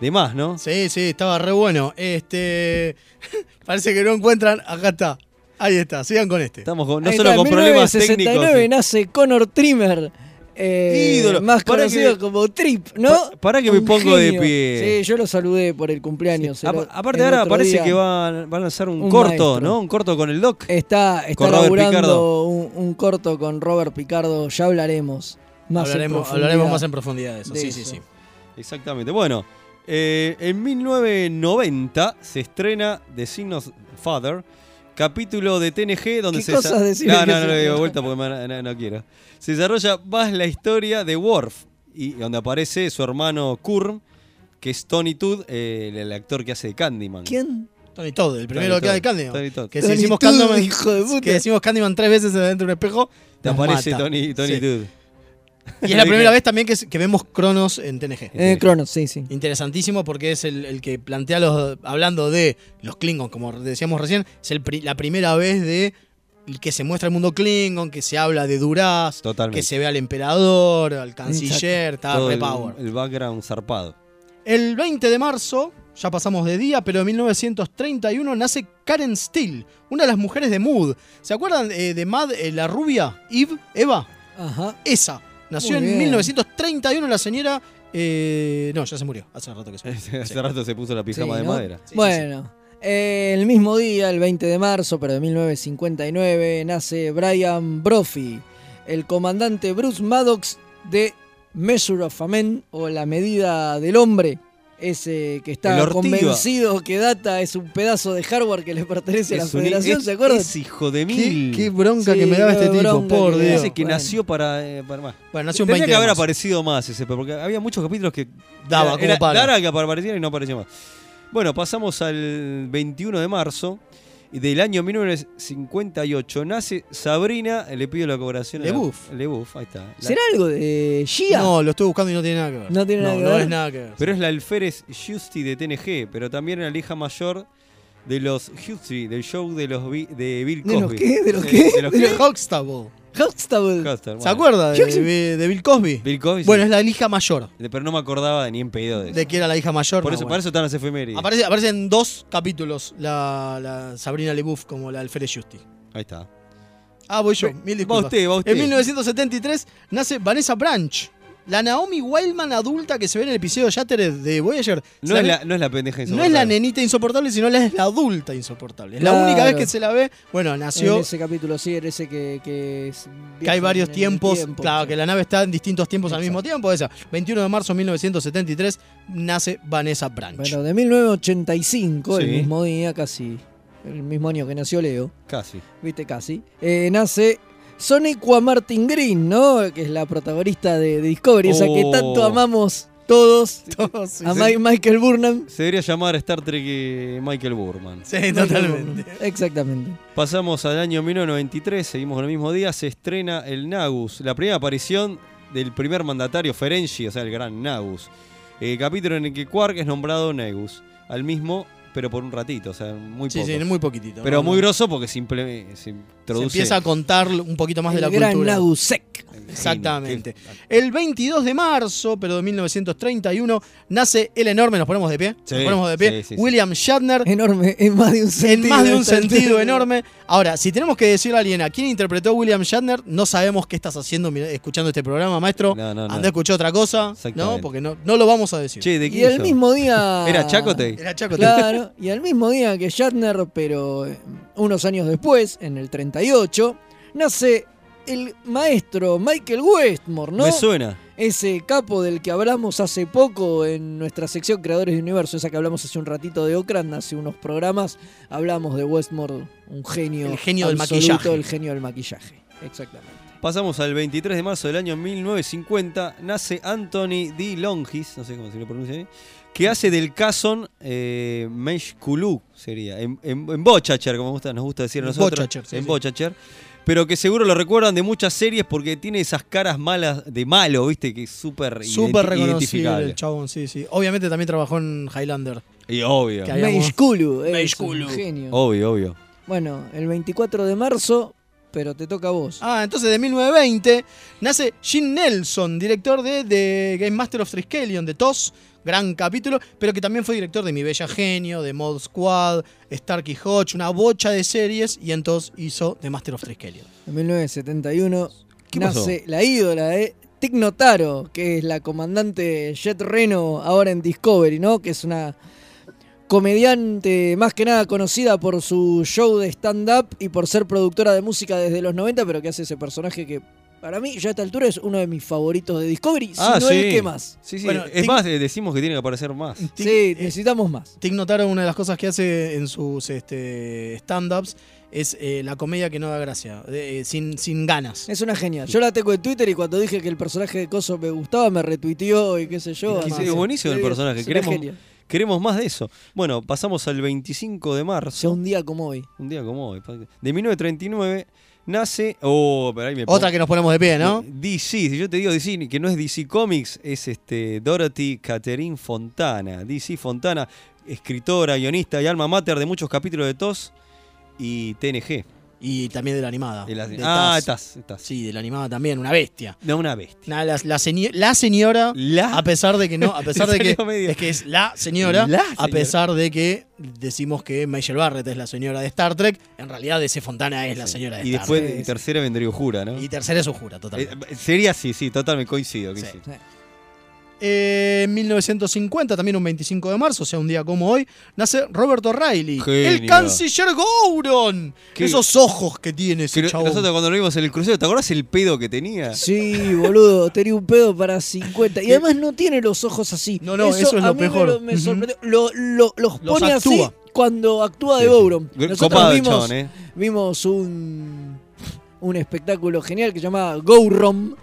[SPEAKER 2] de más, ¿no?
[SPEAKER 3] Sí, sí, estaba re bueno. Este. Parece que no encuentran. Acá está. Ahí está, sigan con este.
[SPEAKER 2] Estamos con- no
[SPEAKER 4] Ahí
[SPEAKER 2] solo
[SPEAKER 4] está,
[SPEAKER 2] con
[SPEAKER 4] en
[SPEAKER 2] problemas
[SPEAKER 4] 1969
[SPEAKER 2] técnicos.
[SPEAKER 4] nace Connor Trimmer. eh,
[SPEAKER 2] Ídolo.
[SPEAKER 4] Más
[SPEAKER 2] Pará
[SPEAKER 4] conocido
[SPEAKER 2] que-
[SPEAKER 4] como Trip, ¿no?
[SPEAKER 2] Pa- pará que me
[SPEAKER 4] Un
[SPEAKER 2] pongo de
[SPEAKER 4] genio.
[SPEAKER 2] pie.
[SPEAKER 4] Sí, yo lo saludé por el cumpleaños. el o-
[SPEAKER 2] A- aparte,
[SPEAKER 4] el
[SPEAKER 2] ahora
[SPEAKER 4] otro
[SPEAKER 2] parece
[SPEAKER 4] día.
[SPEAKER 2] que va, va a lanzar un,
[SPEAKER 4] Un
[SPEAKER 2] corto,
[SPEAKER 4] maestro.
[SPEAKER 2] ¿no? Un corto con el Doc.
[SPEAKER 4] Está, está
[SPEAKER 2] con Robert Picardo.
[SPEAKER 4] laburando un, un corto con Robert Picardo. Ya hablaremos. Más
[SPEAKER 3] hablaremos,
[SPEAKER 4] en
[SPEAKER 3] hablaremos más en profundidad de eso.
[SPEAKER 4] de
[SPEAKER 3] sí, sí,
[SPEAKER 4] eso.
[SPEAKER 3] sí.
[SPEAKER 2] Exactamente. Bueno, eh, en 1990 se estrena The Signos Father, capítulo de TNG donde
[SPEAKER 4] ¿Qué
[SPEAKER 2] se
[SPEAKER 4] cosas
[SPEAKER 2] desa-
[SPEAKER 4] decís
[SPEAKER 2] No,
[SPEAKER 4] que
[SPEAKER 2] no,
[SPEAKER 4] se-
[SPEAKER 2] no le digo vuelta porque me- no, no quiero. Se desarrolla más la historia de Worf y donde aparece su hermano Kurm, que es Tony Todd, eh, el, el actor que hace de Candyman.
[SPEAKER 4] ¿Quién?
[SPEAKER 3] Tony Todd, el primero
[SPEAKER 2] Tony
[SPEAKER 3] que da de
[SPEAKER 2] Todd,
[SPEAKER 3] Candyman.
[SPEAKER 2] Tony Todd.
[SPEAKER 3] Que si
[SPEAKER 2] Tony
[SPEAKER 3] decimos
[SPEAKER 2] Todd,
[SPEAKER 3] Candyman,
[SPEAKER 2] hijo de puta.
[SPEAKER 3] que decimos Candyman tres veces dentro de un espejo.
[SPEAKER 2] Te
[SPEAKER 3] nos
[SPEAKER 2] aparece
[SPEAKER 3] mata.
[SPEAKER 2] Tony, Tony
[SPEAKER 3] Sí.
[SPEAKER 2] Todd.
[SPEAKER 3] Y es la primera vez también que, que vemos Cronos en TNG.
[SPEAKER 4] Eh, Cronos, sí, sí.
[SPEAKER 3] Interesantísimo porque es el, el que plantea los. Hablando de los Klingons, como decíamos recién, es el pri- la primera vez de que se muestra el mundo Klingon, que se habla de Duraz,
[SPEAKER 2] Totalmente.
[SPEAKER 3] que se ve al emperador, al canciller,
[SPEAKER 4] Ah,
[SPEAKER 3] está
[SPEAKER 2] Todo
[SPEAKER 3] re
[SPEAKER 2] el,
[SPEAKER 3] power.
[SPEAKER 2] el background zarpado.
[SPEAKER 3] El 20 de marzo, ya pasamos de día, pero en 1931 nace Karen Steele, una de las mujeres de Mood. ¿Se acuerdan eh, de Mad, eh, la rubia, Eve, Eva?
[SPEAKER 4] Ajá.
[SPEAKER 3] Esa. Nació
[SPEAKER 4] Muy
[SPEAKER 3] en
[SPEAKER 4] bien.
[SPEAKER 3] 1931 la señora... eh, no, ya se murió. Hace rato que se murió.
[SPEAKER 2] Hace rato se puso la
[SPEAKER 4] Sí,
[SPEAKER 2] pijama de
[SPEAKER 4] ¿no?
[SPEAKER 2] madera.
[SPEAKER 4] bueno, eh, el mismo día, el 20 de marzo, pero de 1959, nace Brian Brophy, el comandante Bruce Maddox de Measure of a Man, o La Medida del Hombre. Ese que
[SPEAKER 2] El
[SPEAKER 4] está
[SPEAKER 2] Ortiva.
[SPEAKER 4] convencido que Data es un pedazo de hardware que le pertenece a la
[SPEAKER 2] Es un-
[SPEAKER 4] Federación,
[SPEAKER 2] es-
[SPEAKER 4] ¿se acuerdan?
[SPEAKER 2] es hijo de
[SPEAKER 3] Qué-
[SPEAKER 2] mil.
[SPEAKER 3] qué bronca que me daba este tipo, por
[SPEAKER 2] que-
[SPEAKER 3] Dios.
[SPEAKER 2] Ese que
[SPEAKER 3] Bueno.
[SPEAKER 2] nació para. eh, para más.
[SPEAKER 3] Bueno, nació un
[SPEAKER 2] Tendría
[SPEAKER 3] 20
[SPEAKER 2] que
[SPEAKER 3] de
[SPEAKER 2] haber
[SPEAKER 3] marzo.
[SPEAKER 2] aparecido más ese, pero porque había muchos capítulos que.
[SPEAKER 3] Daba como palo.
[SPEAKER 2] Daba que apareciera y no aparecía más. Bueno, pasamos al 21 de marzo. y Del año 1958 nace Sabrina, le pido la cobración.
[SPEAKER 3] Lebouf.
[SPEAKER 2] Lebuff, ahí está. La-
[SPEAKER 4] ¿Será algo de Gia?
[SPEAKER 3] No, lo estoy buscando y no tiene nada que ver.
[SPEAKER 4] No tiene nada que ver.
[SPEAKER 3] es nada que ver.
[SPEAKER 2] Pero es la alférez Justy de TNG, pero también era la hija mayor de los Justy, del show de los Bi- de Bill
[SPEAKER 4] ¿De los
[SPEAKER 2] Cosby.
[SPEAKER 4] qué? ¿De los
[SPEAKER 2] Sí,
[SPEAKER 4] qué?
[SPEAKER 2] de los
[SPEAKER 3] De
[SPEAKER 2] qué.
[SPEAKER 3] Huxtable.
[SPEAKER 4] Huxtable.
[SPEAKER 3] ¿Se acuerda de,
[SPEAKER 2] Huxtable.
[SPEAKER 3] de- de Bill Cosby?
[SPEAKER 2] Bill Cosby,
[SPEAKER 3] Bueno,
[SPEAKER 2] sí.
[SPEAKER 3] es la hija mayor.
[SPEAKER 2] De- Pero no me acordaba ni en pedido de eso.
[SPEAKER 3] De que era la hija mayor.
[SPEAKER 2] Por
[SPEAKER 3] no,
[SPEAKER 2] eso,
[SPEAKER 3] bueno.
[SPEAKER 2] para eso están las efemérides.
[SPEAKER 3] Aparece, aparece en dos capítulos la, la Sabrina Lebouf como la Alférez Justi.
[SPEAKER 2] Ahí está.
[SPEAKER 3] Ah, voy yo. Mil disculpas.
[SPEAKER 2] usted, va usted.
[SPEAKER 3] En 1973 nace Vanessa Branch, la Naomi Wildman adulta que se ve en el episodio Shattered de Voyager.
[SPEAKER 2] No
[SPEAKER 3] Se
[SPEAKER 2] es,
[SPEAKER 3] ve-
[SPEAKER 2] la, no es la pendeja
[SPEAKER 3] no es la
[SPEAKER 2] insoportable.
[SPEAKER 3] nenita insoportable, sino la es la adulta insoportable. Es la
[SPEAKER 4] Claro.
[SPEAKER 3] única vez que se la ve. Bueno, nació.
[SPEAKER 4] En ese capítulo, sí, en ese que, que, es-
[SPEAKER 3] Que hay varios
[SPEAKER 4] en el
[SPEAKER 3] tiempos,
[SPEAKER 4] tiempo.
[SPEAKER 3] claro, que la nave está en distintos tiempos al mismo tiempo. Esa, 21 de marzo de 1973, nace Vanessa Branch.
[SPEAKER 4] Bueno, de 1985, el
[SPEAKER 3] Sí.
[SPEAKER 4] mismo día, casi. El mismo año que nació Leo,
[SPEAKER 2] Casi.
[SPEAKER 4] viste, casi. eh, nace Sonequa Martin Green, ¿no? Que es la protagonista de, de Discovery, esa que
[SPEAKER 2] Oh.
[SPEAKER 4] tanto amamos todos.
[SPEAKER 3] Todos, sí,
[SPEAKER 4] a
[SPEAKER 2] sí.
[SPEAKER 4] Mi- Michael Burnham.
[SPEAKER 2] Se debería llamar Star Trek eh, Michael Burman.
[SPEAKER 4] Exactamente.
[SPEAKER 2] Pasamos al año 1993, seguimos en el mismo día, se estrena el Nagus, la primera aparición del primer mandatario Ferengi, o sea, el gran Nagus. Eh, capítulo en el que Quark es nombrado Nagus, al mismo, pero por un ratito, o sea, muy
[SPEAKER 3] Sí,
[SPEAKER 2] poco.
[SPEAKER 3] sí, muy poquitito,
[SPEAKER 2] Pero
[SPEAKER 3] no,
[SPEAKER 2] muy
[SPEAKER 3] no.
[SPEAKER 2] grosso porque simplemente se
[SPEAKER 3] Se
[SPEAKER 2] introduce.
[SPEAKER 3] empieza a contar un poquito más de
[SPEAKER 4] El
[SPEAKER 3] la
[SPEAKER 4] gran
[SPEAKER 3] cultura.
[SPEAKER 4] Nagusek.
[SPEAKER 3] Exactamente. El 22 de marzo, pero de 1931, nace el enorme, nos ponemos de pie,
[SPEAKER 4] Sí,
[SPEAKER 3] nos ponemos de pie,
[SPEAKER 4] sí, sí, sí.
[SPEAKER 3] William Shatner.
[SPEAKER 4] Enorme, en más de un sentido.
[SPEAKER 3] En más de un
[SPEAKER 4] Está-
[SPEAKER 3] sentido enorme. Ahora, si tenemos que decirle a alguien a quién interpretó William Shatner, no sabemos qué estás haciendo mira- escuchando este programa, maestro.
[SPEAKER 2] no, no.
[SPEAKER 3] Anda a escuchar otra cosa,
[SPEAKER 2] Exactamente.
[SPEAKER 3] ¿no? Porque no, no lo vamos a decir.
[SPEAKER 2] Che, ¿de
[SPEAKER 4] Y el mismo día.
[SPEAKER 2] Era Chacote.
[SPEAKER 3] Era Chacote.
[SPEAKER 4] Claro, y al mismo día que Shatner, pero eh, unos años después, en el 38, nace el maestro Michael Westmore, ¿no?
[SPEAKER 2] Me suena.
[SPEAKER 4] Ese capo del que hablamos hace poco en nuestra sección Creadores de Universo, esa que hablamos hace un ratito de Okran, hace unos programas, hablamos de Westmore, un genio.
[SPEAKER 3] El genio del
[SPEAKER 4] absoluto,
[SPEAKER 3] maquillaje.
[SPEAKER 4] El genio del maquillaje, exactamente.
[SPEAKER 2] Pasamos al 23 de marzo del año 1950. Nace Anthony D. Longis, no sé cómo se lo pronuncia ahí, que hace del Cason eh, Meshkulu, sería, en, en, en Bochacher, como gusta- nos gusta decir a nosotros.
[SPEAKER 3] Bochacher, sí,
[SPEAKER 2] en
[SPEAKER 3] sí.
[SPEAKER 2] Bochacher. Pero que seguro lo recuerdan de muchas series porque tiene esas caras malas de malo, ¿viste? Que es súper
[SPEAKER 3] Súper
[SPEAKER 2] identi-
[SPEAKER 3] reconocido
[SPEAKER 2] identificable.
[SPEAKER 3] el chabón, sí, sí. Obviamente también trabajó en Highlander.
[SPEAKER 2] Y obvio.
[SPEAKER 3] Que habíamos-
[SPEAKER 4] Meishkulu, eh, es
[SPEAKER 3] Meishkulu.
[SPEAKER 4] un genio.
[SPEAKER 2] Obvio, obvio.
[SPEAKER 4] Bueno, el 24 de marzo, pero te toca a vos.
[SPEAKER 3] Ah, entonces de 1920 nace Jim Nelson, director de The Game Master of Triskelion, de TOS, gran capítulo, pero que también fue director de Mi Bella Genio, de Mod Squad, Starkey Hodge, una bocha de series, y en TOS hizo The Master of Triskelion.
[SPEAKER 4] En 1971
[SPEAKER 3] ¿Qué
[SPEAKER 4] nace la ídola de Tignotaro, que es la comandante Jet Reno ahora en Discovery, ¿no? Que es una comediante más que nada conocida por su show de stand-up y por ser productora de música desde los 90, pero que hace ese personaje que para mí ya a esta altura es uno de mis favoritos de Discovery, si no el que más.
[SPEAKER 2] Ah, Sí, sí.
[SPEAKER 3] Bueno,
[SPEAKER 2] es
[SPEAKER 3] Tic-
[SPEAKER 2] más, eh, decimos que tiene que aparecer más. eh.
[SPEAKER 4] Sí, necesitamos más.
[SPEAKER 3] Tig Notaro, eh, una de las cosas que hace en sus este, stand-ups es eh, la comedia que no da gracia, de- eh, sin, sin ganas.
[SPEAKER 4] Es una genial. Yo la tengo en Twitter y cuando dije que el personaje de Coso me gustaba, me retuiteó y qué sé yo.
[SPEAKER 2] Que sí,
[SPEAKER 4] además,
[SPEAKER 2] es buenísimo el
[SPEAKER 4] sí,
[SPEAKER 2] personaje.
[SPEAKER 4] es una
[SPEAKER 2] queremos,
[SPEAKER 4] genia.
[SPEAKER 2] queremos más de eso. Bueno, pasamos al 25 de marzo.
[SPEAKER 4] un día como hoy.
[SPEAKER 2] Un día como hoy. De 1939 nace. Oh, pero ahí me
[SPEAKER 3] Otra que nos ponemos de pie, ¿no?
[SPEAKER 2] DC, si yo te digo DC, que no es DC Comics, es este Dorothy Catherine Fontana. DC Fontana, escritora, guionista y alma mater de muchos capítulos de TOS y TNG.
[SPEAKER 3] Y también de la animada.
[SPEAKER 2] De la-
[SPEAKER 3] De
[SPEAKER 2] ah,
[SPEAKER 3] Taz.
[SPEAKER 2] estás, estás.
[SPEAKER 3] Sí, de la animada también, una bestia.
[SPEAKER 2] No, una bestia.
[SPEAKER 3] Nah, la, la señi- la señora, a pesar de que no, a pesar de que
[SPEAKER 2] Salió medio-
[SPEAKER 3] es que es la señora,
[SPEAKER 2] La
[SPEAKER 3] a
[SPEAKER 2] señora.
[SPEAKER 3] pesar de que decimos que Michelle Barrett es la señora de Star Trek, en realidad ese Fontana es la señora de
[SPEAKER 2] Y
[SPEAKER 3] Star
[SPEAKER 2] después,
[SPEAKER 3] Trek.
[SPEAKER 2] y tercera vendría Jura, ¿no?
[SPEAKER 3] Y tercera es Ujura, totalmente.
[SPEAKER 2] Eh, sería así, sí, totalmente coincido. coincido.
[SPEAKER 3] Eh, En 1950, también un 25 de marzo, o sea, un día como hoy, nace Roberto O'Reilly,
[SPEAKER 2] Genio.
[SPEAKER 3] el canciller Gouron.
[SPEAKER 2] Qué-
[SPEAKER 3] Esos ojos que tiene ese
[SPEAKER 2] Que
[SPEAKER 3] chabón.
[SPEAKER 2] nosotros cuando lo vimos en el crucero, ¿te acordás el pedo que tenía?
[SPEAKER 4] Sí, boludo, tenía un pedo para 50. Y además no tiene los ojos así.
[SPEAKER 3] No, no, eso es
[SPEAKER 4] a
[SPEAKER 3] lo
[SPEAKER 4] mí
[SPEAKER 3] mejor.
[SPEAKER 4] Me, lo- me sorprendió. Lo- lo- los
[SPEAKER 3] Los
[SPEAKER 4] pone
[SPEAKER 3] actúa.
[SPEAKER 4] así cuando actúa de
[SPEAKER 2] Sí, sí.
[SPEAKER 4] Bouron.
[SPEAKER 2] Gr-
[SPEAKER 4] Nosotros
[SPEAKER 2] copado el
[SPEAKER 4] vimos,
[SPEAKER 2] chabón, eh.
[SPEAKER 4] vimos un, un espectáculo genial que se llamaba Go Rom,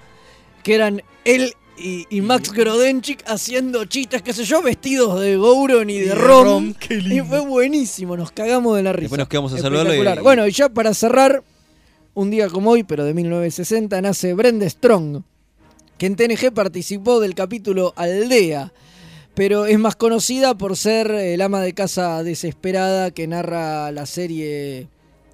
[SPEAKER 4] que eran él y, y Max Grodenchik haciendo chistes, qué sé yo, vestidos de Gouron y de,
[SPEAKER 3] de
[SPEAKER 4] Rom.
[SPEAKER 3] Rom, qué
[SPEAKER 4] Y
[SPEAKER 3] lindo.
[SPEAKER 4] fue buenísimo, nos cagamos de la risa.
[SPEAKER 2] Después nos quedamos a saludarlo y-
[SPEAKER 4] Espectacular. Bueno, y ya para cerrar, un día como hoy, pero de 1960, nace Brenda Strong, que en TNG participó del capítulo Aldea, pero es más eh, conocida por ser el ama de casa desesperada que narra la serie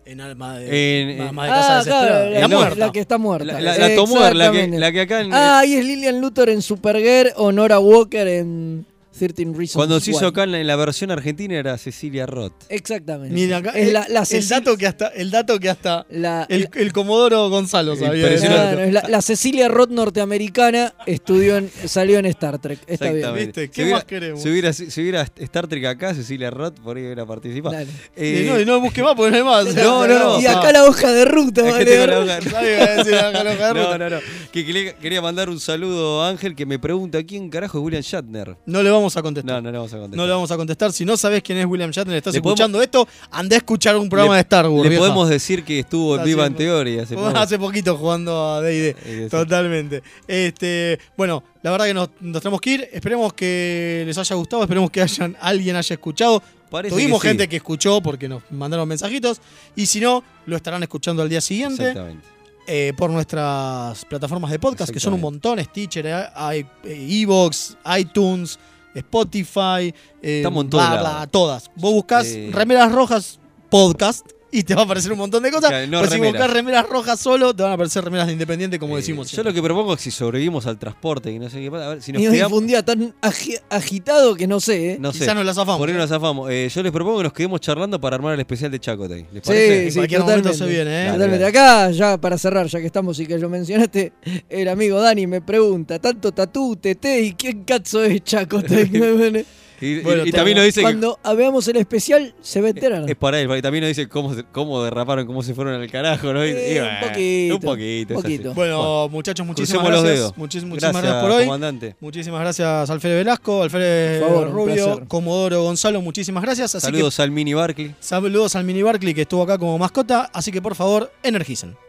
[SPEAKER 3] En alma
[SPEAKER 2] En-
[SPEAKER 3] de,
[SPEAKER 2] en-
[SPEAKER 3] Alma de casa
[SPEAKER 4] Ah, claro,
[SPEAKER 3] deseada.
[SPEAKER 4] la,
[SPEAKER 2] La muerta.
[SPEAKER 4] la que está
[SPEAKER 2] La,
[SPEAKER 4] muerta.
[SPEAKER 2] la, la Tomuer, la que,
[SPEAKER 4] Exactamente.
[SPEAKER 2] la que acá en-
[SPEAKER 4] Ah, ahí es Lillian Luthor en Supergirl o Nora Walker en 13 Reasons
[SPEAKER 2] cuando se hizo
[SPEAKER 4] Why.
[SPEAKER 2] acá en la, en la versión argentina era Cecilia Roth.
[SPEAKER 4] Exactamente.
[SPEAKER 3] Ni de acá-
[SPEAKER 4] Es la- la
[SPEAKER 3] el,
[SPEAKER 4] Cecil-
[SPEAKER 3] dato que hasta, el dato que hasta el, el Comodoro Gonzalo sabía.
[SPEAKER 2] Impresionante.
[SPEAKER 4] Claro, es la, la Cecilia Roth norteamericana estudió en- salió en Star Trek. Está bien.
[SPEAKER 3] ¿Viste? ¿Qué
[SPEAKER 2] Si hubiera-
[SPEAKER 3] más queremos?
[SPEAKER 2] Si hubiera, si hubiera Star Trek acá, Cecilia Roth por ahí hubiera participado.
[SPEAKER 4] Dale.
[SPEAKER 2] Eh,
[SPEAKER 3] Y no, y no busque más porque no hay más.
[SPEAKER 2] No, no, no.
[SPEAKER 4] Y acá la hoja de ruta,
[SPEAKER 2] Es que
[SPEAKER 4] vale.
[SPEAKER 2] tengo la hoja-
[SPEAKER 3] Nadie va a decir acá la hoja de
[SPEAKER 2] No,
[SPEAKER 3] ruta.
[SPEAKER 2] no, no. Que quería, quería mandar un saludo a Ángel que me pregunta quién carajo es William Shatner.
[SPEAKER 3] No le vamos a contestar.
[SPEAKER 2] No, no le vamos a contestar.
[SPEAKER 3] No le vamos a contestar. Si no sabés quién es William Shatner, estás
[SPEAKER 2] Le podemos-
[SPEAKER 3] escuchando esto, andá a escuchar un programa
[SPEAKER 2] Le-
[SPEAKER 3] de Star Wars.
[SPEAKER 2] Le
[SPEAKER 3] vieja.
[SPEAKER 2] podemos decir que estuvo en
[SPEAKER 3] Está
[SPEAKER 2] Viva en
[SPEAKER 3] haciendo-
[SPEAKER 2] Teoría hace poco.
[SPEAKER 3] hace poquito jugando a D&D. Totalmente. Este, bueno, la verdad que nos, nos tenemos que ir. Esperemos que les haya gustado. Esperemos que hayan, alguien haya escuchado.
[SPEAKER 2] Parece
[SPEAKER 3] Tuvimos
[SPEAKER 2] que sí.
[SPEAKER 3] gente que escuchó porque nos mandaron mensajitos. Y si no, lo estarán escuchando al día siguiente.
[SPEAKER 2] Exactamente.
[SPEAKER 3] eh, por nuestras plataformas de podcast, que son un montón, Stitcher, eh, i- eh, Evox, iTunes, Spotify, eh,
[SPEAKER 2] Estamos en todos
[SPEAKER 3] bla, bla,
[SPEAKER 2] lados.
[SPEAKER 3] todas. Vos buscás
[SPEAKER 2] Eh.
[SPEAKER 3] Remeras Rojas Podcast y te va a aparecer un montón de cosas.
[SPEAKER 2] Claro, no
[SPEAKER 3] pero si
[SPEAKER 2] remeras.
[SPEAKER 3] buscás Remeras Rojas solo, te van a aparecer Remeras de Independiente, como decimos.
[SPEAKER 2] Eh, Yo lo que propongo es que si sobrevivimos al transporte y no sé qué pasa, a ver si nos
[SPEAKER 4] Y hoy fue
[SPEAKER 2] quedamos.
[SPEAKER 4] un día tan agi- agitado que no sé, ¿eh?
[SPEAKER 2] No sé.
[SPEAKER 3] nos la zafamos,
[SPEAKER 2] Por ahí
[SPEAKER 3] ¿eh?
[SPEAKER 2] nos la zafamos. Eh, yo les propongo que nos quedemos charlando para armar el especial de Chacotay. ¿Les
[SPEAKER 4] Sí,
[SPEAKER 2] parece?
[SPEAKER 4] sí, totalmente.
[SPEAKER 2] ¿eh?
[SPEAKER 4] Totalmente. Acá, ya para cerrar, ya que estamos y que lo mencionaste, el amigo Dani me pregunta, tanto tatú, teté y quién cazzo es Chaco.
[SPEAKER 2] Y, y- y también nos dice que Eh,
[SPEAKER 4] Cuando veamos el especial, se va a enterar.
[SPEAKER 2] Es para él, y también nos dice cómo, se- cómo derraparon, cómo se fueron al carajo, ¿no? Y-
[SPEAKER 4] Eh,
[SPEAKER 2] y
[SPEAKER 4] un
[SPEAKER 2] bueno,
[SPEAKER 4] poquito,
[SPEAKER 2] Un poquito. es así.
[SPEAKER 4] poquito.
[SPEAKER 3] Bueno, muchachos, muchísimas
[SPEAKER 2] crucemos los
[SPEAKER 3] gracias.
[SPEAKER 2] dedos.
[SPEAKER 3] Muchis- muchísimas
[SPEAKER 2] Gracias,
[SPEAKER 3] gracias por hoy.
[SPEAKER 2] comandante.
[SPEAKER 3] Muchísimas gracias, Alfredo Velasco, Alfredo
[SPEAKER 2] Por favor, un
[SPEAKER 3] Rubio,
[SPEAKER 2] placer.
[SPEAKER 3] Comodoro Gonzalo. Muchísimas gracias. Así que
[SPEAKER 2] Saludos al mini Barkley.
[SPEAKER 3] Saludos al Mini Barclay que estuvo acá como mascota, así que por favor, energicen.